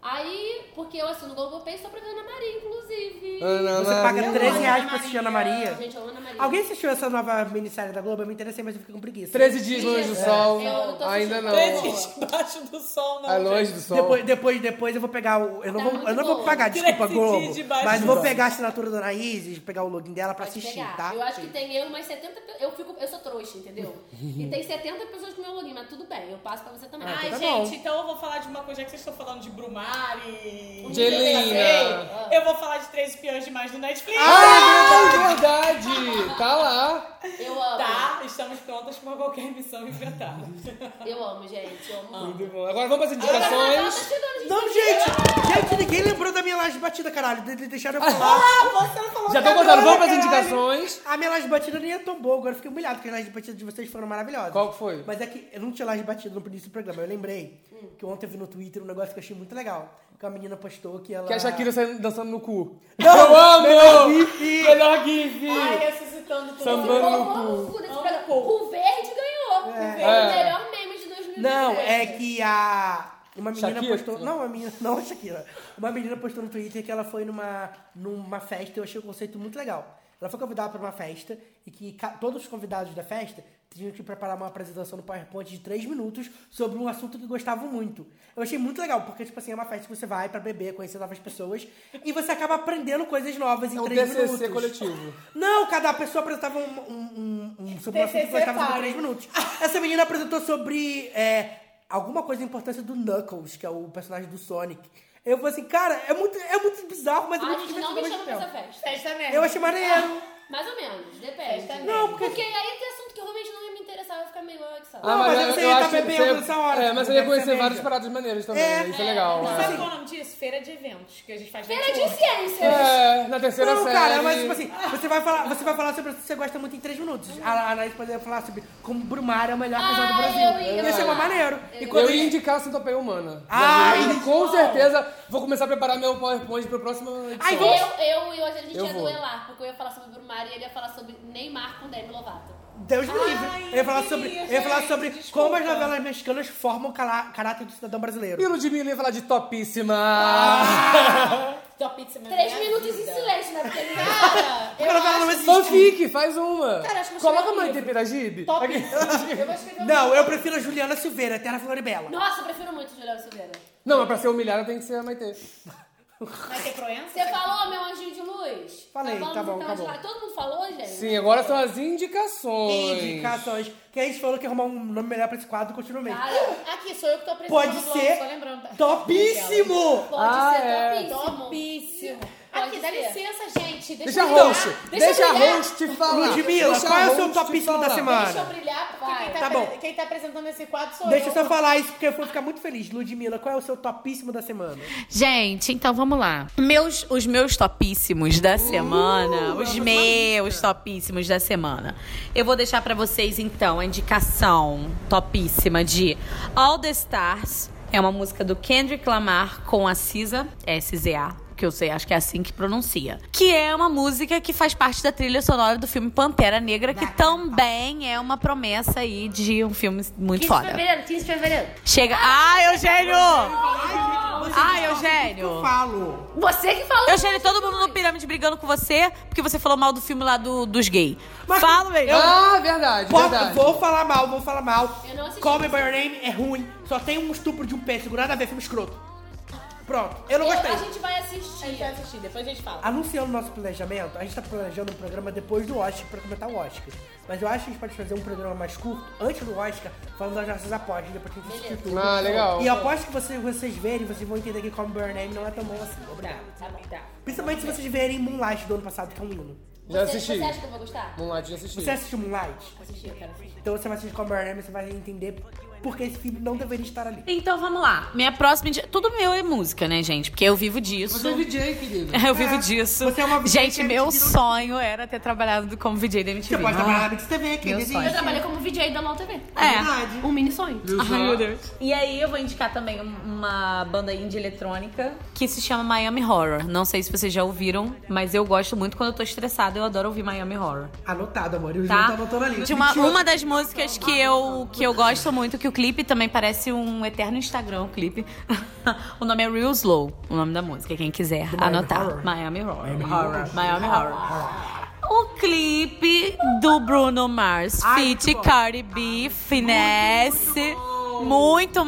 S7: Aí, porque eu assino Globoplay só pra ver Ana Maria, inclusive.
S2: Ana
S1: Você paga
S2: Maria.
S1: 13 reais pra assistir Ana Maria.
S7: Gente, eu amo Ana Maria.
S1: Alguém assistiu essa nova minissérie da Globo? Eu me interessei, mas eu fiquei com preguiça.
S2: 13 dias longe do
S1: É.
S2: sol.
S7: Eu tô
S2: Ainda não.
S7: assistindo.
S9: Debaixo do sol, não.
S2: É longe do sol.
S1: Depois, depois, depois eu vou pegar o. Eu não,
S9: Tá
S1: vou,
S9: muito
S1: eu não vou
S9: bom.
S1: pagar, desculpa,
S9: Treze
S1: Globo.
S9: dias debaixo
S1: Mas
S9: do
S1: vou
S9: sol.
S1: pegar a assinatura da Anaís, pegar o login dela pra assistir,
S7: pegar.
S1: tá?
S7: Eu acho que tem eu e mais 70 pe- eu fico Eu sou trouxa,
S2: [LAUGHS]
S7: entendeu? e tem 70 pessoas com meu login, mas tudo bem, eu passo pra você
S2: Ah,
S7: também.
S9: Ai,
S2: tá
S9: gente, então eu vou falar de uma coisa, já que vocês estão falando de Brumari.
S2: De Helena.
S9: Eu vou falar de Três Espiões Demais no Netflix.
S2: Ah, verdade! Tá lá.
S7: Eu amo.
S13: Ah!
S9: Tá, estamos prontas para qualquer missão [LAUGHS] inventada.
S7: Eu amo, gente. Eu amo.
S2: Muito bom. Agora vamos para as
S7: Agora tá
S2: indicações.
S7: chegando, gente.
S1: Não, gente! Gente, ninguém lembrou da minha laje batida, caralho. De- de- Deixaram eu falar.
S2: Ah!
S9: você não falou
S2: Já tô
S1: Agora,
S2: contando, vamos para as
S1: caralho.
S2: indicações.
S1: A minha laje batida nem é tão boa, agora eu fiquei humilhado, porque as lajes batidas de vocês foram maravilhosas.
S2: Qual que foi? Hum.
S1: Mas é que eu não tinha laje batida no início do programa. Eu lembrei que ontem eu vi no Twitter um negócio que eu achei muito legal. Que a menina postou que ela.
S2: Que a Shakira saindo dançando no cu.
S1: Não,
S2: Eu amo!
S1: melhor gif.
S2: Melhor gif!
S9: Ai, ressuscitando tudo.
S2: Sambando
S7: um
S2: no cu.
S7: tipo, O verde ganhou. O verde é o
S2: É.
S7: melhor meme de 2017.
S1: Não, é que a. Uma menina
S2: Shakira?
S1: postou. Não, uma menina. Não, [LAUGHS] a Shakira. Uma menina postou no Twitter que ela foi numa, numa festa, eu achei o conceito muito legal. Ela foi convidada pra uma festa e que ca- todos os convidados da festa tinham que preparar uma apresentação no PowerPoint de três minutos sobre um assunto que gostavam muito. Eu achei muito legal, porque, tipo assim, é uma festa que você vai pra beber, conhecer novas pessoas e você acaba aprendendo coisas novas em
S2: É um
S1: três minutos.
S2: TCC coletivo.
S1: Não, cada pessoa apresentava um, um, um, um sobre um assunto que gostava sobre três minutos. Essa menina apresentou sobre é, alguma coisa da importância do Knuckles, que é o personagem do Sonic. Eu falei assim, cara, é muito, é muito bizarro, mas é
S7: Ai,
S1: muito
S7: gente, não
S1: divertido
S7: me
S1: ao mesmo
S7: chama pra essa Ah.
S1: tempo.
S7: festa. É.
S9: Festa mesmo.
S1: Eu achei maneiro.
S7: Mais ou menos, depende.
S1: Não, porque-
S7: aí tem assunto que realmente não ia me interessar.
S4: sal e ficar meio oxal.
S2: Ah, mas, eu,
S1: tá
S2: eu acho que você- É, mas você ia
S13: deve
S2: conhecer
S13: ser
S2: várias
S13: médium.
S2: paradas maneiras também.
S13: É.
S2: Isso é legal.
S13: Mas
S2: é.
S13: Sabe qual é o nome disso? Feira de eventos, que a gente faz
S4: Feira
S13: gente
S4: de
S13: curta.
S4: ciências.
S2: É, na terceira
S1: não,
S2: série.
S1: cara, mas tipo assim, você vai falar, você vai falar sobre o que você gosta muito em três minutos. A, a Anaís poderia falar sobre como Brumar é o melhor casal do
S2: Ah, eu
S1: Brasil.
S2: ia
S1: Ia ser uma
S2: falar.
S1: maneiro. E
S2: Eu
S1: quando
S2: ia indicar a centopeia humana.
S1: Ai,
S2: E com certeza vou começar a preparar meu PowerPoint pro próximo edição.
S4: Aí eu, eu e o Rogério, a gente
S2: Eu
S4: ia
S2: vou.
S4: duelar, porque eu ia falar sobre o Bruno Mars e ele ia falar sobre Neymar com Demi Lovato.
S1: Deus me livre. eu ia falar sobre, eu ia falar sobre como as novelas mexicanas formam o cala- caráter do cidadão brasileiro.
S2: E o Ludmilla ia falar de topíssima.
S13: Top pizza mesmo.
S9: é
S4: Três minutos em silêncio, né? Porque
S7: [LAUGHS]
S4: ele
S2: Eu
S4: cara,
S2: acho- Fanfic, Então faz uma.
S4: Cara, acho que eu escrevi
S2: Coloca uma
S4: um livro.
S2: Temperagibe.
S4: Top. Eu vou escrever um
S1: Não,
S4: livro.
S1: eu prefiro a Juliana Silveira, Terra Floribela.
S4: Nossa, eu prefiro muito Juliana Silveira.
S2: [LAUGHS] Não, mas pra ser humilhada tem que ser a Maitê.
S4: Vai ter proença? Você falou, meu anjinho de luz?
S2: Falei,
S4: Falando
S2: tá
S4: do
S2: bom,
S4: Cão
S2: tá
S4: de
S2: bom.
S4: Lá. Todo mundo falou, gente?
S2: Sim, agora são as indicações.
S1: Indicações. Que a gente falou que ia arrumar um nome melhor pra esse quadro continuamente.
S13: Cara, aqui, sou eu que tô apresentando
S1: Pode
S13: o
S1: ser
S13: bloco, só lembrando.
S1: topíssimo!
S13: Pode
S1: Ah,
S13: ser
S1: é.
S13: topíssimo. Topíssimo. Aqui, dá licença, gente. Deixa,
S1: Deixa
S13: eu brilhar.
S1: host, Então, deixa
S13: eu brilhar.
S2: host
S1: falar. Ludmilla,
S13: Deixa
S1: qual é o
S13: host
S1: seu topíssimo
S13: falar.
S1: da semana?
S13: Deixa eu brilhar, porque quem tá,
S1: Tá
S13: apre-
S1: bom.
S13: quem tá apresentando esse quadro sou
S1: Deixa
S13: eu.
S1: eu só falar isso, porque eu vou ficar muito feliz. Ludmilla, qual é o seu topíssimo da semana?
S10: Gente, então vamos lá.
S11: Meus, os meus topíssimos da semana.
S10: meu
S11: os
S10: Deus,
S11: meus topíssimos da semana. Eu vou deixar pra vocês, então, a indicação topíssima de All the Stars. É uma música do Kendrick Lamar com a Cisa, S-Z-A, que eu sei, acho que é assim que pronuncia. Que é uma música que faz parte da trilha sonora do filme Pantera Negra, que também é uma promessa aí de um filme
S7: 15
S11: muito
S7: de
S11: foda.
S7: fevereiro, 15 de fevereiro.
S11: Chega. Ai, Eugênio! Ai,
S1: Eu
S11: Eugênio!
S1: falo.
S7: Você que falou.
S11: Eugênio, todo mundo no Pirâmide brigando com você porque você falou mal do filme lá do, dos gays. Fala, velho.
S1: Eu-
S2: Ah, verdade,
S1: Posso-
S2: verdade.
S1: É Vou falar mal, vou falar mal.
S4: Eu não assisti.
S1: Call Me By Your Name é ruim. Só tem um estupro de um pêssego, nada a ver, filme escroto. Pronto, eu não gostei.
S4: a gente vai assistir. A gente vai
S13: assistir, depois a gente fala.
S1: Anunciando nosso planejamento, a gente tá planejando um programa depois do Oscar pra comentar o Oscar. Mas eu acho que a gente pode fazer um programa mais curto, antes do Oscar, falando das nossas apostas, depois que a gente assistir tudo.
S2: Ah, legal.
S1: E eu aposto que vocês, vocês verem, vocês vão entender que Call Me By Your Name não é tão bom assim. Obrigado.
S13: Tá bom, tá.
S1: Principalmente se vocês verem Moonlight do ano passado, que é um hino.
S2: Já assisti.
S4: Você acha que eu vou gostar?
S2: Moonlight já assisti.
S1: Você assistiu Moonlight?
S4: Assistir, eu quero assistir.
S1: Então você vai assistir Call Me By Your Name, você vai entender porque esse filme não deveria estar ali.
S11: Então vamos lá. Minha próxima. indi- Tudo meu é música, né, gente? Porque eu vivo disso.
S1: Você é
S11: [LAUGHS]
S1: DJ, querido.
S11: Eu vivo disso.
S1: Você é uma DJ
S11: gente,
S1: que
S11: meu
S1: MTV não-
S11: sonho era ter trabalhado como VJ da MTV.
S1: Você pode
S11: Ah,
S1: trabalhar na Mix TV, que
S11: meu
S1: existe.
S11: sonho.
S7: Eu trabalhei como VJ da LOL TV.
S11: É.
S7: Um mini sonho.
S11: Ai, meu Deus. E aí eu vou indicar também um, uma banda indie eletrônica que se chama Miami Horror. Não sei se vocês já ouviram, mas eu gosto muito quando eu tô estressada, eu adoro ouvir Miami Horror.
S1: Anotado, amor. Eu já
S11: Tá?
S1: tá anotando ali.
S11: De uma, uma das músicas que eu, que eu gosto muito, que o clipe também parece um eterno Instagram, o clipe. [LAUGHS] o nome é Real Slow, o nome da música, quem quiser
S14: Miami
S11: anotar.
S14: Horror.
S11: Miami Horror.
S14: Miami
S11: Horror.
S14: Horror.
S11: Miami Horror. O clipe do Bruno Mars,
S14: Ai,
S11: feat
S14: muito bom.
S11: Cardi B, Finesse, muito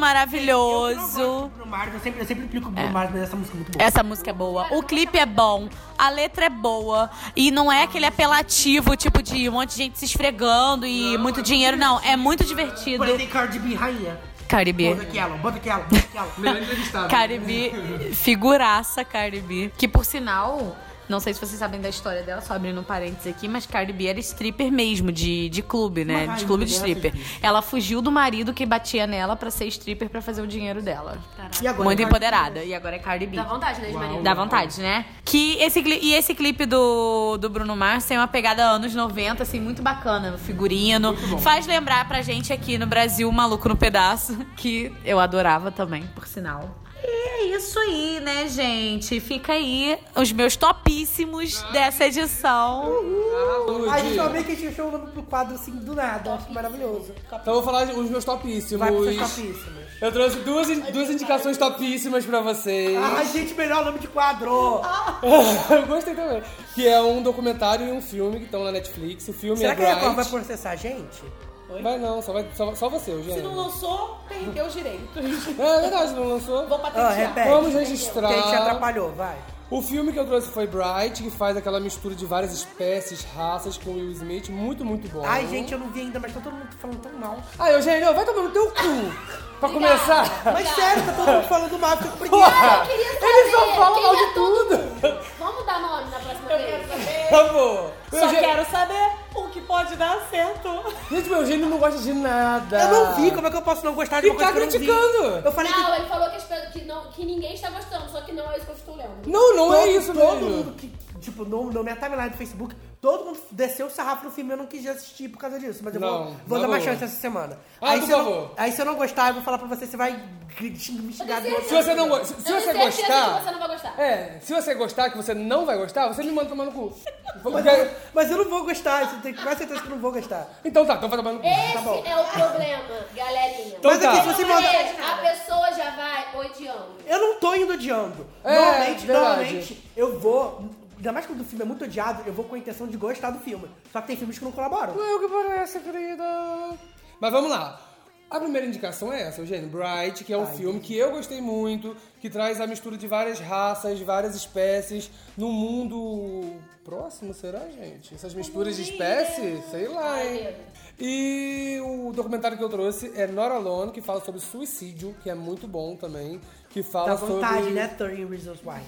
S11: maravilhoso.
S1: Bruno Mars, eu sempre, eu sempre implico o Bruno Mars, mas essa música é muito boa.
S11: Essa música é boa, o clipe é bom, a letra é boa e não é aquele apelativo tipo de um monte de gente se esfregando e muito dinheiro, não. É muito divertido.
S1: Agora tem Cardi B, rainha.
S11: Cardi B.
S1: Bota aquela, bota aquela, bota aquela.
S11: [LAUGHS] Melhor entrevistado. Cardi B, figuraça Cardi B. Que por sinal, não sei se vocês sabem da história dela, só abrindo um parênteses aqui, mas Cardi B era stripper mesmo, de, de clube, né?
S14: Uma
S11: de clube de
S14: rainha
S11: stripper. Ela fugiu do marido que batia nela pra ser stripper pra fazer o dinheiro dela.
S7: Caraca.
S1: E agora
S11: Muito
S1: é Cardi
S11: empoderada. E agora é Cardi B.
S7: Dá vontade, né, Ismael?
S11: Dá vontade, né? Que esse, cli- e esse clipe do, do Bruno Mars tem uma pegada anos 90, assim, muito bacana. Figurino. Faz lembrar pra gente aqui no Brasil, o Maluco no Pedaço, [LAUGHS] que eu adorava também, por sinal. E é isso aí, né, gente? Fica aí os meus topíssimos dessa edição.
S2: Ah,
S1: A gente só vê que a gente achou o nome pro quadro assim do nada. Eu acho maravilhoso.
S2: Então eu vou falar os meus topíssimos.
S1: Vai pros seus topíssimos.
S2: Eu trouxe duas, in- duas indicações topíssimas pra vocês.
S1: Ai, gente, melhor nome de quadro. Ah.
S2: eu [LAUGHS] gostei também. Que é um documentário e um filme que estão na Netflix. O filme
S1: Será
S2: é
S1: que a
S2: Bright.
S1: Record vai processar a gente?
S2: Vai não, só, vai, só, só você,
S13: Se não
S2: Eugênio.
S13: lançou, perdeu o
S9: [LAUGHS]
S13: direito.
S2: É verdade, não lançou.
S13: Vou patentear.
S1: Ah, repete.
S2: Vamos registrar.
S1: Que a gente atrapalhou, vai.
S2: O filme que eu trouxe foi Bright, que faz aquela mistura de várias espécies, raças com Will Smith. Muito, muito Tá bom.
S1: Ai, gente, eu não vi ainda, mas tá todo mundo falando tão mal.
S2: Ai, Eugênio, vai tomar no teu cu. Pra começar.
S1: Mas sério, tá todo mundo falando mal, eu fico preguiça.
S2: Porra,
S4: Eu queria saber.
S2: [LAUGHS] eles só falam
S4: quem
S2: mal
S4: é
S2: de tudo.
S4: Vamos dar nome na próxima vez.
S2: Amor.
S13: Só quero saber O que pode dar certo.
S2: Gente, meu gênio não gosta de nada.
S1: Eu não vi, como é que eu posso não gostar de uma
S2: Ficar
S1: coisa que eu não vi?
S2: criticando. é
S1: Eu falei
S4: não,
S1: que...
S4: ele falou que, as pessoas- que não- que ninguém está gostando, só que não é isso que eu estou lendo.
S2: Não, não é
S1: Todo-
S2: isso,
S1: Todo
S2: velho.
S1: mundo que, tipo, no, na minha timeline do Facebook, todo mundo desceu o sarrafo no filme e eu não quis assistir por causa disso. Mas eu
S2: Não,
S1: vou, vou
S2: não
S1: dar uma
S2: vou.
S1: chance essa semana.
S2: Ah,
S1: aí,
S2: por
S1: se eu
S2: favor.
S1: Não, aí se eu não gostar, eu vou falar pra você, você vai gr- xing- me xingar do outro
S2: Se você não,
S1: lado.
S2: go- se, se você gostar.
S4: Você não vai gostar.
S2: É, se você gostar que você não vai gostar, você me manda tomar no cu.
S1: Mas eu, mas eu não vou gostar, você tem quase certeza que eu não vou gostar.
S2: Então tá, então vai tomar no cu.
S4: Esse
S2: Tá bom.
S4: é o problema, galerinha.
S2: Então Mas é tá. que se
S1: você
S4: Não
S1: mandar-
S4: é, A pessoa já vai odiando.
S1: Eu não tô indo odiando.
S2: É,
S1: normalmente,
S2: verdade.
S1: normalmente, eu vou. Ainda mais quando o filme é muito odiado, eu vou com a intenção de gostar do filme. Só que tem filmes que não colaboram.
S2: Não é o que parece, querida. Mas vamos lá. A primeira indicação é essa, Eugênio. Bright, que é um filme que eu gostei muito, que traz a mistura de várias raças, várias espécies, num mundo próximo, será, gente? Essas misturas de espécies? Sei lá, hein? E o documentário que eu trouxe é Not Alone, que fala sobre suicídio, que é muito bom também. Que fala
S1: Dá vontade,
S2: sobre...
S1: né? 30 Reasons Why.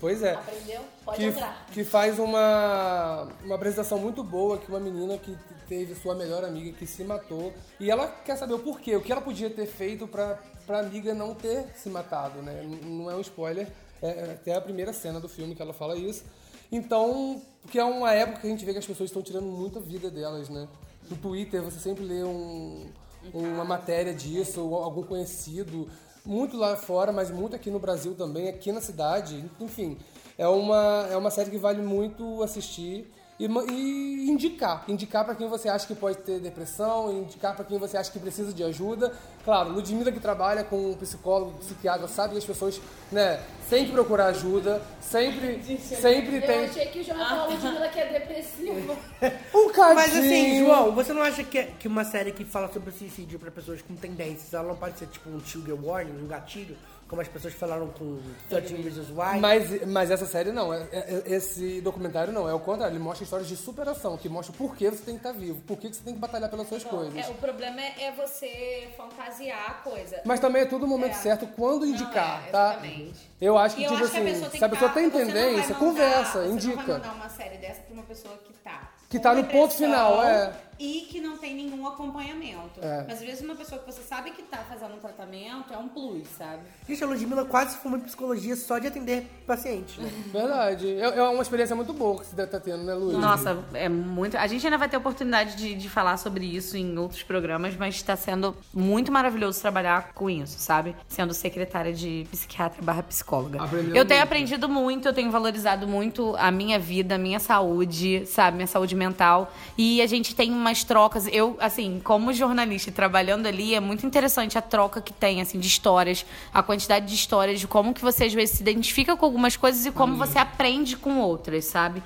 S2: Pois é.
S4: Aprendeu? Pode
S2: que,
S4: entrar.
S2: que faz uma, uma apresentação muito boa que uma menina que teve sua melhor amiga que se matou e ela quer saber o porquê, o que ela podia ter feito pra, pra amiga não ter se matado, né? N- Não é um spoiler, é é até a primeira cena do filme que ela fala isso. Então, porque é uma época que a gente vê que as pessoas estão tirando muita vida delas, né? No Twitter você sempre lê um, uma matéria disso, ou algum conhecido, muito lá fora, mas muito aqui no Brasil também, aqui na cidade, enfim. É uma, é uma série que vale muito assistir e, ma- e indicar. Indicar pra quem você acha que pode ter depressão, indicar pra quem você acha que precisa de ajuda. Claro, Ludmilla que trabalha com um psicólogo, psiquiatra, sabe que as pessoas, né, sempre procurar ajuda, sempre, sempre
S4: eu
S2: tem...
S4: achei que o
S13: Ah.
S4: João falou de Mila que é depressivo.
S2: Um cadinho.
S1: Mas assim, João, você não acha que, que uma série que fala sobre suicídio pra pessoas com tendências, ela não pode ser tipo um trigger warning, um gatilho, como as pessoas falaram com 13 Reasons Why?
S2: Mas, mas essa série não, é- é- é- esse documentário não, é o contrário, ele mostra histórias de superação, que mostra por que você tem que estar vivo, por que que você tem que batalhar pelas suas coisas.
S9: É, o problema é, é você fantasiar a coisa.
S2: Mas também é tudo o momento
S9: É.
S2: certo, quando indicar,
S9: é,
S2: tá?
S9: exatamente.
S2: Eu acho que,
S9: E eu
S2: tipo
S9: acho que a
S2: assim,
S9: pessoa tem
S2: se a
S9: que
S2: pessoa
S9: tá-
S2: tem
S9: você não vai
S2: tendência,
S9: mandar-
S2: é conversa,
S9: você
S2: indica.
S9: Não vai mandar uma série dessa pra uma pessoa que tá.
S2: Que
S9: com
S2: tá no ponto final, é.
S9: E que não tem nenhum acompanhamento.
S1: É.
S9: Mas às vezes uma pessoa que você sabe que tá fazendo um tratamento é um plus, sabe?
S1: Gente, a Ludmilla quase se formou em psicologia só de atender né? paciente.
S2: Verdade. É, é uma experiência muito boa que você deve estar tendo, né, Luiz?
S11: Nossa, é muito. A gente ainda vai ter oportunidade de, de falar sobre isso em outros programas, mas tá sendo muito maravilhoso trabalhar com isso, sabe? Sendo secretária de psiquiatra barra psicóloga.
S10: Aprendeu
S11: eu tenho
S10: muito.
S11: aprendido muito, eu tenho valorizado muito a minha vida, a minha saúde, sabe? Minha saúde mental. E a gente tem umas trocas. Eu, assim, como jornalista e trabalhando ali, é muito interessante a troca que tem, assim, de histórias, a quantidade de histórias, de como que você às vezes se identifica com algumas coisas e como você aprende com outras, sabe?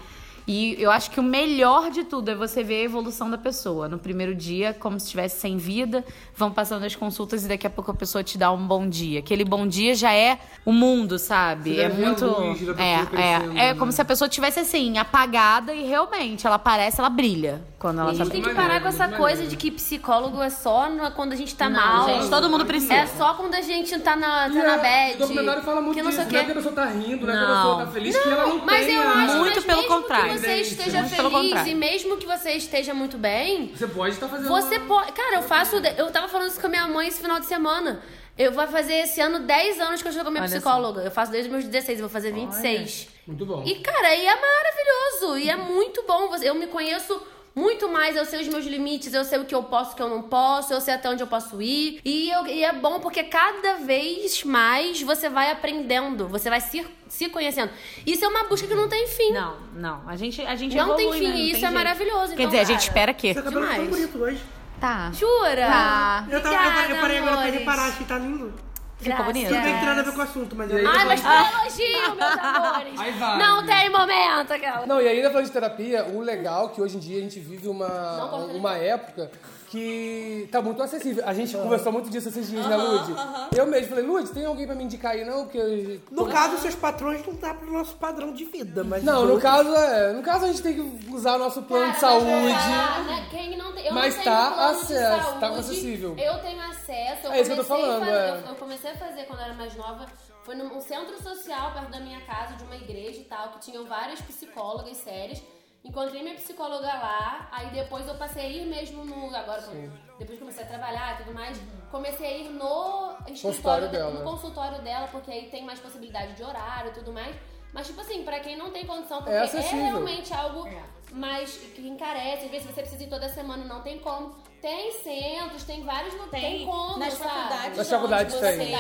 S11: E eu acho que o melhor de tudo é você ver a evolução da pessoa. No primeiro dia, como se estivesse sem vida, vão passando as consultas e daqui a pouco a pessoa te dá um bom dia. Aquele bom dia já é o mundo, sabe?
S10: Você
S11: É
S10: deve ver a
S11: muito.
S10: luz da pessoa crescendo,
S11: É, é, é como
S10: né?
S11: se a pessoa tivesse assim, apagada e realmente ela aparece, ela brilha quando ela
S7: a
S11: tá
S7: gente tem que
S11: bem.
S7: parar com essa coisa de que psicólogo é só na- quando a gente tá
S11: Não,
S7: mal.
S11: gente, todo mundo
S7: É
S11: precisa.
S7: só quando a gente tá na, tá
S2: E
S7: na
S2: é,
S7: bad.
S2: O documentário fala muito
S7: que não
S2: disso,
S7: sei o
S2: não é que a
S7: quê.
S2: pessoa tá rindo, não, é que a
S7: Não.
S2: pessoa tá feliz, que ela não
S7: mas
S2: tem
S7: eu
S2: a-
S7: acho
S11: Muito
S7: mas
S11: pelo
S7: mesmo
S11: contrário.
S7: Que você esteja
S11: Muito pelo
S7: feliz
S11: contrário.
S7: e mesmo que você esteja muito bem,
S2: Você pode estar fazendo...
S7: você pode. Cara, eu faço. de- Eu tava falando isso com a minha mãe esse final de semana. Eu vou fazer esse ano 10 anos que eu estou com a minha
S2: Olha só.
S7: psicóloga. Eu faço desde meus 16, eu vou fazer 26.
S2: Muito bom.
S7: E, cara, e é maravilhoso. E é muito bom. Você- Eu me conheço muito mais, eu sei os meus limites, eu sei o que eu posso, o que eu não posso, eu sei até onde eu posso ir. E, eu- e é bom porque cada vez mais você vai aprendendo, você vai se, se conhecendo. Isso é uma busca que não tem fim.
S11: Não, não. A gente, a gente
S7: não tem
S11: evolui,
S7: fim,
S11: né? Não
S7: e isso
S11: tem
S7: é
S11: jeito.
S7: maravilhoso.
S11: Quer dizer, a gente espera
S2: É
S11: que.
S7: Seu cabelo tá tão bonito
S1: hoje.
S11: Tá.
S7: Jura?
S11: Tá.
S1: Eu, tava, eu parei- eu
S7: Obrigada,
S1: parei agora pra
S7: amores.
S1: reparar, achei que tá lindo.
S7: Ficou bonito.
S1: Tudo bem que tem nada a ver com o assunto, mas... eu-
S7: Ai, mas foi elogio,
S1: [LAUGHS]
S7: meus amores.
S2: Aí vai.
S7: Não tem momento, aquela.
S2: Não, e ainda falando de terapia, o legal é que hoje em dia a gente vive
S7: Não né?
S2: uma,
S7: gosto de
S2: uma época que tá muito acessível. A gente
S7: Ah.
S1: Aham.
S2: conversou muito disso esses dias, né,
S1: Aham,
S2: Lud?
S1: aham.
S2: Eu mesmo falei, Lud, tem alguém pra me indicar aí, não? Porque... eu-
S1: No caso, seus patrões não dá pro nosso padrão de vida, mas...
S2: Não, no
S1: Outros-
S2: caso, é, no caso a gente tem que usar o nosso plano de
S15: é
S2: saúde.
S7: Cara, quem não tem- eu
S2: Mas
S7: não
S2: tá
S7: tenho plano de
S2: acesso,
S7: saúde,
S2: tá acessível.
S7: Eu tenho acesso. Eu
S2: É isso que
S7: comecei a
S2: eu tô falando,
S7: fazer-
S2: é.
S7: eu, eu comecei a fazer quando eu era mais nova. Foi um num centro social perto da minha casa, de uma igreja e tal, que tinham várias psicólogas sérias. Encontrei minha psicóloga lá, aí depois eu passei a ir mesmo no. Agora, depois comecei a trabalhar e tudo mais, comecei a ir no
S2: Consultório
S7: escritório
S2: dela,
S7: no
S2: né?
S7: consultório dela, porque aí tem mais possibilidade de horário e tudo mais. Mas, tipo assim, pra quem não tem condição, porque é,
S2: acessível.
S7: realmente algo mais que encarece. Às vezes você precisa ir toda semana, não tem como. Tem centros, tem vários lugares. Tem, como,
S9: nas
S7: sabe? tá
S9: faculdades,
S2: Nas faculdades
S9: onde,
S2: tem.
S9: Você,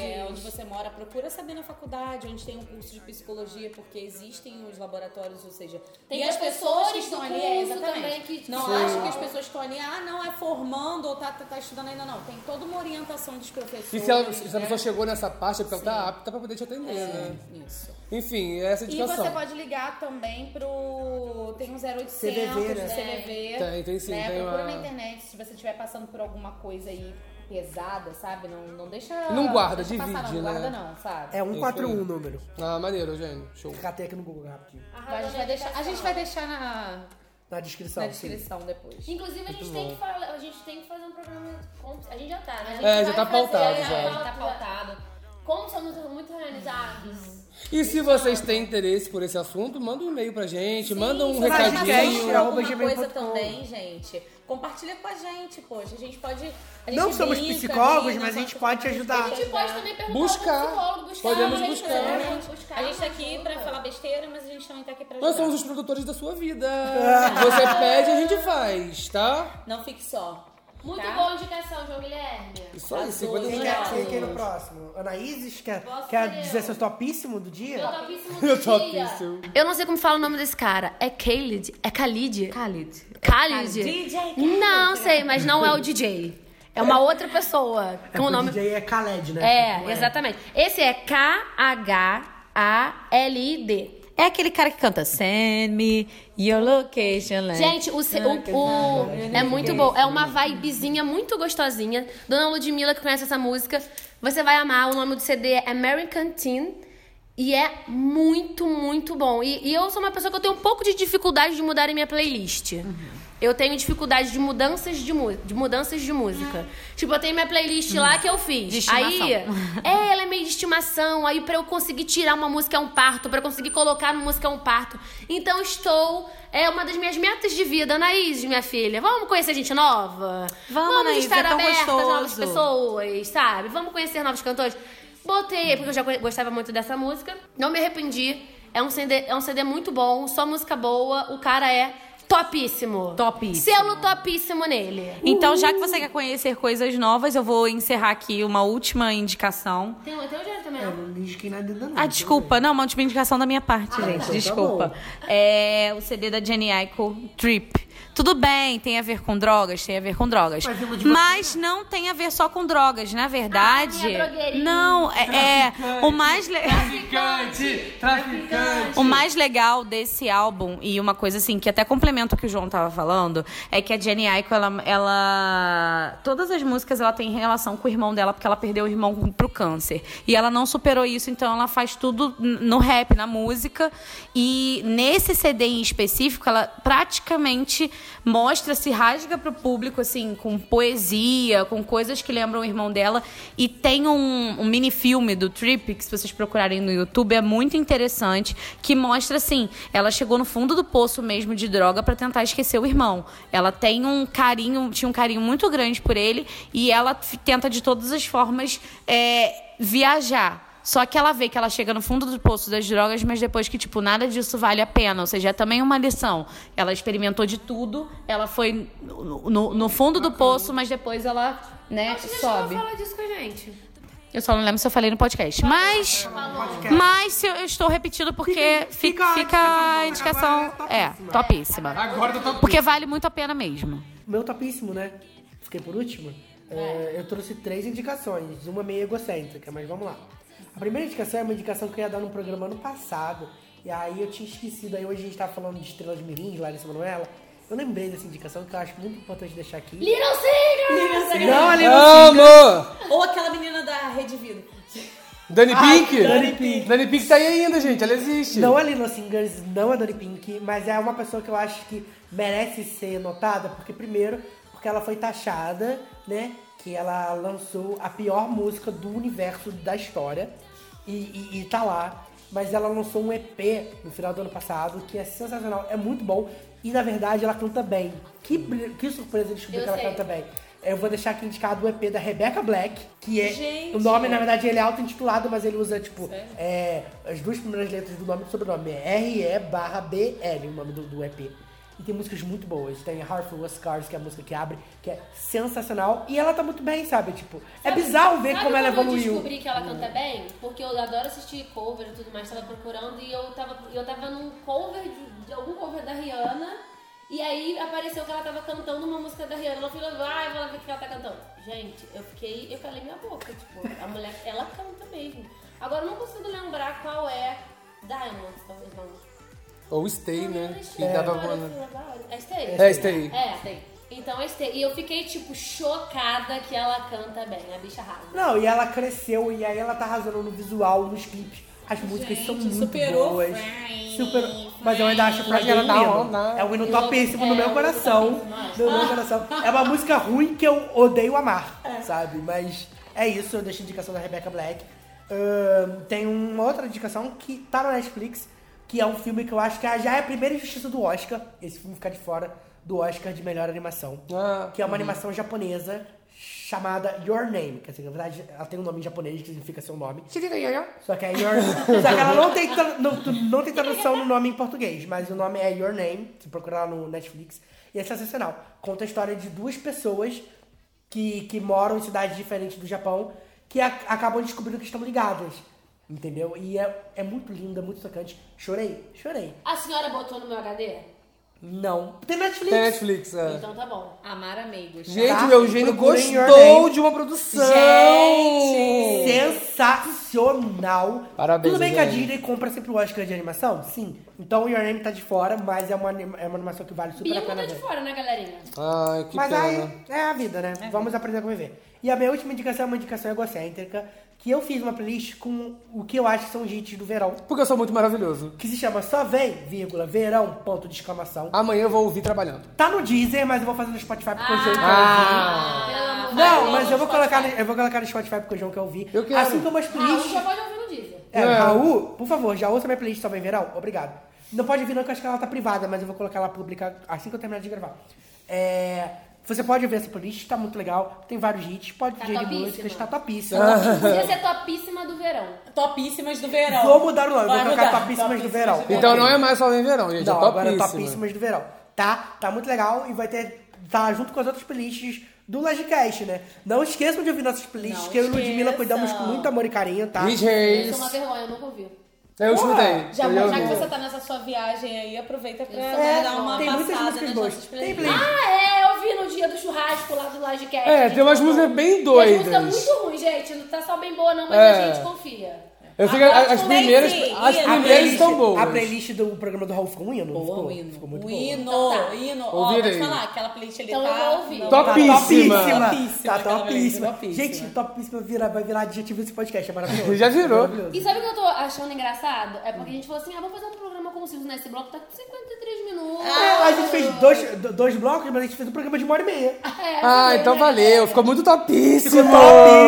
S9: é, onde você mora, procura saber na faculdade onde tem um curso de psicologia, porque existem os laboratórios, ou seja,
S7: Tem
S9: e as pessoas
S7: professores
S9: que estão
S7: do
S9: ali, é,
S7: curso
S9: exatamente.
S7: também que-
S9: não
S7: Sim.
S9: acho que as pessoas estão ali, ah, não é formando ou tá, tá, tá estudando ainda, não. Tem toda uma orientação dos professores.
S2: E se, ela, se a
S9: né?
S2: pessoa chegou nessa parte, é porque ela tá apta pra poder te atender, né?
S9: Isso.
S2: Enfim, essa é a
S15: É. E
S2: indicação.
S15: você pode ligar também pro. Tem um 0800
S2: CVV, né?
S15: do CVV.
S1: Tá.
S2: Tem, tem sim,
S15: né?
S2: tem
S15: Procura
S2: uma-
S15: na internet se você estiver passando por alguma coisa aí pesada, sabe? Não, não deixa.
S2: Não guarda,
S15: deixa passar,
S2: divide,
S15: Não guarda,
S2: né?
S15: não, sabe?
S1: É 141 o número.
S2: Ah, maneiro, Eugênio. Show.
S1: Catei aqui no Google rapidinho.
S15: Então a, gente vai deixar, a gente vai deixar na,
S1: Na descrição.
S15: na
S1: Então, sim.
S15: descrição depois.
S7: Inclusive, a gente,
S1: Muito
S7: tem
S1: bom.
S7: que fala- a gente tem que fazer um programa. com- A gente já tá, né?
S2: É,
S7: vai
S2: já tá
S7: fazer,
S2: pautado,
S7: é,
S2: já.
S7: Tá pautado. Como somos muito organizados.
S2: E
S15: Então.
S2: se vocês têm interesse por esse assunto, manda um e-mail pra gente, manda um
S9: Mas
S2: recadinho.
S9: se alguma coisa também, gente. Compartilha com a gente, poxa. A gente pode. A gente
S1: Não somos
S9: brinca,
S1: psicólogos,
S9: ri,
S1: mas a
S9: não
S1: gente pode te ajudar.
S9: A gente pode também
S1: perguntar Buscar. pro psicólogo, buscar, Podemos né? buscar.
S9: Exatamente.
S7: Buscar
S9: A gente tá aqui pra falar besteira, mas a gente também tá aqui pra ajudar.
S2: Nós somos os produtores da sua vida. Você pede, a gente faz, tá?
S9: Não fique só.
S7: Muito
S9: Tá?
S7: boa indicação, João Guilherme.
S2: Isso aí,
S1: Quem
S2: 50
S1: quer, quem quer ir no próximo? Anaíses, quer,
S7: Posso
S1: quer
S7: ser eu?
S1: dizer seu topíssimo do dia? É
S7: Meu topíssimo
S1: Meu
S7: do
S1: topíssimo.
S7: dia. Eu não sei como fala o nome desse cara. É Khalid? É Khalid? Khalid. Khalid? é
S1: DJ
S7: Khalid. Não sei, mas não é o DJ. É uma outra pessoa.
S1: É,
S7: Com o
S1: porque
S7: nome...
S1: DJ é Khaled, né?
S7: É,
S1: Não
S7: exatamente. Esse é K-H-A-L-I-D.
S11: É aquele cara que canta Send me your location. like-
S7: Gente, o, se- o- o- é muito bom. É uma vibezinha muito gostosinha. Dona Ludmilla, que conhece essa música, você vai amar. O nome do CD é American Teen. E é muito, muito bom. E, e eu sou uma pessoa que eu tenho um pouco de dificuldade de mudar a minha playlist. Eu tenho dificuldade de mudanças de, mu- de mudanças de música. Tipo, eu tenho minha playlist lá que eu fiz.
S11: De estimação.
S7: Aí, é, ela é meio de estimação. Aí, pra eu conseguir tirar uma música é um parto, pra eu conseguir colocar uma música é um parto. Então, estou. É uma das minhas metas de vida, Anaís, minha filha. Vamos conhecer gente nova?
S11: Vamos, Anaís,
S7: estar
S11: é tão
S7: abertas a novas
S11: gostoso.
S7: pessoas, sabe? Vamos conhecer novos cantores. Botei, é porque eu já conhe- gostava muito dessa música. Não me arrependi. É um CD, é um CD muito bom, só música boa. O cara é topíssimo. Topíssimo. Selo topíssimo nele.
S11: Então, já que você quer conhecer coisas novas, eu vou encerrar aqui uma última indicação.
S7: Tem um até o Jair também.
S11: É.
S1: não indiquei nada ainda, não.
S11: Ah, desculpa. Não, uma última indicação da minha parte,
S1: Ah,
S11: gente.
S1: tá. Então
S11: desculpa.
S1: tá
S11: é o CD da Jenny Aiko, Trip. Tudo bem, tem a ver com drogas, tem a ver com drogas.
S9: Mas uma de você,
S11: Mas não tem a ver só com drogas, na verdade.
S9: Ah, minha drogueirinha.
S11: não,
S1: [LAUGHS]
S11: é, é o mais le-
S16: Traficante! Traficante!
S11: O mais legal desse álbum, e uma coisa assim, que até complementa o que o João tava falando, é que a Jenny Aiko, ela, ela- Todas as músicas ela tem relação com o irmão dela, porque ela perdeu o irmão com- pro câncer. E ela não superou isso, então ela faz tudo n- no rap, na música. E nesse CD em específico, ela praticamente mostra, se rasga pro público, assim, com poesia, com coisas que lembram o irmão dela. E tem um, um mini filme do Trip, que se vocês procurarem no YouTube, é muito interessante, que mostra assim, ela chegou no fundo do poço mesmo de droga pra tentar esquecer o irmão. Ela tem um carinho, tinha um carinho muito grande por ele e ela f- tenta de todas as formas é, viajar. Só que ela vê que ela chega no fundo do poço das drogas, mas depois que, tipo, nada disso vale a pena. Ou seja, é também uma lição. Ela experimentou de tudo, ela foi no, no- no fundo do poço, mas depois ela, né, sobe.
S7: Fala disso com a gente.
S11: Eu só não lembro se eu falei no podcast. Mas. Mas se eu eu estou repetindo porque fica, fica a indicação. É, topíssima.
S1: Agora tá topíssima.
S11: Porque vale muito a pena mesmo.
S1: Meu topíssimo, né? Fiquei por último. É, eu trouxe três indicações, uma meio egocêntrica, mas vamos lá. A primeira indicação é uma indicação que eu ia dar no programa ano passado. E aí eu tinha esquecido, aí hoje a gente tava falando de Estrelas Mirins, Larissa Manoela. Eu lembrei dessa indicação que eu acho muito importante deixar aqui.
S9: Little Singer! Little Singer.
S1: Não, a Little
S2: Amo!
S1: Singer.
S9: Ou aquela menina da Rede Vida.
S2: Dani
S1: Ai,
S2: Pink?
S1: Ah, Dani Pink.
S2: Dani Pink tá aí ainda, gente. Ela existe.
S1: Não é Lilo Singers, não é Dani Pink, mas é uma pessoa que eu acho que merece ser notada, porque primeiro, porque ela foi taxada, né? Que ela lançou a pior música do universo da história. E, e- e tá lá. mas ela lançou um EP no final do ano passado que é sensacional, é muito bom e na verdade ela canta bem. Que, br- que surpresa descobrir
S9: Eu
S1: que ela
S9: sei.
S1: canta bem. Eu vou deixar aqui indicado o EP da Rebecca Black, que é.
S9: Gente.
S1: O nome, na verdade, ele é auto-intitulado, mas ele usa, tipo,
S9: Sério?
S1: é, as duas primeiras letras do nome e do sobrenome. É RE barra BL, o nome do, do EP. E tem músicas muito boas. Tem Harmful Scars, que é a música que abre, que é sensacional. E ela tá muito bem, sabe? Tipo, é
S7: Sabe-
S1: bizarro ver
S7: sabe
S1: como ela
S7: quando
S1: evoluiu.
S7: Eu descobri que ela canta bem, porque eu adoro assistir cover e tudo mais, tava procurando e eu tava, eu tava num cover de, de algum cover da Rihanna. E aí apareceu que ela tava cantando uma música da Rihanna. Eu falei, vai, vou lá ver o que ela tá cantando. Gente, eu fiquei, eu calei minha boca. Tipo, a mulher, ela canta mesmo. Agora eu não consigo lembrar qual é Diamonds, talvez não.
S2: Ou Stay, né? Que
S1: É.
S2: tava
S7: Agora eu
S2: voando.
S7: fui lá, É Stay.
S2: É Stay.
S7: É, Stay. Então é Stay. E eu fiquei, tipo, chocada que ela canta bem. A bicha rasa.
S1: Não, e ela cresceu e aí ela tá arrasando no visual, nos clipes. As músicas são muito
S7: superou
S1: boas. Superou. Mas eu ainda acho que ela tá um hino. É um hino topíssimo no meu coração. No meu coração. É uma música ruim que eu odeio amar, sabe? Mas é isso, eu deixo a indicação da Rebecca Black. Ahn, tem uma outra indicação que tá no Netflix, que é um filme que eu acho que já é a primeira injustiça do Oscar. Esse filme ficar de fora do Oscar de melhor animação. que é uma
S2: uhum.
S1: animação japonesa chamada Your Name. Quer dizer, na verdade, ela tem um nome em japonês que significa seu nome. Só que é Your Só que ela não tem, tra- não, não tem tradução no nome em português, mas o nome é Your Name, se procurar lá no Netflix. E é sensacional. Conta a história de duas pessoas que, que moram em cidades diferentes do Japão que a- acabam descobrindo que estão ligadas. Entendeu? E é, é muito linda, muito tocante. Chorei, chorei.
S7: A senhora botou no meu HD?
S1: Não. Tem Netflix.
S2: Tem Netflix, é.
S7: Então tá bom. Amar amigos.
S2: Gente,
S1: Tá?
S2: meu gênio
S1: Procurem Your
S2: gostou
S1: Name.
S2: de uma produção.
S1: Gente! Sensacional!
S2: Parabéns,
S1: Tudo bem que a
S2: Adriane.
S1: Disney compra sempre o Oscar de animação? Sim. Então o Your Name tá de fora, mas é uma, anima- é uma animação que vale super a
S7: Bingo
S1: pena
S7: tá
S1: ver.
S7: de fora, né, galerinha?
S2: Ai, que
S1: Mas
S2: pena.
S1: aí é a vida, né? Vamos aprender a conviver. E a minha última indicação é uma indicação egocêntrica, que eu fiz uma playlist com o que eu acho que são os hits do verão.
S2: Porque eu sou muito maravilhoso.
S1: Que se chama Só Vem, vírgula, verão, ponto de exclamação.
S2: Amanhã eu vou ouvir trabalhando.
S1: Tá no Deezer, mas eu vou fazer no Spotify porque o João quer
S2: Ah.
S1: ouvir.
S7: Pelo amor de
S1: Não,
S7: Deus,
S1: mas eu vou,
S7: Spotify.
S1: colocar no, eu vou colocar no Spotify porque o João quer ouvir. Eu
S2: quero.
S1: Assim como as
S7: Ah,
S1: playlists.
S7: já pode ouvir no Deezer.
S1: É,
S2: É.
S1: Raul, por favor, já ouça minha playlist Só Vem Verão? Obrigado. Não pode vir não, que eu acho que ela tá privada, mas eu vou colocar ela pública assim que eu terminar de gravar. É, Você pode ouvir essa playlist, tá muito legal. Tem vários hits, pode
S7: Tá
S1: sugerir
S7: topíssima.
S1: músicas, tá
S2: Ah,
S7: Podia
S1: topíssima.
S7: ser topíssima do verão.
S9: Topíssimas do verão.
S1: Vou mudar o nome,
S9: Vai
S1: vou colocar
S9: mudar.
S1: topíssimas, do verão.
S2: Então
S1: Ok.
S2: não é mais só em verão, gente.
S1: Tá Não,
S2: é
S1: agora é
S2: topíssima.
S1: topíssimas do verão. Tá? Tá muito legal e vai ter. Tá junto com as outras playlists do Logicast, né? Não esqueçam de ouvir nossas playlists,
S7: Não
S1: que eu e Ludmilla cuidamos com muito amor e carinho, tá?
S7: Isso é uma vergonha, eu nunca ouvi.
S2: Eu escutei.
S9: Já,
S2: Eu
S9: já
S2: ouvi.
S9: que você tá nessa sua viagem aí, aproveita pra
S7: É,
S9: dar uma
S1: tem muitas
S9: passada
S1: músicas
S9: nas
S1: boas.
S9: nossas
S1: Tem
S9: playlists.
S1: playlist.
S7: Ah, é, eu vi no dia do churrasco lá do Lodcast.
S2: É, tem umas músicas bem doidas.
S7: Tem música muito ruim, gente. Não tá só bem boa, não, mas
S2: É.
S7: a gente confia.
S2: Eu sei que
S7: Agora
S2: as
S7: com
S2: primeiras-
S7: Lazy, Ina.
S2: Ah, as
S1: A
S2: primeiras-
S1: playlist,
S2: Eles são boas.
S1: a playlist do programa do Raul ficou um hino? Boa, ficou, ficou muito
S9: O
S1: boa.
S9: hino,
S7: tá.
S9: o hino. Ó, vou
S2: Ouvirei.
S9: te falar, aquela playlist ali
S7: Então
S9: tá...
S7: eu vou ouvir.
S9: não,
S2: Topíssima.
S1: Tá
S9: Topíssima,
S1: topíssima! Tá
S9: aquela
S1: topíssima.
S9: playlist, topíssima.
S1: Gente, topíssima vira, vai virar adjetivo esse podcast, é maravilhoso.
S2: Já virou.
S1: Maravilhoso.
S7: E sabe o que eu tô achando engraçado? É porque a gente falou assim, ah, vamos fazer um programa com o Silvio nesse bloco, tá com 53 minutos.
S2: Ah,
S1: É, a gente fez dois, do- dois blocos, mas a gente fez um programa de uma hora e meia.
S7: É,
S2: Ah, então valeu. Ficou muito topíssimo.
S1: Ficou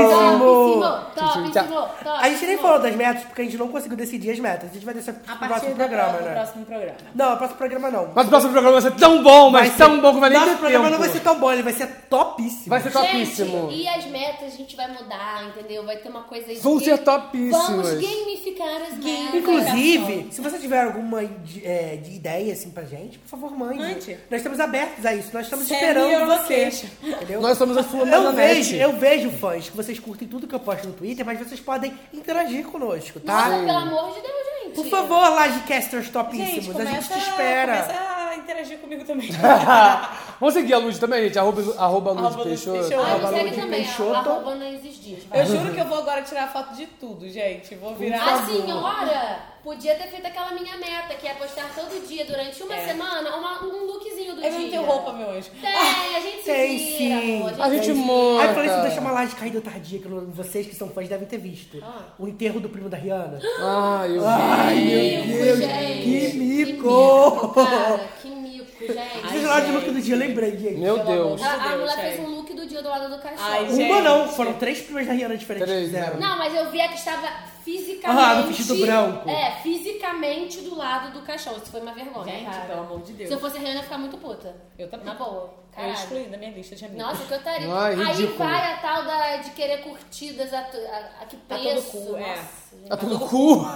S1: topíssimo.
S7: Top, top,
S2: Tchau.
S7: top, top.
S1: A gente nem falou das metas, porque a gente não conseguiu decidir as metas. A gente vai deixar pro
S9: A
S1: próximo
S9: partir
S1: programa,
S9: do
S1: né?
S9: próximo programa.
S1: Não, o próximo programa não.
S2: Mas o próximo programa vai ser tão bom, mas tão bom que vai nem
S1: Nosso
S2: ter
S1: programa
S2: tempo.
S1: não vai ser tão bom, ele vai ser topíssimo.
S2: Vai ser topíssimo.
S7: Gente, e as metas a gente vai mudar, entendeu? Vai ter uma coisa aí de
S2: Vão
S7: que-
S2: ser topíssimas.
S7: Vamos gamificar as metas.
S1: Inclusive, se você tiver alguma de- é, de ideia assim pra gente, por favor, mande.
S9: Mande.
S1: Nós estamos abertos a isso, nós estamos
S9: Send
S1: esperando
S9: your
S1: você.
S9: location.
S1: Entendeu?
S2: Nós somos a sua
S1: eu
S2: Melanete.
S1: vejo, eu vejo fãs que vocês curtem tudo que eu posto no Twitter, mas vocês podem interagir conosco, tá?
S7: Nossa, pelo amor de Deus, gente.
S1: Por favor, Lagecasters topíssimos,
S9: Gente,
S1: a
S9: começa,
S1: gente te espera.
S9: começa a interagir
S1: [LAUGHS]
S9: comigo também.
S2: [LAUGHS] Vamos seguir a Luz também, gente. Arroba, arroba Luz
S9: Arroba Luz
S2: Peixoto.
S9: Peixoto.
S7: Ah, me
S1: Arroba
S7: segue
S1: Lud
S7: também,
S1: Peixoto.
S7: arroba Anaíses Dias. vai.
S9: Eu juro que eu vou agora tirar foto de tudo, gente. Vou virar... assim,
S7: A senhora Assim, podia ter feito aquela minha meta, que é postar todo dia, durante uma semana, uma- um lookzinho do
S9: É. Eu
S7: dia.
S9: não tenho roupa, meu Ah, anjo.
S7: Tem, a gente se
S1: Tem
S7: vira,
S1: sim.
S7: amor.
S2: A gente
S7: se vira.
S2: monta.
S1: Aí eu
S9: Ah,
S1: falei isso,
S9: tá."
S1: deixa uma laje caída tardia, que não- vocês que são fãs devem ter visto.
S9: Ah.
S1: O enterro do primo da Rihanna.
S9: [GASPS]
S2: Ai, eu
S1: Ai,
S7: Que
S1: meu Deus,
S7: gente.
S1: que
S7: mico,
S1: [LAUGHS] mico!
S7: cara, que mico, gente.
S1: Vocês falaram de look do dia, eu lembrei, gente.
S2: Meu Deus.
S7: A, a
S9: Deus,
S7: mulher
S9: gente.
S7: fez um look do dia do lado do cachorro.
S1: Uma não, foram três primas da Rihanna diferentes que
S9: né?
S1: fizeram.
S7: Não, mas eu vi a que estava fisicamente.
S1: Ah, do vestido branco.
S7: É, fisicamente do lado do caixão. Isso foi uma vergonha.
S9: Gente,
S7: cara.
S9: pelo amor de Deus.
S7: Se eu fosse a Rihanna, eu ia ficar muito puta. Eu também. Na boa. Caralho.
S9: Eu excluí da Tá minha lista de amigos.
S7: Nossa, que otário.
S2: Ai,
S7: Aí
S2: ridículo.
S7: vai a tal da, de querer curtidas a, to- a, a que
S9: A todo
S7: preço.
S9: cu, é.
S7: Nossa, gente.
S2: A todo Tá cu.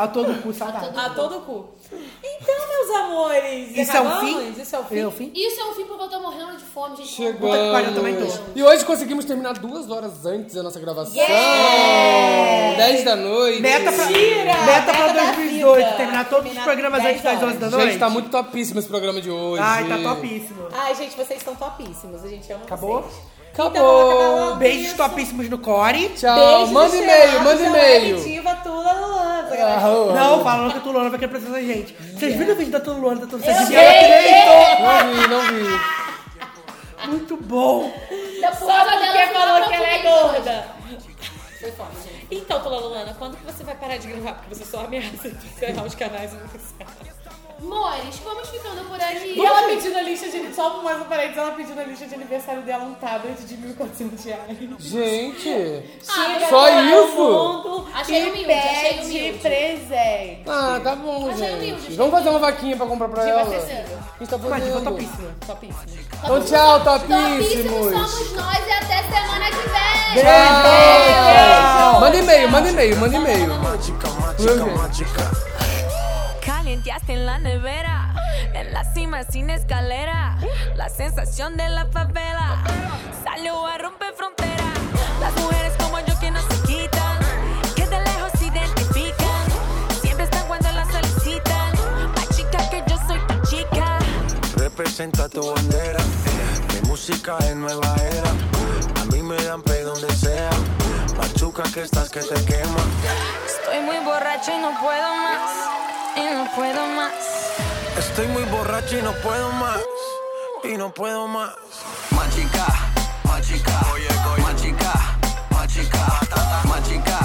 S1: A todo cu,
S7: A
S1: saudade.
S7: todo cu.
S9: Tá cu. Então, meus amores,
S2: Isso é o
S9: acabamos?
S2: fim?
S9: Isso é o fim?
S2: É o fim?
S7: Isso é um fim porque eu tô morrendo de fome, gente.
S2: Chegamos. E hoje conseguimos terminar duas horas antes da nossa gravação.
S1: Yeah!
S2: 10 da noite.
S1: Meta pra, meta pra 2018, terminar todos os programas antes das 11 da noite.
S2: Gente, tá muito topíssimo esse programa de hoje.
S1: Ai, tá topíssimo.
S9: Ai, gente, vocês são topíssimos. A gente ama
S1: Acabou?
S9: vocês. vamos acabar
S1: Então, Acabou.
S9: logo
S1: Beijos
S9: isso.
S1: topíssimos no Core.
S2: Tchau, Ah, manda e-mail, manda e-mail. Ah,
S9: Diva, Tula, Lula.
S2: Arroa.
S1: Não, fala não que a Tuluana vai querer apresentar a gente. Vocês viram o vídeo da Tuluana da Tuluana?
S2: Eu
S1: Vocês
S2: vi!
S1: viram? Ela
S2: Não vi, não vi.
S1: direito! Muito bom!
S9: Só porque falou que ela é gorda.
S7: Foi fome, gente.
S9: Então, Tula Luana, quando que você vai parar de gravar? Porque você é só ameaça de encerrar os canais e não consegue.
S7: Mores, vamos ficando por aqui.
S17: E ela pedindo a lista de. Só mais um parênteses, ela pedindo a lista de aniversário dela um tablet de 1.400 reais.
S2: Gente,
S17: Chega
S2: só
S17: agora o
S2: isso?
S17: mundo
S7: Achei
S17: e
S7: humilde, achei
S17: pede
S7: humilde.
S17: presente.
S2: Ah, tá bom,
S17: Achei humilde,
S2: gente. Vamos fazer uma vaquinha pra comprar pra
S17: Diva
S2: ela.
S17: acessível.
S2: A gente tá
S1: Mas ficou
S2: fazendo.
S1: topíssima.
S9: Topíssimo.
S2: Então tchau,
S7: Topíssimos um
S2: topíssimos.
S7: somos nós e até semana que vem.
S2: Tchau. Manda e-mail, manda e-mail, manda e-mail.
S11: Calienteaste en la nevera, en la cima sin escalera. La sensación de la favela salió a romper frontera. Las mujeres como yo que no se quitan, que de lejos se identifican. Siempre están cuando las solicitan. La chica que yo soy tu chica.
S6: Representa tu bandera. Mi música es nueva era. A mí me dan play donde sea. Machuca que estás que te quema.
S11: Estoy muy borracho y no puedo más. Y no puedo más.
S6: Estoy muy borracho y no puedo más. Y no puedo más.
S18: Machica, machica, oye, machica, machica, machica,